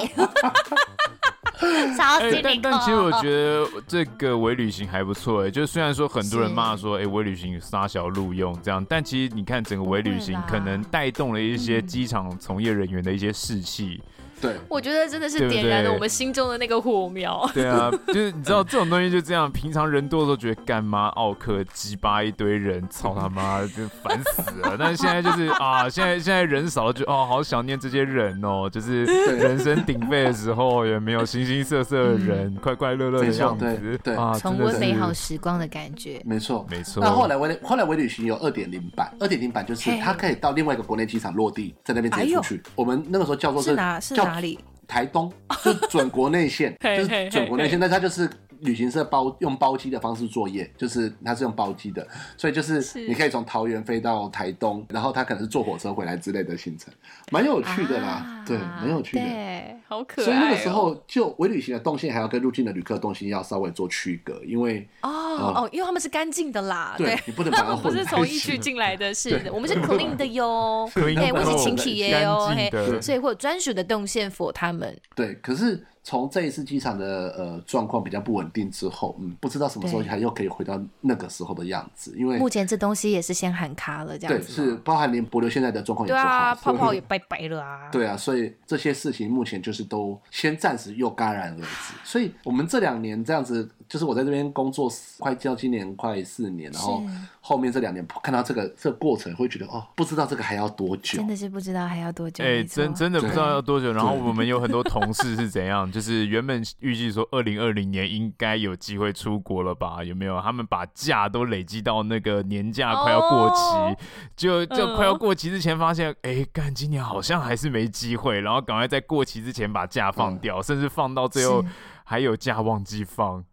[SPEAKER 6] 吵
[SPEAKER 2] 哎、
[SPEAKER 6] 死
[SPEAKER 2] 但
[SPEAKER 6] 你！
[SPEAKER 2] 但其实
[SPEAKER 1] 哦
[SPEAKER 2] 我觉得这个微旅行还不错哎、就是虽然说很多人骂说哎、微旅行撒小路用这样，但其实你看整个微旅行
[SPEAKER 1] 不会啦嗯
[SPEAKER 2] 可能带动了一些机场从业人员的一些士气。
[SPEAKER 4] 对，
[SPEAKER 1] 我觉得真的
[SPEAKER 2] 对
[SPEAKER 1] 是
[SPEAKER 2] 不
[SPEAKER 1] 点燃了
[SPEAKER 2] 对
[SPEAKER 1] 我们心中的那个火苗。
[SPEAKER 2] 对啊，就是你知道这种东西就这样，平常人多的时候觉得干妈奥克鸡巴一堆人，操他妈就烦死了。但是现在就是啊，现在现在人少了就哦，好想念这些人哦，就是人声鼎沸的时候也没有形形色色的人，快快乐乐
[SPEAKER 4] 嗯
[SPEAKER 2] 的
[SPEAKER 4] 没错
[SPEAKER 2] 样子，
[SPEAKER 4] 对对
[SPEAKER 2] 啊，
[SPEAKER 1] 重
[SPEAKER 2] 真的
[SPEAKER 1] 温美
[SPEAKER 2] 是
[SPEAKER 1] 好时光的感觉。
[SPEAKER 4] 没错，
[SPEAKER 2] 没错
[SPEAKER 4] 那后来微后来微旅行有二点零版，二点零版就是它可以到另外一个国内机场落地，在那边直接出去。我们那个时候叫做
[SPEAKER 1] 哎是哪是
[SPEAKER 4] 叫
[SPEAKER 1] 哪里？
[SPEAKER 4] 台 东，就准国内线，
[SPEAKER 1] 嘿
[SPEAKER 4] 就是准国内线。那它就是旅行社包用包机的方式作业，就是它是用包机的，所以就是你可以从桃园飞到台东，然后它可能是坐火车回来之类的行程，蛮有趣的啦，对，蛮有趣的。
[SPEAKER 1] 啊对，哎好可爱、哦
[SPEAKER 4] 所以那个时候，就微旅行的动线还要跟入境的旅客动线要稍微做区隔，因为
[SPEAKER 1] 哦哦，因为他们是干净的啦，
[SPEAKER 4] 嗯对你 不能把
[SPEAKER 1] 我
[SPEAKER 4] 它
[SPEAKER 1] 们不
[SPEAKER 4] 混
[SPEAKER 1] 是
[SPEAKER 4] 在
[SPEAKER 1] 从
[SPEAKER 4] 一
[SPEAKER 1] 疫
[SPEAKER 4] 起
[SPEAKER 1] 区进来的，是
[SPEAKER 4] 对
[SPEAKER 1] 我们是 clean 的 哟，
[SPEAKER 2] clean
[SPEAKER 1] 嘿，我是
[SPEAKER 4] 的
[SPEAKER 1] 勤体耶哟，
[SPEAKER 2] 干净
[SPEAKER 1] 嘿
[SPEAKER 2] 的，
[SPEAKER 1] 所以会有专属的动线 for 他们。
[SPEAKER 4] 对，可是从这一次机场的呃状况比较不稳定之后，嗯，不知道什么时候
[SPEAKER 1] 对
[SPEAKER 4] 还又可以回到那个时候的样子，因为
[SPEAKER 1] 目前这东西也是先喊卡了，这
[SPEAKER 4] 对
[SPEAKER 1] 样子
[SPEAKER 4] 是
[SPEAKER 1] 吗。
[SPEAKER 4] 包含连博流现在的状况也
[SPEAKER 1] 对
[SPEAKER 4] 不
[SPEAKER 1] 啊，泡
[SPEAKER 4] 好，所以
[SPEAKER 1] 泡也拜拜了啊。
[SPEAKER 4] 对啊，所以这些事情目前就是都先暂时又戛然而止。所以我们这两年这样子，就是我在这边工作快到今年快四年，然后后面这两年看到这个这个过程，会觉得哦，不知道这个还要多久
[SPEAKER 1] 真。的是不知道还要多久。
[SPEAKER 2] 哎、
[SPEAKER 1] 没错啊
[SPEAKER 2] 真真的不知道要多久。然后我们有很多同事是怎样，就是原本预计说二零二零年应该有机会出国了吧？有没有？他们把假都累积到那个年假快要过期，
[SPEAKER 1] 哦
[SPEAKER 2] 就就
[SPEAKER 1] 嗯
[SPEAKER 2] 快要过期之前发现，哎、干今年好像还是没机会，然后赶快在过期之前把假放掉，甚至放到最后还有假忘记放。
[SPEAKER 1] 啊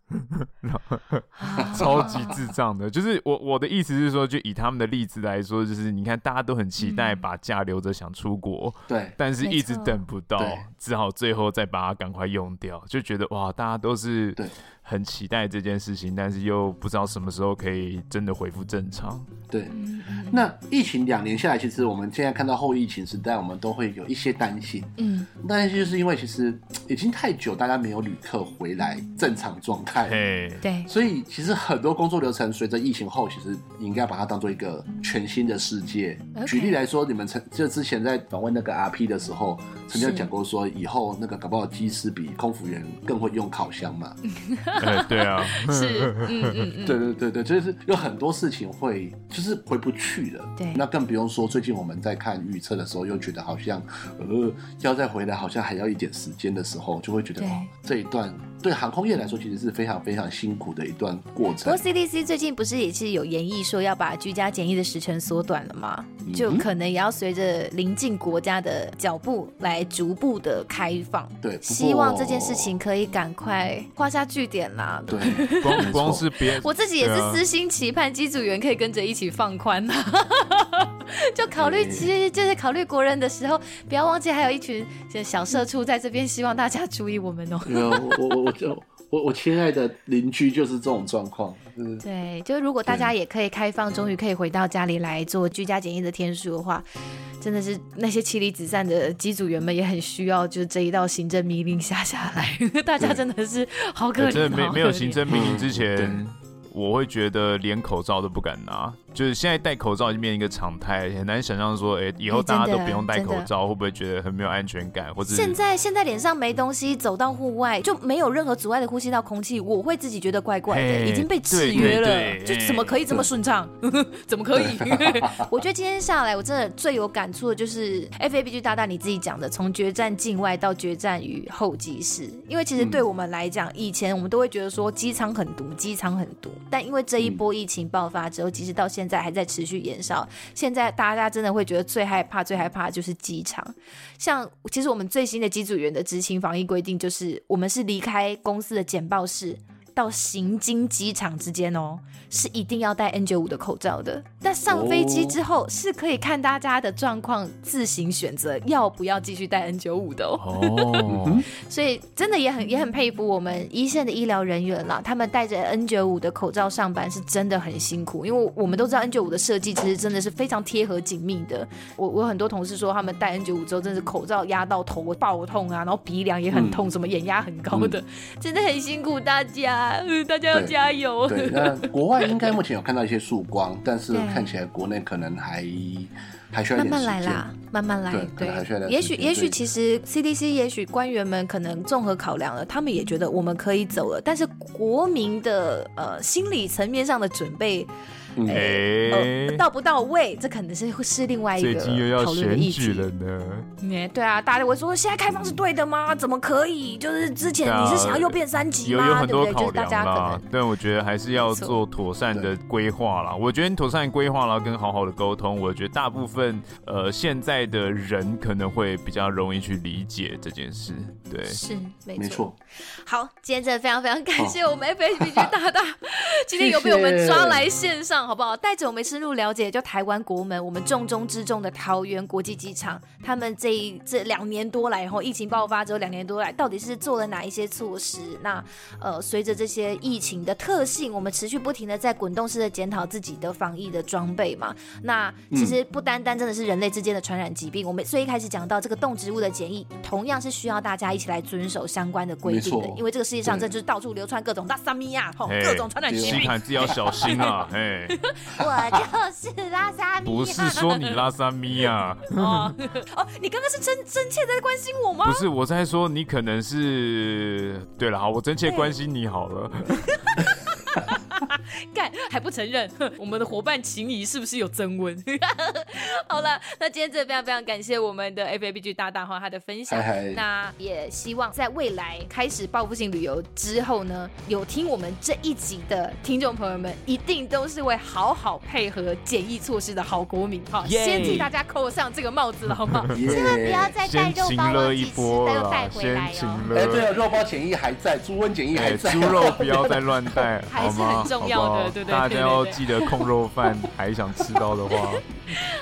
[SPEAKER 2] 超级智 障的，就是我我的意思是说，就以他们的例子来说，就是你看大家都很期
[SPEAKER 1] 嗯
[SPEAKER 2] 待把假留着想出国，
[SPEAKER 4] 对，
[SPEAKER 2] 但是一直等不到
[SPEAKER 4] 没错对，
[SPEAKER 2] 只好最后再把它赶快用掉，就觉得哇，大家都是
[SPEAKER 4] 对
[SPEAKER 2] 很期待这件事情，但是又不知道什么时候可以真的恢复正常。
[SPEAKER 4] 对，
[SPEAKER 1] 嗯
[SPEAKER 4] 那疫情两年下来，其实我们现在看到后疫情时代，我们都会有一些担心。
[SPEAKER 1] 嗯，
[SPEAKER 4] 担心就是因为其实嘖已经太久，大家没有旅客回来正常状态，
[SPEAKER 2] 嘿，
[SPEAKER 1] 对，
[SPEAKER 4] 所以其实很多工作流程随着疫情后，其实你应该把它当做一个全新的世界。
[SPEAKER 1] OK
[SPEAKER 4] 举例来说，你们曾就之前在访问那个 RP 的时候，曾经有讲过说，以后那个搞不好机师比空服员更会用烤箱嘛？
[SPEAKER 2] 哎，对 啊，
[SPEAKER 1] 是，嗯嗯嗯，
[SPEAKER 4] 对对对对，就是有很多事情会就是回不去了。
[SPEAKER 1] 对
[SPEAKER 4] 那更不用说最近我们在看预测的时候，又觉得好像呃要再回来，好像还要一点时间的时候，就会觉得
[SPEAKER 1] 对
[SPEAKER 4] 哦，这一段对航空业来说其实是非常非常辛苦的一段过
[SPEAKER 1] 不
[SPEAKER 4] 程
[SPEAKER 1] 过。CDC 最近不是也是有研议说要把居家检疫的时程缩短了吗？
[SPEAKER 4] 嗯
[SPEAKER 1] 就可能也要随着邻近国家的脚步来逐步的开放。
[SPEAKER 4] 对，不过
[SPEAKER 1] 希望这件事情可以赶快画下句点啦。
[SPEAKER 4] 对，没
[SPEAKER 2] 光
[SPEAKER 4] 错
[SPEAKER 2] 光是别
[SPEAKER 1] 我自己也是
[SPEAKER 2] 对啊
[SPEAKER 1] 私心期盼机组员可以跟着一起放宽啦， 就考虑其实就是考虑国人的时候，不要忘记还有一群小社畜在这边，希望大家注意我们哦。
[SPEAKER 4] 没有我我我就我我亲爱的邻居就是这种状况，就是
[SPEAKER 1] 对，就是如果大家也可以开放，终于可以回到家里来做居家检疫的天数的话，真的是那些妻离子散的机组员们也很需要，就是这一道行政命令下下来， 大家真的是好可
[SPEAKER 2] 哎
[SPEAKER 1] 怜，哦
[SPEAKER 2] 真的没
[SPEAKER 1] 好
[SPEAKER 2] 没有
[SPEAKER 1] 可
[SPEAKER 2] 行
[SPEAKER 1] 怜
[SPEAKER 2] 政命令之前
[SPEAKER 4] 嗯。
[SPEAKER 2] 我会觉得连口罩都不敢拿，就是现在戴口罩已经变成一个常态，很难想象说，哎、以后
[SPEAKER 1] 哎真
[SPEAKER 2] 大
[SPEAKER 1] 的
[SPEAKER 2] 家都不用戴
[SPEAKER 1] 真的
[SPEAKER 2] 口罩，会不会觉得很没有安全感，或者
[SPEAKER 1] 现在现在脸上没东西，走到户外就没有任何阻碍的呼吸到空气，我会自己觉得怪怪的，
[SPEAKER 2] 嘿
[SPEAKER 1] 已经被制约了，
[SPEAKER 2] 对对对
[SPEAKER 1] 就怎么可以这么顺畅？ 怎么可 以？我觉得今天下来，我真的最有感触的就是 F A B G 大大你自己讲的，从决战境外到决战与候机室，因为其
[SPEAKER 2] 嗯
[SPEAKER 1] 实对我们来讲，以前我们都会觉得说机舱很毒，机舱很毒，但因为这一
[SPEAKER 2] 嗯
[SPEAKER 1] 波疫情爆发之后，即使到现在还在持续延烧，现在大家真的会觉得最害怕、最害怕的就是机场。像其实我们最新的机组员的执行防疫规定，就是我们是离开公司的简报室。到行经机场之间哦，是一定要戴 N95 的口罩的。但上飞机之后是可以看大家的状况自行选择要不要继续戴 N95 的哦。
[SPEAKER 4] 嗯
[SPEAKER 2] 哦，
[SPEAKER 1] 所以真的也很也很佩服我们一线的医疗人员啦，他们戴着 N 9 5的口罩上班是真的很辛苦，因为我们都知道 N 9 5的设计其实真的是非常贴合紧密的。我我有很多同事说他们戴 N 9 5之后，真是口罩压到头爆痛啊，然后鼻梁也很痛，什么眼压很高的，真的很辛苦大家，嗯，大家要
[SPEAKER 4] 嗯对
[SPEAKER 1] 加油。
[SPEAKER 4] 对，那国外应该目前有看到一些曙光，但是
[SPEAKER 1] 对
[SPEAKER 4] 看起来国内可能还还需要一
[SPEAKER 1] 慢
[SPEAKER 4] 点
[SPEAKER 1] 慢
[SPEAKER 4] 时
[SPEAKER 1] 来
[SPEAKER 4] 间。
[SPEAKER 1] 啦，慢慢来
[SPEAKER 4] 对。可能还需要点
[SPEAKER 1] 也
[SPEAKER 4] 时
[SPEAKER 1] 许
[SPEAKER 4] 间
[SPEAKER 1] 也许
[SPEAKER 4] 对
[SPEAKER 1] 其实 CDC 也许官员们可能综合考量了，他们也觉得我们可以走了，但是国民的呃心理层面上的准备。
[SPEAKER 2] 哎
[SPEAKER 1] 呃，到不到位，这可能是是另外一
[SPEAKER 2] 最
[SPEAKER 1] 个
[SPEAKER 2] 近又要
[SPEAKER 1] 讨论的
[SPEAKER 2] 选
[SPEAKER 1] 议
[SPEAKER 2] 举
[SPEAKER 1] 题。
[SPEAKER 2] 了呢。
[SPEAKER 1] 嗯对啊，大家会说现在开放是对的吗？怎么可以？就是之前
[SPEAKER 2] 对啊
[SPEAKER 1] 你是想要又变三级
[SPEAKER 2] 有有
[SPEAKER 1] 吗？
[SPEAKER 2] 很
[SPEAKER 1] 对不对？
[SPEAKER 2] 多
[SPEAKER 1] 就
[SPEAKER 2] 考
[SPEAKER 1] 是大
[SPEAKER 2] 量
[SPEAKER 1] 家可
[SPEAKER 2] 啦
[SPEAKER 1] 能，
[SPEAKER 2] 但我觉得还是要做妥善的规划啦。我觉得你妥善的规划，然后跟好好的沟通，我觉得大部分呃现在的人可能会比较容易去理解这件事。对，
[SPEAKER 1] 是没
[SPEAKER 4] 没错，
[SPEAKER 1] 好，今天真的非常非常感谢我们 FHBG 大大，今天有被
[SPEAKER 4] 谢
[SPEAKER 1] 我
[SPEAKER 4] 谢
[SPEAKER 1] 们抓来线上，好不好？带着我们深入了解，就台湾国门，我们重中之重的桃园国际机场，他们这一这两年多来，后疫情爆发之后两年多来，到底是做了哪一些措施？那呃，随着这些疫情的特性，我们持续不停的在滚动式的检讨自己的防疫的装备嘛。那
[SPEAKER 2] 嗯
[SPEAKER 1] 其实不单单真的是人类之间的传染疾病，我们最一开始讲到这个动植物的检疫，同样是需要大家一起来遵守相关的规定的
[SPEAKER 4] 没，错
[SPEAKER 1] 因为这个世界上
[SPEAKER 4] 对
[SPEAKER 1] 这就是到处流传各种大萨米亚，吼，
[SPEAKER 2] 哎
[SPEAKER 1] 各种传染疾
[SPEAKER 2] 西
[SPEAKER 1] 病。
[SPEAKER 2] 坎自己要小心 啊！哎，
[SPEAKER 6] 哦我就是拉萨米亚，
[SPEAKER 2] 不
[SPEAKER 6] 啊
[SPEAKER 2] 是说你拉萨咪啊，
[SPEAKER 1] 哦哦，你刚刚是真真切在关心我吗
[SPEAKER 2] 不？是我在说你可能是对了，好，我真切关心你好了。
[SPEAKER 3] 干还不承认，哼我们的伙伴情谊是不是有增温？
[SPEAKER 1] 好了，那今天真的非常非常感谢我们的 FABG 大大和他的分享。
[SPEAKER 4] 嗨嗨，
[SPEAKER 1] 那也希望在未来开始报复性旅游之后呢，有听我们这一集的听众朋友们，一定都是会好好配合检疫措施的好国民哈。
[SPEAKER 2] 耶
[SPEAKER 1] 先替大家扣上这个帽子了，好不好？
[SPEAKER 6] 千万不要
[SPEAKER 4] 耶！
[SPEAKER 6] 再带
[SPEAKER 2] 先
[SPEAKER 1] 啊
[SPEAKER 6] 肉
[SPEAKER 2] 请
[SPEAKER 6] 包
[SPEAKER 2] 了
[SPEAKER 6] 忘
[SPEAKER 2] 一
[SPEAKER 6] 记吃，
[SPEAKER 2] 波
[SPEAKER 6] 但又
[SPEAKER 2] 啦
[SPEAKER 6] 带，回
[SPEAKER 2] 先
[SPEAKER 6] 来
[SPEAKER 2] 请
[SPEAKER 6] 哦。
[SPEAKER 4] 哎，对
[SPEAKER 2] 了。
[SPEAKER 4] 啊，肉包检疫还在，猪瘟检疫还
[SPEAKER 2] 哎，
[SPEAKER 4] 在，啊
[SPEAKER 2] 猪肉不要再乱带，
[SPEAKER 3] 还
[SPEAKER 2] 好
[SPEAKER 3] 是
[SPEAKER 2] 吗？
[SPEAKER 3] 很重要的
[SPEAKER 2] 好不好
[SPEAKER 3] 对对对
[SPEAKER 2] 大
[SPEAKER 3] 对
[SPEAKER 2] 家
[SPEAKER 3] 对
[SPEAKER 2] 要
[SPEAKER 3] 对
[SPEAKER 2] 记得控肉饭，还想吃到的话。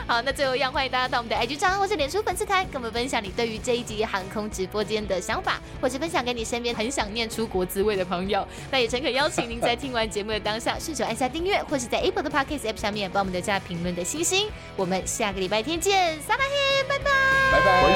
[SPEAKER 6] 好，那最后一样欢迎大家到我们的 IG 账号或是脸书粉丝团，跟我们分享你对于这一集航空直播间的想法，或是分享给你身边很想念出国滋味的朋友。那也诚恳邀请您在听完节目的当下，顺手按下订阅，或是在 Apple 的 Podcast App 上面帮我们留下评论的星星。我们下个礼拜天见，撒拉嘿，拜拜。
[SPEAKER 4] 拜拜。